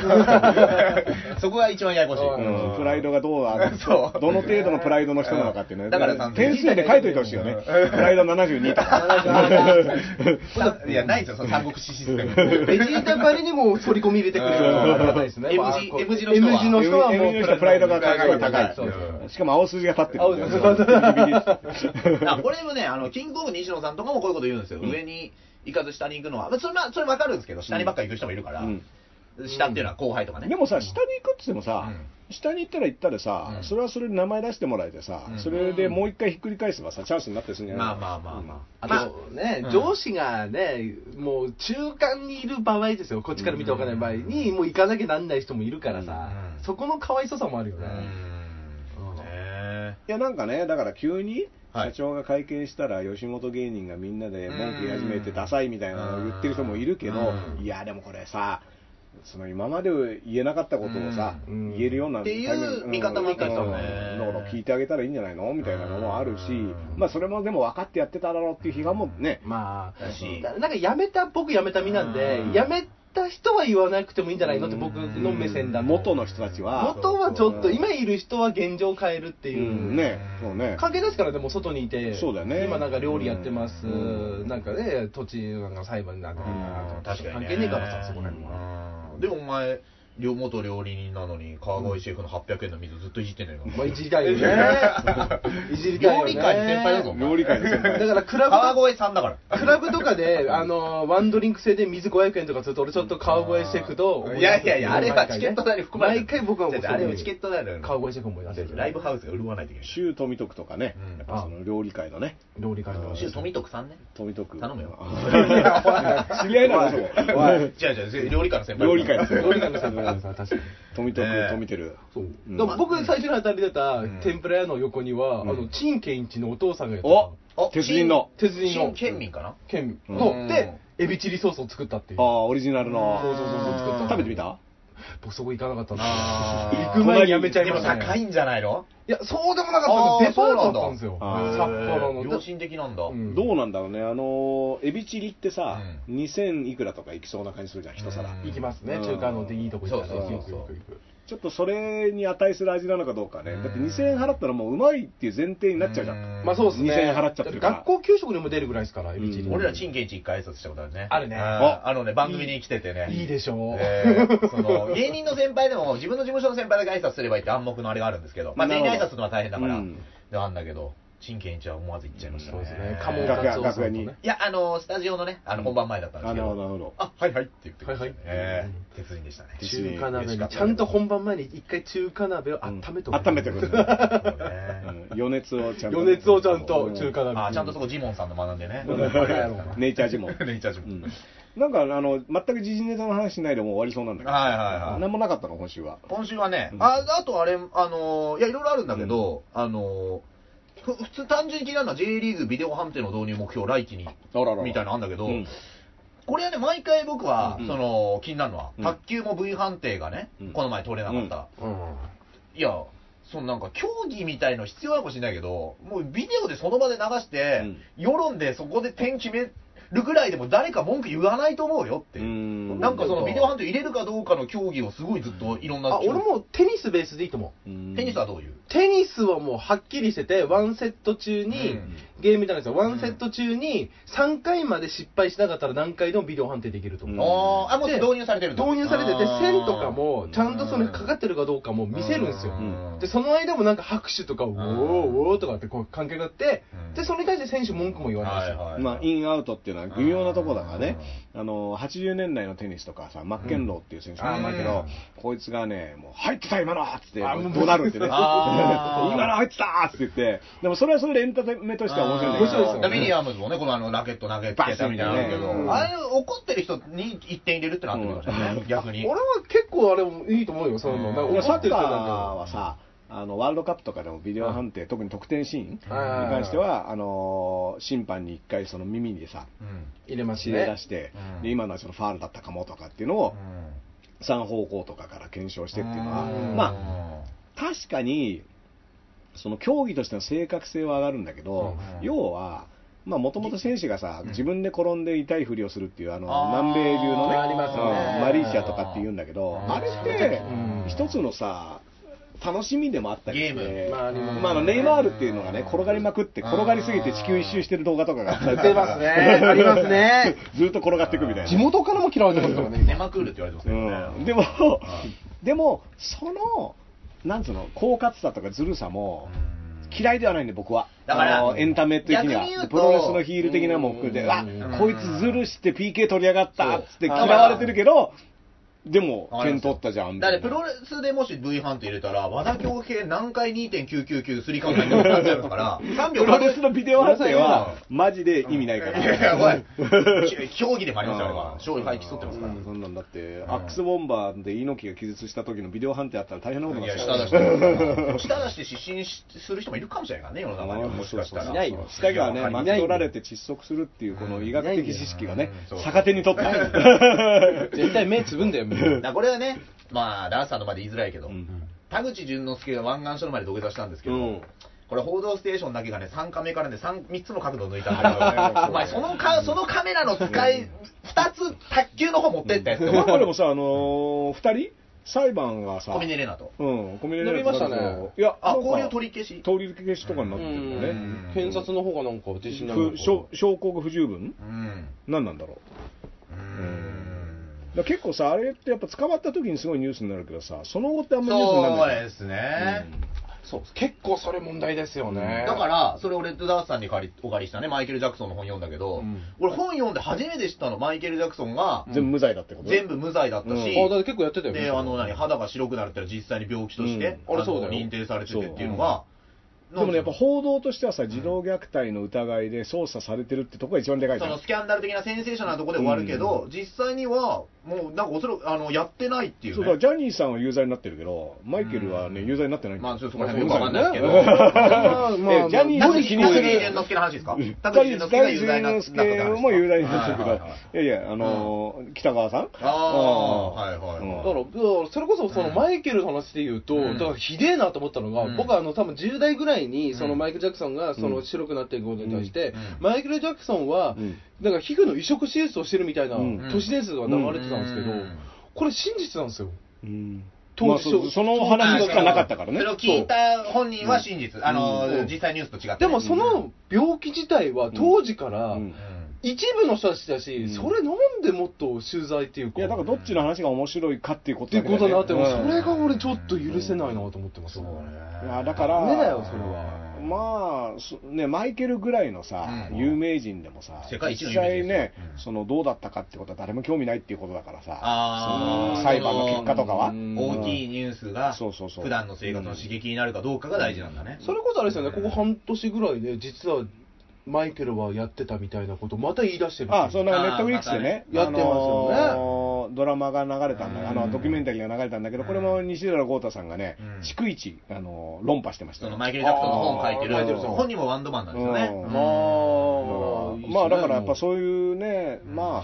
Speaker 2: うんそこが一番ややこしい。
Speaker 1: うんプライドがどうだ
Speaker 2: そう
Speaker 1: どの程度のプライドの人なのかっていうね
Speaker 2: だから
Speaker 1: 点数で書いといてほしいよねプライド72とか
Speaker 2: さいや、ないですよ、その三国志システム。
Speaker 5: ベジータ狩りにも反り込み入れてくれるのがありがたいですね。
Speaker 2: M 字 M 字の人は
Speaker 5: M 字の人はも
Speaker 1: M
Speaker 5: う
Speaker 1: 字の人はプライドが高い
Speaker 2: 高い
Speaker 5: そうそう
Speaker 1: しかも青筋が立ってる
Speaker 5: 青筋が立
Speaker 1: ってる
Speaker 2: あこれもね、あのキングコング西野さんとかもこういうこと言うんですよ、上に行かず下に行くのは、まあそれまあそれ分かるんですけど、下にばっかり行く人もいるから、
Speaker 1: うん
Speaker 2: 下っていうのは後輩とかね。
Speaker 1: でもさ、下に行くっつってもさ、下に行ったら行ったでさ、
Speaker 2: うん
Speaker 1: それはそれで名前出してもらえてさ、
Speaker 2: うん
Speaker 1: それでもう一回ひっくり返せばさ、チャンスになったりするんじゃない
Speaker 2: まあまあまあまあ、
Speaker 3: あ
Speaker 2: まあ
Speaker 3: とね
Speaker 2: う、ん
Speaker 3: 上司がね、もう中間にいる場合ですよ、こっちから見ておかない場合に、もう行かなきゃなんない人もいるからさ
Speaker 2: うん、
Speaker 3: そこの可愛ささもあるよ
Speaker 2: う
Speaker 3: ね。
Speaker 2: んねえ
Speaker 1: いや、なんかね、だから急に、
Speaker 2: は
Speaker 1: 社
Speaker 2: い
Speaker 1: 長が会見したら、吉本芸人がみんなで文句言い始めて、
Speaker 2: うん
Speaker 1: ダサいみたいなのを言ってる人もいるけど
Speaker 2: う、ん
Speaker 1: いや、でもこれさ、その今まで言えなかったことをさ、
Speaker 3: うん
Speaker 1: 言えるような
Speaker 2: っていう
Speaker 1: タイミング
Speaker 2: 見方もあったりするね
Speaker 1: うんだから聞いてあげたらいいんじゃないのみたいなのもあるし、
Speaker 2: うん
Speaker 1: まあそれもでも分かってやってただろうっていう批判もね、
Speaker 3: まあ
Speaker 2: だし、
Speaker 3: だなんか辞めた、僕辞めた身なんで
Speaker 2: うん、
Speaker 3: 辞めた人は言わなくてもいいんじゃないのって僕の目線だと。
Speaker 1: 元の人たちは、
Speaker 3: 元はちょっと、今いる人は現状を変えるって
Speaker 1: う
Speaker 3: い
Speaker 1: ん
Speaker 3: う。
Speaker 1: ね、そうね。
Speaker 3: 関係ですから、でも外にいて、
Speaker 1: そうだよね
Speaker 3: 今なんか料理やってます、
Speaker 1: う
Speaker 3: なんかね、土地なんか裁判になってる
Speaker 2: うん
Speaker 3: な
Speaker 2: 確かに、
Speaker 3: 関係ねえからさ、そこら辺は。
Speaker 2: うんでもお前、料元料理人なのに、川越シェフの800円の水ずっといじってんだよ。
Speaker 3: まあ、いじりた いよね。いじりたいよ
Speaker 2: 料
Speaker 3: ね。
Speaker 2: 理界の先輩だぞ、お前
Speaker 1: 料理界の先
Speaker 3: だ
Speaker 1: 輩。
Speaker 3: からクラブ
Speaker 2: 川越さんだから。
Speaker 3: と、クラブとかで、あの、ワンドリンク制で水500円とかすると、俺ちょっと川越シェフと、
Speaker 2: いやいやいや、あれはチケット代に含まれて
Speaker 3: 毎回僕はもう
Speaker 2: 違う違うあれはチケット代だよ。
Speaker 3: 川越シェフ思い出してる。
Speaker 2: ライブハウスが潤わないといけない。
Speaker 1: 周富徳とかね
Speaker 2: うん、
Speaker 1: やっぱその料理界のね、
Speaker 3: 料理会の。
Speaker 2: シュ富徳さんね。
Speaker 1: 富徳。
Speaker 2: 頼むよ
Speaker 1: 知り合いなのそこ。
Speaker 2: 違う違う、料理界の先輩。
Speaker 1: 料理界の先
Speaker 3: 料理会の先輩さ、確かに。
Speaker 1: 富徳、
Speaker 2: ねえ
Speaker 1: 富てる。
Speaker 3: そう
Speaker 1: うん
Speaker 3: だから僕最初に働いてた
Speaker 2: ん
Speaker 3: 天ぷら屋の横には、あの陳健一のお父さんがやってた
Speaker 1: お
Speaker 2: あ
Speaker 1: 鉄人の。
Speaker 3: 鉄人の
Speaker 2: 新県民かな
Speaker 3: 県
Speaker 1: うん
Speaker 3: のでエビチリソースを作ったっていう
Speaker 1: ああ、オリジナル
Speaker 3: そうそうそうそう作っ
Speaker 1: の。
Speaker 3: た
Speaker 1: 食べてみた
Speaker 3: 僕そこ行かなかった
Speaker 2: あ
Speaker 3: な
Speaker 2: ー
Speaker 3: 行く前にやめちゃい
Speaker 2: で
Speaker 3: ま
Speaker 2: も
Speaker 3: したね
Speaker 2: 高いんじゃないの
Speaker 3: いやそうでもなかったんですデパートだったんですよ
Speaker 1: あー
Speaker 3: 札
Speaker 1: そう
Speaker 3: 幌の
Speaker 2: 良心的なんだ。
Speaker 3: うん
Speaker 1: どうなんだろうね。あのー、エビチリってさ、2000いくらとかいきそうな感じするじゃん、一皿
Speaker 2: う。ん
Speaker 3: 行きますね
Speaker 1: うん
Speaker 3: 中華のでいいとこ行ったら
Speaker 2: そうそうそ
Speaker 3: 行
Speaker 2: う
Speaker 3: く
Speaker 2: そう
Speaker 3: 行く行く
Speaker 1: ちょっとそれに値する味なのかどうかね。
Speaker 2: うん
Speaker 1: だって2000円払ったらもううまいっていう前提になっちゃうじゃ
Speaker 2: うん
Speaker 1: ん。
Speaker 3: まあそうですね
Speaker 1: 2000円払っちゃってるから
Speaker 3: 学校給食にも出るぐらいですからエビチリ
Speaker 1: うん
Speaker 2: 俺ら陳建一一回挨拶したことあるね。
Speaker 3: あるね
Speaker 2: ああのね、番組に来ててね。
Speaker 3: いいでしょう
Speaker 2: えーそ の芸人の先輩でも自分の事務所の先輩だけ挨拶すればいいって暗黙のあれがあるんですけど、まあ、
Speaker 1: な
Speaker 2: 全
Speaker 1: る
Speaker 2: 員
Speaker 1: ほ
Speaker 2: に
Speaker 1: ど
Speaker 2: 挨拶するのは大変だから、
Speaker 1: うん
Speaker 2: ではあんだけど陳建一は思わず言っちゃいましたね,、
Speaker 3: そうですね鴨
Speaker 1: 楽
Speaker 3: カ
Speaker 1: 屋
Speaker 3: ツオ
Speaker 1: 楽屋に
Speaker 3: ね
Speaker 2: いやあのスタジオのねあの本番前だったんです
Speaker 1: あ、
Speaker 2: け
Speaker 1: なる
Speaker 2: ど、
Speaker 1: ほど、なるほど。
Speaker 2: あはいはいって言ってくれて、
Speaker 3: はいはい
Speaker 2: えー鉄人でしたね
Speaker 1: 鉄
Speaker 3: 中華
Speaker 2: 美味し
Speaker 3: 鍋
Speaker 2: か
Speaker 3: に
Speaker 2: った
Speaker 3: ちゃんと本番前に一回中華鍋を温めておく
Speaker 1: 温めて ください。
Speaker 2: ね
Speaker 1: うん余熱をちゃんと。
Speaker 3: 余熱をちゃんと中華鍋に
Speaker 2: あちゃんとそこジモンさんの学んでね、
Speaker 1: ネイチャージモン。
Speaker 2: ネイチ ャージモ
Speaker 1: う
Speaker 2: ン
Speaker 1: んなんか、あの、全く時事ネタの話しないでもう終わりそうなんだけど。
Speaker 2: はいはいはい
Speaker 1: 何もなかったの、今週は。
Speaker 2: 今週はね、ああとあれ、あのーいや、いろいろあるんだけど、あのーふ普通、単純に気になるのは J リーグビデオ判定の導入目標、来期に
Speaker 1: あららら
Speaker 2: みたいなのあるんだけど、
Speaker 1: うん
Speaker 2: これはね、毎回僕は、
Speaker 1: うん
Speaker 2: その気になるのは、
Speaker 1: うん
Speaker 2: 卓球も V 判定がね、
Speaker 1: うん
Speaker 2: この前取れなかった、
Speaker 3: うん
Speaker 2: いや、そのなんか競技みたいの必要なのかもしれないけど、もうビデオでその場で流して、
Speaker 1: うん
Speaker 2: 世論でそこで点決めるぐらいでも誰か文句言わないと思うよっていうう。
Speaker 1: ん
Speaker 2: なんかそのビデオ判定入れるかどうかの競技をすごいずっといろんな
Speaker 3: あ俺もテニスベースでいいと思う
Speaker 1: うん
Speaker 2: テニスはどういう
Speaker 3: テニスはもうはっきりしてて、ワンセット中に、
Speaker 2: うん
Speaker 3: ゲームみたいなんですよ、ワンセット中に3回まで失敗しなかったら何回でもビデオ判定できると。
Speaker 1: うん
Speaker 2: あーあ、もう
Speaker 3: で
Speaker 2: 導入されてるんだ
Speaker 3: 導入されてて、
Speaker 2: あー
Speaker 3: 線とかも、ちゃんとそのかかってるかどうかも見せるんですよ。
Speaker 2: うん
Speaker 3: で、その間もなんか拍手とか、おーおーとかってこう関係があって
Speaker 2: うん、
Speaker 3: で、それに対して選手文句も言わないし。
Speaker 2: はいはい
Speaker 1: まあ、インアウトっていうのは微妙なとこだからね、あの80年代のテニスとかさ、マッケンローっていう選手がいるんだけど、こいつがね、もう入ってた、今のはっつって、
Speaker 3: あもう
Speaker 1: 怒鳴るってね、今の
Speaker 2: あー
Speaker 1: は入ってたっつって言って、でもそれはそれでエンターテインメントとしては面白いんだけど、
Speaker 3: 面白いですよね
Speaker 2: ダミニアムズもね、このあのラケット投げつけたみたいなのある
Speaker 1: バシ
Speaker 2: け
Speaker 1: ッとねう
Speaker 2: ど、
Speaker 1: ん
Speaker 2: あれ怒ってる人に1点入れるってなってくるんですよね、逆に。
Speaker 3: 俺は結構あれもいいと思うよ、その、なん
Speaker 1: でも
Speaker 3: か怒
Speaker 1: サ
Speaker 3: って
Speaker 1: ッ
Speaker 3: る
Speaker 1: カー
Speaker 3: 人なん
Speaker 1: はさ、あのワールドカップとかでもビデオ判定、特に得点シーンに
Speaker 3: はいはいはい
Speaker 1: 関しては、あの審判に一回、その耳にさ、
Speaker 2: うん
Speaker 3: 入れます
Speaker 1: 指令出
Speaker 3: ね。
Speaker 1: して、
Speaker 2: うん
Speaker 1: で今のはそのファールだったかもとかっていうのを、3方向とかから検証してっていうのは、まあ、確かにその競技としての正確性は上がるんだけど、
Speaker 2: うん
Speaker 1: 要は、まあ、もともと選手がさ、
Speaker 2: うん
Speaker 1: 自分で転んで痛いふりをするっていう、あの、
Speaker 2: あー
Speaker 1: 南米流のね、
Speaker 2: ありますよね
Speaker 1: うんマリーシアとかって言うんだけど、
Speaker 2: うん
Speaker 1: あれって、一つのさ、楽しみでもあったりして
Speaker 2: ゲーム
Speaker 1: まあ
Speaker 3: あります
Speaker 1: まああの、ネイマールっていうのがね、転がりまくって、
Speaker 2: うん
Speaker 1: 転がりすぎて地球一周してる動画とかがあったり
Speaker 5: 出ますね。ありますね。
Speaker 1: ずっと転がっていくみたいな。
Speaker 5: 地元からも嫌われてますからね。
Speaker 2: ネマクールって言われてますけどね。
Speaker 1: うんでも、でも、その、なんつうの、狡猾さとかずるさも、嫌いではないんで、僕は。
Speaker 2: だから
Speaker 1: あのエンタメ的に
Speaker 2: 逆に言う
Speaker 1: は。
Speaker 2: と
Speaker 1: プロレスのヒール的なもん含めて、
Speaker 3: うん
Speaker 1: あ
Speaker 3: うん
Speaker 1: こいつずるして PK 取り上がったっつって
Speaker 2: そ
Speaker 1: 嫌
Speaker 2: う
Speaker 1: われてるけど、でも
Speaker 2: わ、かり
Speaker 1: 点
Speaker 2: ます
Speaker 1: 取ったじゃん。
Speaker 2: だってプロレスでもし V ハンって入れたら、和田恭平何回2.999スリーカウントになっちゃうから、3秒
Speaker 1: プロレスのビデオ判定は、マジで意味ないか
Speaker 2: いやい
Speaker 1: ら。
Speaker 2: や、おい、競技でもありますよ、あれは。勝利、はい、競ってますから。
Speaker 1: そんなんだって、
Speaker 2: ん
Speaker 1: アックスボンバーで猪木が傷つした時のビデオ判定あったら大変なこと
Speaker 2: い
Speaker 1: にな
Speaker 2: や、
Speaker 1: っちゃう
Speaker 2: 舌出して、舌出して失神する人もいるかもしれないからね、世の中には。もしかしたら。
Speaker 1: いないよ。下がね、巻き取られて窒息するっていう、この医学的知識がね
Speaker 2: うんそう、
Speaker 1: 逆手にとって。
Speaker 3: 絶対目つぶんだ よ、みん
Speaker 2: だからこれはね、まあ、ダンサーの場で言いづらいけど、
Speaker 1: うん
Speaker 2: 田口淳之介が湾岸署の前で土下座したんですけど、
Speaker 1: うん
Speaker 2: これ、報道ステーションだけがね、3カメからね、3, 3つの角度を抜いたんだ けど、お前そのか、そのカメラの使い、2つ、卓球の方持ってったやつ、
Speaker 1: でもこれもさ、あのー、二人裁判がさ、
Speaker 2: コミネレナと。
Speaker 1: うん、コミネレ
Speaker 3: 伸びましたね
Speaker 1: いや、
Speaker 2: あ、
Speaker 1: なんか
Speaker 2: こういう取り消し。
Speaker 1: 取り消しとかになってるんだよね。
Speaker 2: ん
Speaker 3: 検察の方がなんか自信ない
Speaker 1: ふ証証拠が不十分
Speaker 2: うん。
Speaker 1: 何なんだろう
Speaker 2: う
Speaker 1: だから結構さ、あれってやっぱ捕まった時にすごいニュースになるけどさ、その後ってあんまりニュースになら
Speaker 2: そう
Speaker 1: ない。
Speaker 2: ですね。
Speaker 3: そう結構それ問題ですよね
Speaker 2: だから、それをレッドダースさんに借りお借りしたね、マイケル・ジャクソンの本読んだけど、
Speaker 3: うん
Speaker 2: 俺本読んで初めて知ったの、マイケル・ジャクソンが
Speaker 1: 全部無罪だってこと
Speaker 2: 全部無罪だったし、
Speaker 1: うん
Speaker 3: あだから結構やってたよね
Speaker 2: で、あの、何、肌が白くなるってのは実際に病気として、
Speaker 1: うん
Speaker 3: あれ
Speaker 2: の
Speaker 3: そうだよ
Speaker 2: 認定されててっていうのが、
Speaker 1: でもね、やっぱ報道としてはさ、児童虐待の疑いで捜査されてるってとこが一番でかいじ
Speaker 2: そ
Speaker 1: ゃん
Speaker 2: のスキャンダル的なセンセーショナルなところで終わるけど、実際には、もうなんかおそらくあのやってないっていう、
Speaker 1: そう
Speaker 2: ね。
Speaker 1: だ、ジャニーさんは有罪になってるけど、マイケルはね、有罪になってないんだ
Speaker 2: ま
Speaker 1: よ。
Speaker 2: あ、ちょっとそこら辺よくわかんないですけど。
Speaker 5: まあまあ
Speaker 1: えジャニー
Speaker 2: 田
Speaker 1: ズ
Speaker 2: 口
Speaker 1: に気
Speaker 2: 田
Speaker 1: に入る。
Speaker 2: 口淳之介の話ですか
Speaker 1: 田
Speaker 2: 田口
Speaker 1: 口
Speaker 2: 淳之
Speaker 1: 大
Speaker 2: 介が有罪になった
Speaker 1: 之
Speaker 2: って話です
Speaker 1: 介
Speaker 2: か
Speaker 1: も有罪になったけ
Speaker 2: はいはいはい
Speaker 1: ど、いやいや、あのー、北川さん
Speaker 2: ああー、はいはい
Speaker 1: うん
Speaker 2: は
Speaker 3: だから、だからそれこそそのマイケルの話で言うと、
Speaker 2: うん
Speaker 3: だからひでえなと思ったのが、
Speaker 2: うん
Speaker 3: 僕はあの多分10代ぐらいに、そうの
Speaker 2: ん
Speaker 3: マイケル・ジャクソンがその白くなっていくことに対して、
Speaker 2: うん
Speaker 3: マイケル・ジャクソンは、
Speaker 1: うん
Speaker 3: なんか皮膚の移植手術をしてるみたいな
Speaker 1: うん
Speaker 3: 都市伝説が流れてたんですけど、
Speaker 2: うん
Speaker 3: これ真実なんですよ。
Speaker 1: うんま
Speaker 3: 当
Speaker 1: あ
Speaker 3: 時
Speaker 1: そその話しかなかったからね
Speaker 2: それ。を聞いた本人は真実。あの
Speaker 1: う
Speaker 2: ー、
Speaker 1: ん
Speaker 2: 実際ニュースと違って。
Speaker 3: でもそ
Speaker 2: うん、
Speaker 3: の病気自体は当時から
Speaker 1: うん
Speaker 3: 一部の人たちだし、
Speaker 1: うん
Speaker 3: それなんでもっと取材っていうか、
Speaker 1: いや、だからどっちの話が面白いかっていうこ
Speaker 3: っ
Speaker 1: と
Speaker 3: ていう
Speaker 1: だけど
Speaker 3: ことになって
Speaker 1: う
Speaker 3: も、
Speaker 1: ん
Speaker 3: それが俺ちょっと許せないなと思ってます、
Speaker 2: そうね。
Speaker 1: いやだから
Speaker 3: ダメだよそれは
Speaker 1: まあそね、マイケルぐらいのさ、
Speaker 2: うん
Speaker 1: 有名人でもさ、
Speaker 2: 世界一の
Speaker 1: 実
Speaker 2: 有名人
Speaker 1: 際ね
Speaker 2: う、ん
Speaker 1: そのどうだったかってことは誰も興味ないっていうことだから
Speaker 2: あ
Speaker 1: さ、
Speaker 2: ー
Speaker 1: その裁判の結果とかは。
Speaker 3: うん
Speaker 2: 大きいニュースが、
Speaker 1: そうそうそう
Speaker 2: 普段の生活の刺激になるかどうかが大事なんだね。
Speaker 3: それこそあれですよね、ここ半年ぐらいで、実はマイケルはやってたみたいなこと、また言い出してるっていう
Speaker 1: あ、そのネ
Speaker 2: あー
Speaker 1: ットフリックスでね、
Speaker 3: またね
Speaker 1: あのー
Speaker 3: やってます
Speaker 1: ドラマが流れたんだ、あ
Speaker 2: う
Speaker 1: の
Speaker 2: ん
Speaker 1: ドキュメンタリーが流れたんだけど、これも西寺豪太さんがね
Speaker 2: うん、
Speaker 1: 逐一あのー論破してました
Speaker 2: そ
Speaker 1: よ。
Speaker 2: のマイケル・ジャクソンの本書いてる
Speaker 3: あー書いてる
Speaker 2: 本人もワンドマンなんですよね。
Speaker 1: うん
Speaker 3: まあ、いいっすね
Speaker 1: まあだからやっぱそういうね、まあ、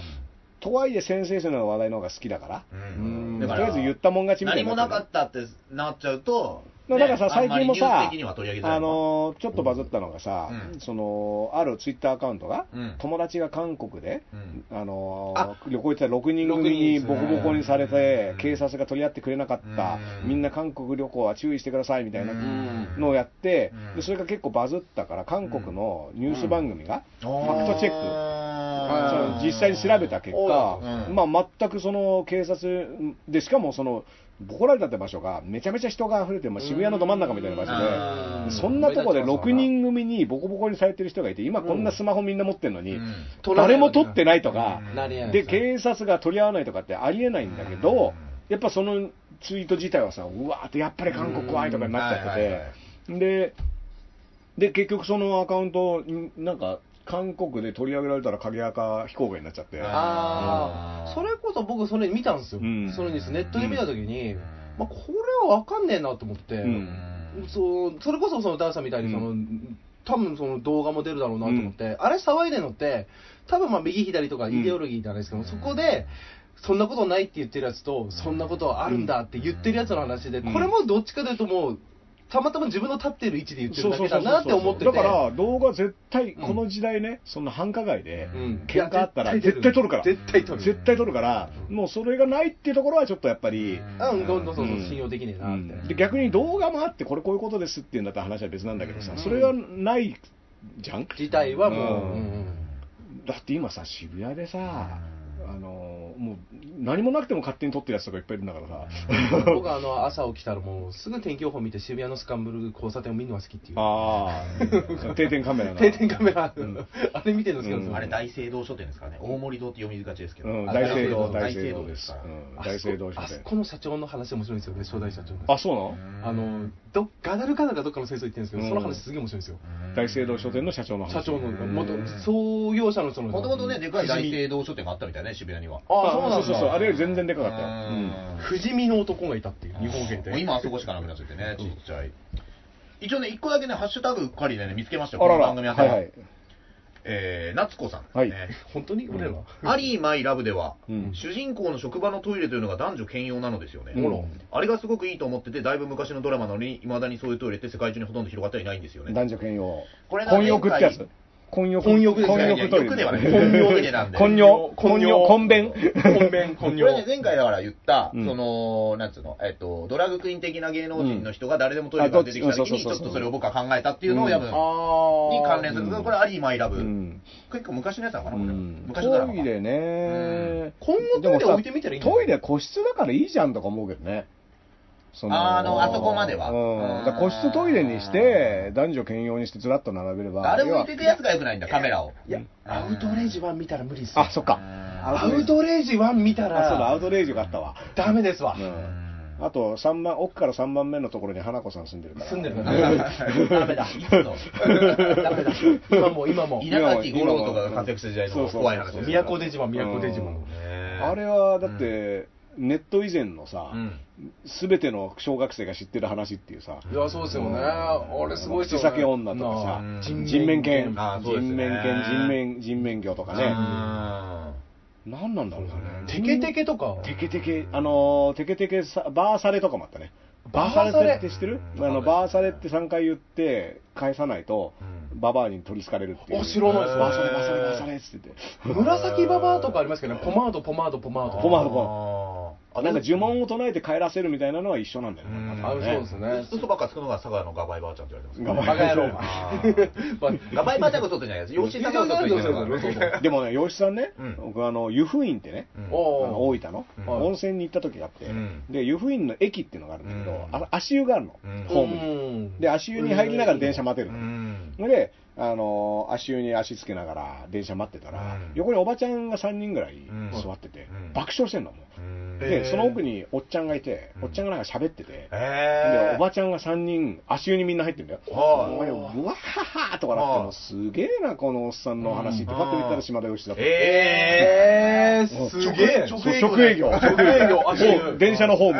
Speaker 1: とはいえセンセーショナルな話題の方が好きだから、
Speaker 2: うん
Speaker 1: と
Speaker 2: だ
Speaker 1: り
Speaker 2: か
Speaker 1: あえず言っ
Speaker 2: ら、
Speaker 1: たもん勝ちみたい
Speaker 2: 何
Speaker 1: にな
Speaker 2: も
Speaker 1: ってる
Speaker 2: なかったってなっちゃうと、
Speaker 1: まあだからさ、最
Speaker 2: ね
Speaker 1: 近も
Speaker 2: あん
Speaker 1: さ
Speaker 2: まりニュース的には取り上げ、づらい
Speaker 1: あ
Speaker 2: のか
Speaker 1: のーちょっとバズったのがさ、
Speaker 2: うん
Speaker 1: そのあるツイッターアカウントが、
Speaker 2: うん
Speaker 1: 友達が韓国で、
Speaker 2: うん
Speaker 1: あのー
Speaker 3: あ
Speaker 1: 旅行行ってた6人組に
Speaker 3: 六人です
Speaker 1: ボ
Speaker 3: ね
Speaker 1: コボコにされて、
Speaker 2: うん
Speaker 1: 警察が取り合ってくれなかった、
Speaker 2: うん
Speaker 1: みんな韓国旅行は注意してくださいみたいな
Speaker 2: うん
Speaker 1: のをやって、
Speaker 2: うん
Speaker 1: でそれが結構バズったから、韓国のニュース番組が、
Speaker 2: フ
Speaker 1: ファクトチェック。その実際に調べた結
Speaker 3: お
Speaker 1: 果、
Speaker 2: うん
Speaker 1: まあ、全くその警察で、しかもそのボコられたって場所がめちゃめちゃ人が溢れて、まあ、渋谷のど真ん中みたいな場所
Speaker 2: う
Speaker 1: で、
Speaker 2: ん
Speaker 1: そんなとこで6人組にボコボコにされてる人がいて、今こんなスマホみんな持ってるのに、誰も撮ってないとか、
Speaker 2: うん
Speaker 3: なりえない
Speaker 1: で警察が取り合わないとかってありえないんだけど、やっぱそのツイート自体はさ、うわーってやっぱり韓国怖いとかになっちゃって
Speaker 2: うんはいは
Speaker 1: て、
Speaker 2: い
Speaker 1: で、で結局そのアカウント、んなんか、韓国で取り上げられたら鍵垢非公開になっちゃって、
Speaker 2: あ
Speaker 3: ああ、それこそ僕、それ見たんですよ、
Speaker 1: うん
Speaker 3: そのニュース、ネットで見たときに、
Speaker 2: うん
Speaker 3: まあ、これは分かんねえなと思って、
Speaker 1: うん
Speaker 3: そうそれこそそのダンさんみたいにその、
Speaker 1: う
Speaker 3: 多分その動画も出るだろうなと思って、あれ騒いでるのって、多分まあ右左とかイデオロギーじゃないですけど、
Speaker 2: うん
Speaker 3: そこで、そんなことないって言ってるやつと、そんなことはあるんだって言ってるやつの話で、
Speaker 1: うん
Speaker 3: これもどっちかというともう、たまたま自分の立ってる位置で言って
Speaker 1: そ
Speaker 3: る
Speaker 1: う
Speaker 3: だ
Speaker 1: そ
Speaker 3: け
Speaker 1: うそ
Speaker 3: だ
Speaker 1: う
Speaker 3: なって思ってて。
Speaker 1: だから動画絶対この時代ね、そんな繁華街で
Speaker 3: うん、
Speaker 1: 喧嘩あったら
Speaker 3: いや
Speaker 1: 絶対撮るから
Speaker 3: 絶対撮る。
Speaker 1: 絶対撮るからもうそれがないっていうところはちょっとやっぱり、
Speaker 3: うん、どんどんそうそう
Speaker 1: うん
Speaker 3: 信用できねえ
Speaker 1: う
Speaker 3: なって。
Speaker 1: ん、で逆に動画もあってこれこういうことですっていうんだったら話は別なんだけどさ、それがないじゃん
Speaker 3: 自体はもう、
Speaker 1: うん
Speaker 3: うん
Speaker 1: だって今さ渋谷でさ、あのもう何もなくても勝手に撮ってるやつとかいっぱいいるんだから さ、
Speaker 3: 僕は
Speaker 1: あ
Speaker 3: あの朝起きたらもうすぐ天気予報見て渋谷のスカンブル交差点を見るのが好きっていう。
Speaker 1: あー定点カメラな
Speaker 3: 定点カメラ、あれ見てるんですけど、
Speaker 1: うん
Speaker 2: あれ大聖堂書店ですからね大森堂って読みがちですけど、
Speaker 1: うん、
Speaker 2: あ
Speaker 1: 大聖堂大
Speaker 2: 大
Speaker 1: 聖
Speaker 2: 聖
Speaker 1: 堂
Speaker 2: 堂
Speaker 1: で
Speaker 2: です
Speaker 1: す
Speaker 2: か、ら、
Speaker 1: うん、
Speaker 3: あそこ
Speaker 1: 大聖堂書
Speaker 3: あそ
Speaker 1: 店
Speaker 3: この社長の話面白いんですよね、初代社長の。
Speaker 1: あそうなの
Speaker 3: あの、どガダルカナがどっかの戦争行ってるんですけど、
Speaker 1: うん
Speaker 3: その話すげえ面白いんですよ。
Speaker 1: 大聖堂書店の社長の話
Speaker 3: 社長の、
Speaker 1: うん
Speaker 3: 元創業者の人の。
Speaker 2: もともとねでかい大聖堂書店があったみたいね渋谷には
Speaker 3: ああ、そう
Speaker 1: あ
Speaker 3: な
Speaker 1: そ
Speaker 3: ん
Speaker 1: うそう
Speaker 3: だ。
Speaker 1: そうあれより全然でかかったよ
Speaker 3: 不死身の男がいたっていう、日本
Speaker 2: うん
Speaker 3: 限
Speaker 2: もう
Speaker 3: 定。
Speaker 2: 今あそこしかなくなっちゃってねちっちゃい一応ね一個だけねハッシュタグうっかりでね見つけましたよ
Speaker 1: あ
Speaker 2: こ
Speaker 1: ら
Speaker 2: の
Speaker 1: ら
Speaker 2: 番組あ
Speaker 1: はいはい
Speaker 2: えー夏子さんですね、
Speaker 1: はい
Speaker 3: 本当に俺 ら。
Speaker 2: アリー・マイ・ラブでは、
Speaker 1: うん
Speaker 2: 主人公の職場のトイレというのが男女兼用なのですよね、
Speaker 1: うん
Speaker 2: あれがすごくいいと思っててだいぶ昔のドラマなのにいまだにそういうトイレって世界中にほとんど広がってはいないんですよね
Speaker 1: 男女兼用
Speaker 2: これな
Speaker 1: 混浴ってや
Speaker 2: 前
Speaker 1: つ混浴
Speaker 3: 混浴ですね
Speaker 1: 混
Speaker 2: いや
Speaker 1: 浴トイ
Speaker 2: 浴で
Speaker 1: レ
Speaker 2: はない混浴なんで
Speaker 1: 混尿混尿混便
Speaker 3: 混便、
Speaker 2: これ
Speaker 3: 混
Speaker 2: ね
Speaker 3: 尿。
Speaker 2: 前回だから言った、
Speaker 1: うん
Speaker 2: そのなんつうのえっとドラッグクイーン的な芸能人の人が誰でもトイレから出てきた時
Speaker 1: うんあどっち
Speaker 2: にち
Speaker 1: そうそうそう
Speaker 2: ょっとそれを僕は考えたっていうのをやぶに
Speaker 3: ああ。
Speaker 2: 関連するこれアリー・マイ・ラブ、
Speaker 1: うん
Speaker 2: 結構昔のやつなのかな、これ
Speaker 1: うん
Speaker 2: 昔のドラ
Speaker 1: ト
Speaker 2: マ
Speaker 1: イレね
Speaker 3: 今後トイレ置いてみたらいいんじゃな
Speaker 1: ト
Speaker 3: い
Speaker 1: イレ個室だからいいじゃんとか思うけどねそ
Speaker 2: あーあのあそこまでは
Speaker 1: うん
Speaker 2: うん
Speaker 1: だから個室トイレにして男女兼用にしてずらっと並べれば
Speaker 2: あれ置いてくやつが良くないんだカメラを
Speaker 3: いや、アウトレイジ1見たら無理っすよ
Speaker 1: あそっか
Speaker 3: アウトレイジ1見た
Speaker 1: あそうだア
Speaker 3: ら
Speaker 1: ウ、トレイジがあったわ
Speaker 3: ダメですわ。
Speaker 1: うんあと3番奥から3番目のところに花子さん住んでるから
Speaker 3: 住んでる
Speaker 1: か
Speaker 3: から。
Speaker 2: ダメだ いつの
Speaker 3: ダメだ。今もう、今も。
Speaker 2: 稲垣吾郎とかが活躍した時代の怖い話ですよ
Speaker 3: 都デジマン、都デジマン。
Speaker 1: らあれはだってネット以前のさ
Speaker 2: うん
Speaker 1: 全ての小学生が知ってる話っていうさ
Speaker 3: いや、そうですよね。あれすごいですよね。
Speaker 1: 口裂け女とかさ
Speaker 3: なあ
Speaker 1: 人面犬
Speaker 2: あーそう
Speaker 1: 人
Speaker 2: ですね
Speaker 1: 面犬人面人面魚とかね
Speaker 2: あ
Speaker 1: 何なんだろうね
Speaker 3: テケテケとか。
Speaker 1: テケテケ、あのー、テケテケさ、バーサレとかもあったね。
Speaker 3: バーサレ
Speaker 1: って知ってるあの、バーサレって3回言って、返さないと、ババアに取りつかれるっていう。
Speaker 3: あ知らない
Speaker 1: で。
Speaker 3: ですす
Speaker 1: バーサレ、バーサレ、バーサレっつってて。
Speaker 3: 紫ババアとかありますけどね。ポマード、ポマード、ポマード。
Speaker 1: ポマード、ポマード。
Speaker 2: あ
Speaker 1: なんか呪文を唱えて帰らせるみたいなのは一緒なんだよね。
Speaker 3: あそうですね。
Speaker 2: 嘘ばっかつくのが佐賀のガバイばあちゃんって言われてま
Speaker 1: ガ
Speaker 2: す
Speaker 1: バ
Speaker 3: バカ野郎。
Speaker 2: ガバイばあちゃんがとってんじゃないです吉井さんがとってんじゃないです
Speaker 1: でもね、洋一さんね、
Speaker 2: うん
Speaker 1: 僕あの、湯布院ってね、 あ
Speaker 3: お
Speaker 1: の
Speaker 3: お。
Speaker 1: 大分の、
Speaker 2: うん
Speaker 1: 温泉に行った時があって、
Speaker 2: うん
Speaker 1: で、湯布院の駅っていうのがあるんだけど、
Speaker 2: うん
Speaker 1: あ足湯があるの、
Speaker 2: うん
Speaker 1: ホームに。で、足湯に入りながら電車待てるの。
Speaker 2: うん
Speaker 1: それで、あのー足湯に足つけながら電車待ってたら、
Speaker 2: うん
Speaker 1: 横におばちゃんが3人ぐらい
Speaker 2: ん
Speaker 1: 座ってて、
Speaker 2: うん
Speaker 1: 爆笑してんのもう、
Speaker 2: え
Speaker 1: でその奥におっちゃんがいて、おっちゃんがなんか喋ってて、で
Speaker 2: え
Speaker 1: おばちゃんが3人足湯にみんな入ってんだよ、
Speaker 2: はい
Speaker 1: お前うわははとかなって
Speaker 2: はい
Speaker 1: もうすげえなこのおっさんの話って
Speaker 2: うん
Speaker 1: パッと見たら島田義しだった、
Speaker 2: え
Speaker 3: えー、すげえ。
Speaker 1: そう直営業
Speaker 3: 直営 業、足
Speaker 1: もう電車のホー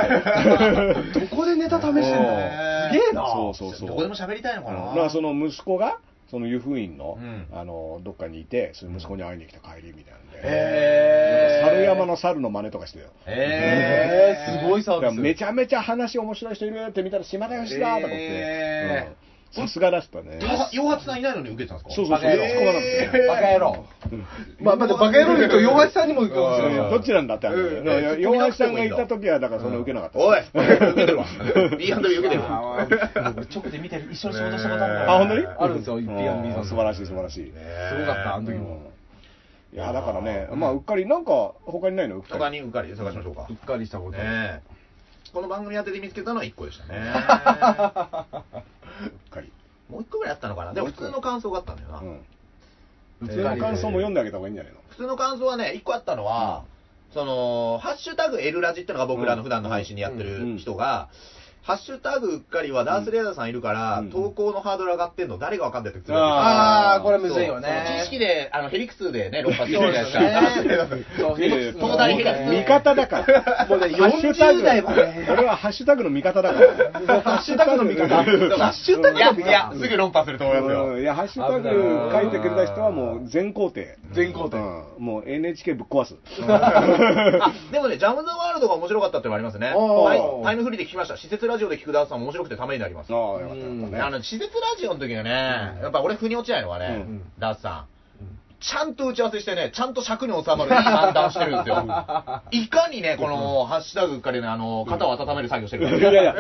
Speaker 1: ムで
Speaker 3: どこでネタ試してんのすげえな。
Speaker 1: そうそうそう
Speaker 2: どこでも喋りたいのか
Speaker 1: だ
Speaker 2: な
Speaker 1: からその息子がその湯布院の,、
Speaker 2: うん
Speaker 1: あのどっかにいてその息子に会いに来た帰りみたいなんで、
Speaker 2: え
Speaker 1: 猿山の猿の真似とかしてたよ
Speaker 2: え
Speaker 3: えー、すごいサ
Speaker 1: だ
Speaker 3: ー
Speaker 1: か
Speaker 3: ビ
Speaker 1: ら
Speaker 3: ス。
Speaker 1: めちゃめちゃ話面白い人いるって見たら島田よしだとかって
Speaker 2: え
Speaker 1: うんさすがだったね
Speaker 2: 洋髪さんいないのに受けてたんですか
Speaker 1: そうそうそう
Speaker 3: バカ野郎
Speaker 1: 突っ込まなくて
Speaker 3: バカ野郎。まあ、まだバカ野郎言うと、弱橋さんにも行くかもしれない。
Speaker 1: どっちなんだってあるんだよ
Speaker 2: うん
Speaker 1: ね洋橋さんがいた時はだからそんな受けなかった
Speaker 2: おい受けて るわ B&B 受けてるわ
Speaker 3: 直で見てる、一緒に仕事したことあるか
Speaker 1: あ本当に
Speaker 3: あるんですよ、
Speaker 1: う
Speaker 3: B&B
Speaker 1: ん
Speaker 3: さん。
Speaker 1: 素晴らしい素晴らしい
Speaker 3: すごかった、あの時
Speaker 1: う
Speaker 3: も。
Speaker 1: んいやだからねまあうっかりなんか他にないのうっか
Speaker 2: 他
Speaker 1: り
Speaker 2: にうっかり探しましょうか
Speaker 3: うっかりしたこと。
Speaker 2: ねえこの番組当てで見つけたのは1個でした ね
Speaker 1: うっかり
Speaker 2: もう1個ぐらいあったのかなでも普通の感想があったんだよな
Speaker 1: うん
Speaker 3: う
Speaker 1: 普
Speaker 3: っか
Speaker 1: 通
Speaker 3: り
Speaker 1: の感想も読んであげた方がいいんじゃないの
Speaker 2: 普通の感想はね1個あったのはその「ハッシュタグ L ラジ」ってのが僕らの普段の配信でやって
Speaker 1: うん
Speaker 2: る人が「ハッシュタグうっかり」はダース・レーダーさんいるから
Speaker 1: うん
Speaker 2: 投稿のハードル上がってんの誰がわかんないって普通に
Speaker 3: あーこれむずいよ
Speaker 2: そうその知
Speaker 3: ね。
Speaker 2: 識で、あの、ヘリクスでね、6発
Speaker 3: そうですね。そう
Speaker 1: いやいや
Speaker 2: 東大ヘリクス
Speaker 1: 味方だから
Speaker 3: もうね
Speaker 1: ハッシュタグ
Speaker 3: 40代はね
Speaker 1: 俺はハッシュタグの味方だから
Speaker 3: ハッシュタグの味方。ハッシュタ グの味
Speaker 2: いや、
Speaker 3: 方。
Speaker 2: すぐ論破すると思いますよ。
Speaker 1: うんいや、ハッシュタグ書いてくれた人はもう全肯定。
Speaker 3: 全肯定
Speaker 1: うんもう NHK ぶっ壊す。
Speaker 2: あでもね、ジャム・ザ・ワールドが面白かったってのもありますね。
Speaker 3: おー
Speaker 2: タイタイムフリーで聞きました。施設ララジオで聞くダンスさん面白くてためになります。
Speaker 1: ああ、よかったよかったね。
Speaker 2: あの、施設ラジオの時はね、やっぱ俺、腑に落ちないのはね、
Speaker 1: うん
Speaker 2: ダースさん。ちゃんと打ち合わせしてね、ちゃんと尺に収まるいい判断してるんですよ。いかにね、この、ハッシュタグからね、あの、肩を温める作業してるか
Speaker 1: いやいや、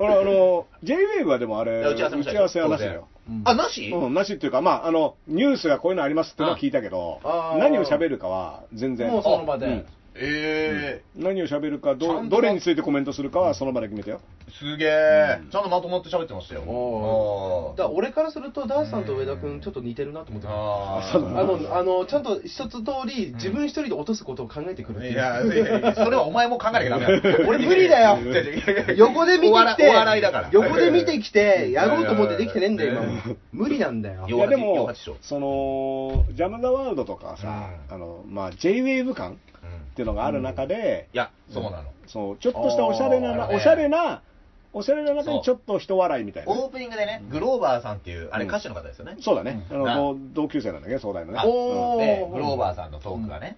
Speaker 1: 俺あの、J-Wave はでもあれ、
Speaker 2: 打ち合わせも
Speaker 1: 打
Speaker 2: した
Speaker 1: ち合わせはなしだよ。
Speaker 2: あ、なし、
Speaker 1: うん、なしっていうか、まあ、あの、ニュースがこういうのありますってのは聞いたけど
Speaker 3: あ、ー
Speaker 1: 何を喋るかは全然。
Speaker 3: もうその場で。
Speaker 1: うん
Speaker 2: え
Speaker 1: 何を喋るか
Speaker 2: ちゃん
Speaker 1: ど、
Speaker 2: と
Speaker 1: どれについてコメントするかはその場で決めたよ。
Speaker 2: ー、すげえ、ちゃんとまとまって喋ってましたよ。
Speaker 3: おだから俺からすると、ダンスさんと上田君、ちょっと似てるなと思ってた。あの、あの、ちゃんと一つ通り、自分一人で落とすことを考えてくるって
Speaker 2: い
Speaker 3: いう。
Speaker 2: や、いやいやそれはお前も考えなきゃダメだよ。俺
Speaker 3: 無理だよ
Speaker 2: いやいやいや
Speaker 3: 横で見て
Speaker 2: お
Speaker 3: き
Speaker 2: 笑
Speaker 3: て、
Speaker 2: いお笑いだから。
Speaker 3: 横で見てきて、やろうと思って
Speaker 2: いやいやいや
Speaker 3: できてねえんだよ、今も。無理なんだよ
Speaker 1: い。
Speaker 2: 洋
Speaker 1: や
Speaker 2: 八
Speaker 1: でも
Speaker 2: 洋八賞、
Speaker 1: その、ジャム・ザ・ワールドとかさ、
Speaker 2: うん
Speaker 1: あの、まあ、J-Wave 感
Speaker 2: うん
Speaker 1: っていうのがある中で、
Speaker 2: いや、そうなの。
Speaker 1: そう、ちょっとしたおしゃれな
Speaker 2: あ
Speaker 1: な、
Speaker 2: ー
Speaker 1: おしゃれな、おしゃれな中
Speaker 2: そ
Speaker 1: に
Speaker 2: う
Speaker 1: ちょっと人笑いみたいなね。
Speaker 2: オープニングでね、グローバーさんっていう、あれ
Speaker 1: うん
Speaker 2: 歌手の方ですよね。
Speaker 1: そうだね。あ
Speaker 2: な
Speaker 1: の、同同級生なんだけど、壮大のね。
Speaker 2: あ
Speaker 1: うん
Speaker 2: で、グローバーさんのトークがね、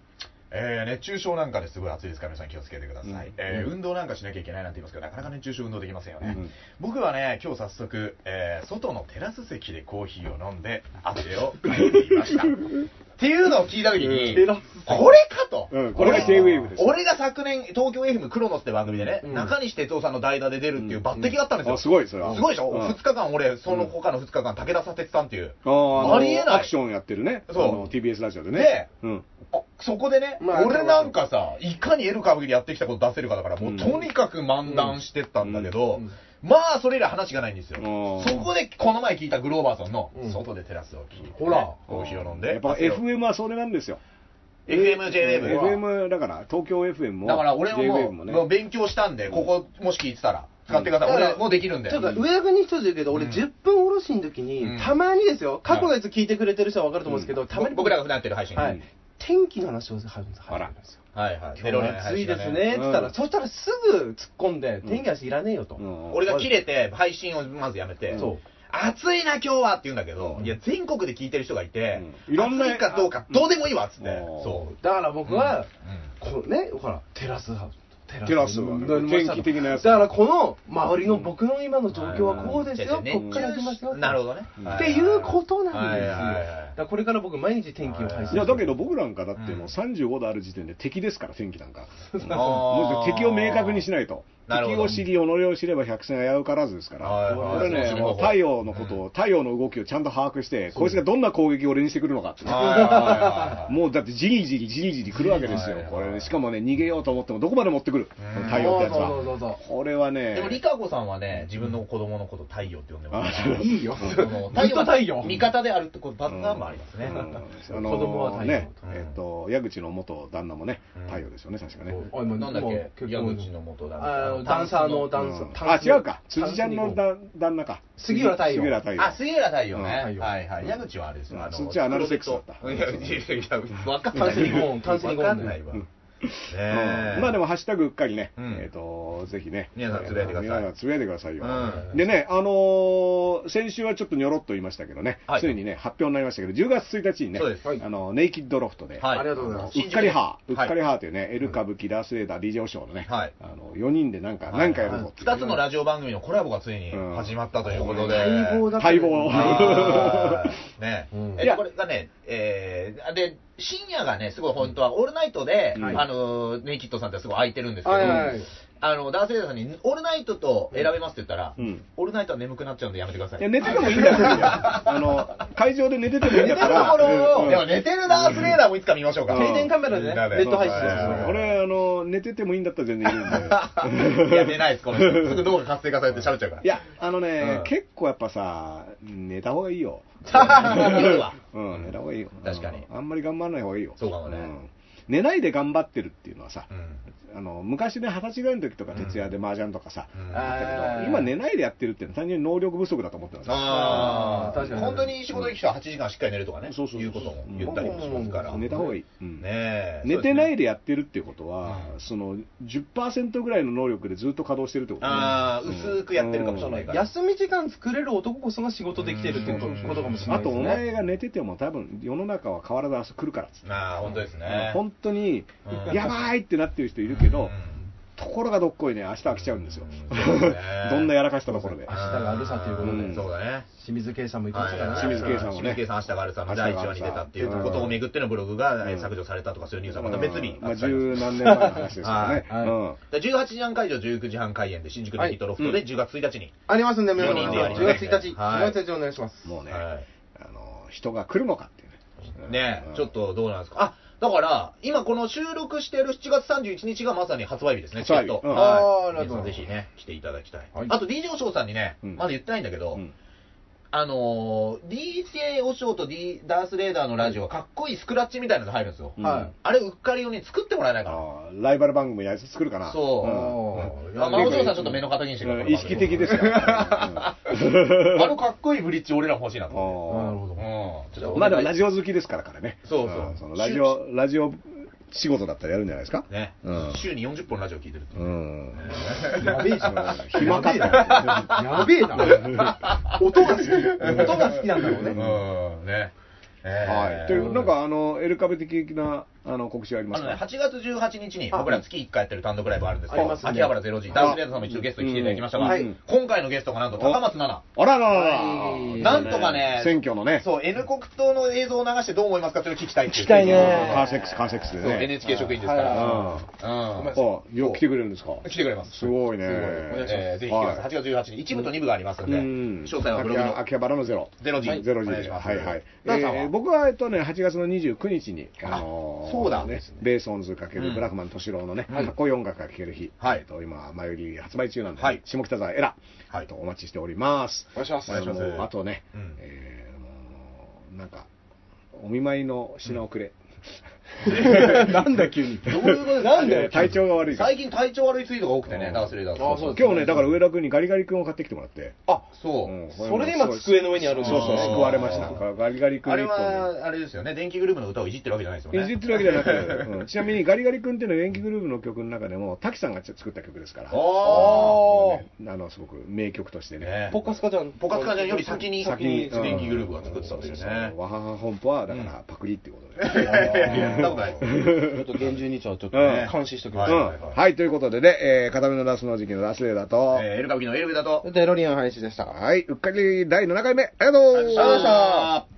Speaker 2: えー熱中症なんかですごい暑いですから皆さん気をつけてください、
Speaker 1: うん
Speaker 2: えー運動なんかしなきゃいけないなんて言いますけどなかなか熱中症運動できませんよね、
Speaker 1: うん
Speaker 2: 僕はね今日早速、えー外のテラス席でコーヒーを飲んで汗をかいていました っていうのを聞いた時に、
Speaker 3: テラス
Speaker 2: これかと、
Speaker 1: うんこれが J-Wave です
Speaker 2: 俺が昨年東京 FM クロノスって番組でね、
Speaker 3: うん
Speaker 2: 中西哲夫さんの代打で出るっていう抜擢があったんですよ、
Speaker 1: あ、すごい、それは。
Speaker 2: すごいでしょ、
Speaker 1: うん
Speaker 2: 2日間俺その他の2日間武田砂鉄さんっていう
Speaker 1: あーの
Speaker 2: ありえない
Speaker 1: アクションやってるね。
Speaker 2: そう
Speaker 1: あの TBS ラジオで
Speaker 2: ね
Speaker 1: ね。うん。
Speaker 2: あそこでね、
Speaker 3: まあ
Speaker 2: 俺なんかさ、いかに L 歌舞伎でやってきたこと出せるかだから、もうとにかく漫談してったんだけど、
Speaker 3: うんうん
Speaker 2: まあ、それ以来話がないんですよ。
Speaker 1: うん
Speaker 2: そこで、この前聞いたグローバーさんの
Speaker 3: う、ん
Speaker 2: 外でテラスを聞いて、
Speaker 3: ほら
Speaker 2: コーヒーを飲んで、
Speaker 1: やっぱ FM はそれなんですよ。
Speaker 2: FM、JWave。
Speaker 1: FM だから、東京 FM も、
Speaker 2: だから俺は
Speaker 1: JWave
Speaker 2: も
Speaker 1: も
Speaker 2: う、
Speaker 1: ね。
Speaker 2: もう勉強したんで、ここもし聞いてたら、使ってください。
Speaker 3: うん
Speaker 2: 俺もうできるんで。
Speaker 3: ちょっと上田君に一つ言うけど、俺
Speaker 2: うん
Speaker 3: 10分おろしの時
Speaker 2: うん
Speaker 3: に、たまにですよ、過去のやつ聞いてくれてる人は分かると思うんですけど、たまに
Speaker 2: 僕らが普段やってる配信。
Speaker 3: は
Speaker 2: うん
Speaker 3: い、天気の話を入るんです
Speaker 1: あら
Speaker 3: 入るんですよ。
Speaker 2: はいはい。
Speaker 3: 今日暑いですね、っ
Speaker 1: うん
Speaker 3: つったら、そしたらすぐ突っ込んで、天気の話いらねえよと。
Speaker 1: うん
Speaker 2: 俺が切れて、配信をまずやめて、
Speaker 3: そう
Speaker 2: 暑いな、今日はって言うんだけど、いや、全国で聞いてる人がいて、
Speaker 1: うんいろんな
Speaker 2: 暑いかどうか、どうでもいいわっつって、
Speaker 1: うん
Speaker 2: そ
Speaker 3: だから僕は、
Speaker 2: う
Speaker 3: こうね、ほら、テラスハウス。テ
Speaker 1: テラスはね天気的なやつ
Speaker 3: だからこの周りの僕の今の状況はこうですよ、
Speaker 2: うん
Speaker 3: こっから行きますよ。
Speaker 2: なるほどね
Speaker 3: うんっていうことなんですよ。
Speaker 2: はいはいはい
Speaker 3: だからこれから僕毎日天気を配信す
Speaker 1: い
Speaker 3: る
Speaker 1: や、だけど僕なんかだってもう
Speaker 2: うん
Speaker 1: 35度ある時点で敵ですから、天気なんか。
Speaker 2: う。
Speaker 1: もう敵を明確にしないと。
Speaker 2: なるほ
Speaker 1: 敵
Speaker 2: ど
Speaker 1: を知り、己を知れば百戦危うからずですか
Speaker 2: はい
Speaker 1: ら、
Speaker 2: は
Speaker 1: こ
Speaker 2: い
Speaker 1: れ
Speaker 2: そうです
Speaker 1: ね、
Speaker 2: ね
Speaker 1: もう太陽のことを、太陽の動きをちゃんと把握して、こいつがどんな攻撃を俺にしてくるのかっていう
Speaker 2: もう、
Speaker 1: もうだってじりじりじりじり来るわけです
Speaker 2: はい
Speaker 1: よ、
Speaker 2: はい
Speaker 1: これね、しかもね、逃げようと思っても、どこまで持ってくる
Speaker 2: うん、
Speaker 1: 太陽ってやつ
Speaker 3: そうそうそう
Speaker 1: は。これは
Speaker 2: でも、リ
Speaker 1: ね、
Speaker 2: カ子さんはね、自分の子供のこと太陽って呼んでます。
Speaker 1: あ
Speaker 3: いいよ。
Speaker 2: その
Speaker 3: ずっと太陽。
Speaker 2: 味方であるってことだったもありますね。
Speaker 1: うんあ
Speaker 3: 子供は
Speaker 1: の
Speaker 3: 太陽
Speaker 1: ね、えっと、矢口の元旦那もね
Speaker 2: うん、
Speaker 1: 太陽ですよね、確かね。
Speaker 3: おいもう
Speaker 2: なんだっ
Speaker 3: もう
Speaker 2: け
Speaker 3: 結婚
Speaker 2: 矢口の元旦那
Speaker 3: あのダンサーのダン
Speaker 1: う
Speaker 3: ス
Speaker 1: ん。
Speaker 3: タ
Speaker 1: あ、
Speaker 3: ンス
Speaker 1: 違うか。辻ちゃんの
Speaker 3: タンスにこ
Speaker 1: だ旦那か。
Speaker 3: う杉浦太陽。
Speaker 1: 杉浦太陽。
Speaker 2: あ、杉浦太陽ね。
Speaker 1: うん
Speaker 3: 太陽
Speaker 2: はいはい。矢口はあれです
Speaker 1: う
Speaker 2: よ。
Speaker 1: ん
Speaker 2: あの
Speaker 1: そっちはアナルセックスだった
Speaker 2: いやいやいや、わかんな
Speaker 3: 炭
Speaker 2: い。
Speaker 3: 水化物炭水化物
Speaker 2: わかんないわ。ねえ
Speaker 1: うんまあでも、ハッシュタグうっかりね、
Speaker 2: うん
Speaker 1: えっと、ぜひね。
Speaker 2: 皆さんつぶやいてください
Speaker 1: 皆さんつぶやいてくださいよ。
Speaker 2: うん
Speaker 1: でね、あのー先週はちょっとにょろっと言いましたけどね
Speaker 2: はい、
Speaker 1: ついにね、発表になりましたけど、10月1日にね
Speaker 2: そうですはい、
Speaker 1: あの、ネイキッドロフトで、
Speaker 2: はい。
Speaker 3: ありがとうございます
Speaker 1: うっかりハー、うっかり
Speaker 2: は
Speaker 1: ハーというね、エル歌舞伎、ダースレーダー、DJ ショーのね、
Speaker 2: はい
Speaker 1: あの4人でなんか、なんかやるぞっていうね
Speaker 2: 2つのラジオ番組のコラボがついに始まったということで。
Speaker 3: 待望だ
Speaker 1: 待望
Speaker 2: あー ね
Speaker 3: うん
Speaker 2: え
Speaker 1: いや
Speaker 2: これがね、えーで、深夜がね、すごい本当は、オールナイトで、
Speaker 1: はい
Speaker 2: あの、ネイキッドさんってすごい空いてるんですけど、
Speaker 3: はいはいはい
Speaker 2: あの、ダースレーダーさんに、オールナイトと選べますって言ったら、
Speaker 1: うん
Speaker 2: オールナイトは眠くなっちゃうんでやめてください。
Speaker 1: いや寝ててもいいんだよ、あの会場で寝ててもいいん
Speaker 2: 寝
Speaker 1: だ
Speaker 2: てると
Speaker 1: か
Speaker 2: こ
Speaker 1: ら、
Speaker 2: ろ
Speaker 1: う
Speaker 2: を、
Speaker 1: ん
Speaker 2: でも寝てるダースレーダーもいつか見ましょうか。
Speaker 1: うん
Speaker 3: 定点カメラでね
Speaker 2: みんな
Speaker 3: ネット配信
Speaker 1: そう
Speaker 3: する
Speaker 1: そうそう俺あの、寝ててもいいんだったら全 然いるんで。
Speaker 2: いや、寝ないです、この人。すぐ脳が活性化されて喋っちゃうから。
Speaker 1: いや、あのね、
Speaker 2: うん
Speaker 1: 結構やっぱさ、寝た方がいいよ。
Speaker 2: 夜は。
Speaker 1: うん、寝た方がいいよ。
Speaker 2: 確かに
Speaker 1: うんあんまり頑張らない方がいいよ。
Speaker 2: そうかもね
Speaker 1: ん寝ないで頑張ってるっていうのはさ、
Speaker 2: うん
Speaker 1: あの昔ね、二十歳ぐらいの時とか、
Speaker 2: うん
Speaker 1: 徹夜で麻雀とかさ、
Speaker 2: うん
Speaker 1: あったけ
Speaker 3: あ
Speaker 1: ど、
Speaker 3: ー
Speaker 1: 今寝ないでやってるっていうのは単純に能力不足だと思ってますよ
Speaker 2: ああ、
Speaker 3: あー確かに
Speaker 2: 本当に仕事できたら8時間しっかり寝るとかね、
Speaker 1: そうそうそう
Speaker 2: いうことも言ったりもしますから。
Speaker 1: 寝た方がいい。うん
Speaker 2: ねえ
Speaker 1: 寝てない
Speaker 2: で。
Speaker 1: でやってるっていうことは、その10%ぐらいの能力でずっと稼働してるってことね
Speaker 2: ああ、薄くやってるかもしれないから。
Speaker 3: 休み時間作れる男こそが仕事できてるってこと
Speaker 2: うん
Speaker 3: ことかもしれな
Speaker 1: あ
Speaker 3: い
Speaker 1: と
Speaker 3: です
Speaker 1: お
Speaker 3: ね。
Speaker 1: 前が寝てても多分世の中は変わらず明日来るからっつって
Speaker 2: ああ、本当ですね。
Speaker 1: 本当に
Speaker 2: うん
Speaker 1: やばいってなってる人いるけど、
Speaker 2: うん
Speaker 1: ところがどっこいね、明日は来ちゃうんですよ
Speaker 2: そうですね。
Speaker 1: どんなやらかしたところで
Speaker 5: 明。日があるさということで、
Speaker 1: うん
Speaker 2: そうだね。
Speaker 5: 清水圭さんも行きま
Speaker 2: はい
Speaker 5: したからね
Speaker 1: 清水圭さんもね
Speaker 2: 清水圭さん、明日があるさん、
Speaker 1: 明日があ
Speaker 2: 第
Speaker 1: る
Speaker 2: 1
Speaker 1: さ
Speaker 2: 話に出たっていうことをめぐってのブログがえー削除されたとか、そういうニュースはまた別に
Speaker 1: ま
Speaker 2: あ
Speaker 1: あ、
Speaker 2: ったりも
Speaker 1: 十何年前の話です からね。
Speaker 5: はい
Speaker 1: うん
Speaker 2: で18時半会場、19時半開演で、新宿のヒットロフトで10月1日に。
Speaker 5: ありますんで、皆さん、
Speaker 2: 四人
Speaker 1: でやり
Speaker 5: 10
Speaker 2: ます
Speaker 5: 月1日、
Speaker 2: はい
Speaker 5: 10月1日お願いします。
Speaker 1: もうね、
Speaker 2: はい
Speaker 1: あの、人が来るのかっていうね。
Speaker 2: ね
Speaker 1: うん
Speaker 2: ちょっとどうなんですか。あ、だから、今この収録している7月31日がまさに発売日ですね、チ
Speaker 1: 発
Speaker 2: ケ
Speaker 1: 売
Speaker 2: ッ
Speaker 1: 日
Speaker 2: ト。
Speaker 1: うん
Speaker 2: は。
Speaker 5: あーない
Speaker 2: 皆
Speaker 5: るほ
Speaker 2: さ
Speaker 5: ど
Speaker 2: んぜひね、来ていただきたい
Speaker 5: はい。
Speaker 2: あと DJ おしょうさんにね、
Speaker 1: うん
Speaker 2: まだ言ってないんだけど、
Speaker 1: うん
Speaker 2: あのー、DJ おしょうと、D、ダースレーダーのラジオはかっこいいスクラッチみたいなのが入るんですよ。
Speaker 1: うん
Speaker 5: は
Speaker 2: あれ、うっかりをね、作ってもらえないかな。
Speaker 1: あーライバル番組やつ作るかな。
Speaker 2: そう。
Speaker 5: うん
Speaker 2: まあ、まあお嬢さんちょっと目の敵にして
Speaker 1: う
Speaker 2: るから
Speaker 1: ん意識的です よ。
Speaker 2: あのかっこいいブリッジ、俺らも欲しいなと思
Speaker 1: うん
Speaker 5: なるほど。
Speaker 2: って。うん
Speaker 1: まあでもラ
Speaker 2: ジ
Speaker 1: ジオ好きですから、彼ね。
Speaker 2: そうそうん
Speaker 1: のラジオ、ラジオ仕事だったらやるんじゃないですか。
Speaker 2: ね
Speaker 1: うん。
Speaker 2: 週に40本ラジオ聞いてるっていう
Speaker 1: う。ん。
Speaker 5: やべえじゃん。
Speaker 1: 暇か
Speaker 5: やべえな。音が好き。音が好きなんだろうね。
Speaker 2: うん、ね。
Speaker 1: はい。という、なんか、あの、エルカベ的な、あの、告知はありま
Speaker 2: あ
Speaker 1: す
Speaker 2: のね、
Speaker 1: か
Speaker 2: 8月18日に僕ら月1回やってる単独ライブあるんですけ
Speaker 5: あり
Speaker 2: ど、
Speaker 5: ますね
Speaker 2: 秋葉原0時、ダウンレードさんも一度ゲストに来ていただきましたが、
Speaker 1: うん
Speaker 2: はい今回のゲストがなんと高松菜
Speaker 1: あららら
Speaker 5: は
Speaker 2: 奈。
Speaker 5: い
Speaker 1: ら。
Speaker 2: なんとかね、
Speaker 1: 選挙のね。
Speaker 2: そう、N 国党の映像を流してどう思いますかというのを聞きたい聞
Speaker 6: きたいね
Speaker 1: カーセックス、カーセックスで
Speaker 2: そう、
Speaker 1: ね。
Speaker 2: NHK 職員ですか
Speaker 1: うん。
Speaker 2: ら。
Speaker 1: あ、
Speaker 2: うん。
Speaker 1: よく来てくれるんですか
Speaker 2: 来てくれます。
Speaker 1: すごいね。
Speaker 2: えーぜひ来てください。8月18日、1部と2部がありますんで、詳細はブログの
Speaker 1: 秋葉原のゼロ。
Speaker 2: ゼロ時。
Speaker 1: ゼロ時
Speaker 2: お願い
Speaker 1: で。
Speaker 2: し
Speaker 1: は
Speaker 2: ます
Speaker 1: いはい。え
Speaker 2: ダンさんは
Speaker 1: ー僕は、えっとね、8月の29日に、あのー、
Speaker 2: そうだ
Speaker 1: ね。ベーソンズ×ブラフマン敏郎のね、かっこいい音楽が聴ける日。
Speaker 2: はい
Speaker 1: えっと、今、前より発売中なんで
Speaker 2: はい、
Speaker 1: 下北沢エラ、
Speaker 2: はい
Speaker 1: えっとお待ちしております。
Speaker 5: お願いします
Speaker 1: あのーあとね
Speaker 2: うん、
Speaker 1: えーもうなんか、お見舞いの品をくれ。
Speaker 5: なんだ急に。
Speaker 2: どういうことですか
Speaker 1: 体調が悪いから
Speaker 2: 最。近体調悪いツイートが多くてね、ダースレーダーズ
Speaker 5: あそうです
Speaker 1: 今日ね、だから上田君にガリガリ君を買ってきてもらって。
Speaker 2: あ、そう。
Speaker 1: うん
Speaker 5: それで今机の上にあるんです
Speaker 1: そう
Speaker 5: ね
Speaker 1: そう、救われました。ガリガリ君
Speaker 2: あれ
Speaker 1: 一本
Speaker 2: は、あれですよね、電気グループの歌をいじってるわけじゃないですよ
Speaker 1: で。
Speaker 2: ね。
Speaker 1: いじってるわけじゃなくて、うんちなみにガリガリ君っていうのは元気グループの曲の中でも、滝さんが作った曲ですから、
Speaker 2: おー
Speaker 1: ねあの、すごく名曲としてね。
Speaker 2: ね
Speaker 5: ポッカスカちゃん。
Speaker 2: ポカスカちゃんより先に、
Speaker 1: 先
Speaker 2: 先
Speaker 1: に
Speaker 2: に電気グループが作ってたんですよね。
Speaker 1: わはは本舗は、だからパクリってことで。
Speaker 2: いやいややったことないです。
Speaker 5: ちょっと厳重にちょっ
Speaker 1: う
Speaker 5: と
Speaker 1: ん
Speaker 5: 監視しとき
Speaker 1: う
Speaker 5: ま
Speaker 1: ん
Speaker 5: す。
Speaker 2: はいはいはい
Speaker 1: はい、ということでね、えー片目のラスの時期のラスレーダーと、
Speaker 2: えーエルカブキのエルベだと、
Speaker 5: デロリアン配信でした。
Speaker 1: はい、うっかり第7回目、ありがとうございました。
Speaker 2: ありがとうございました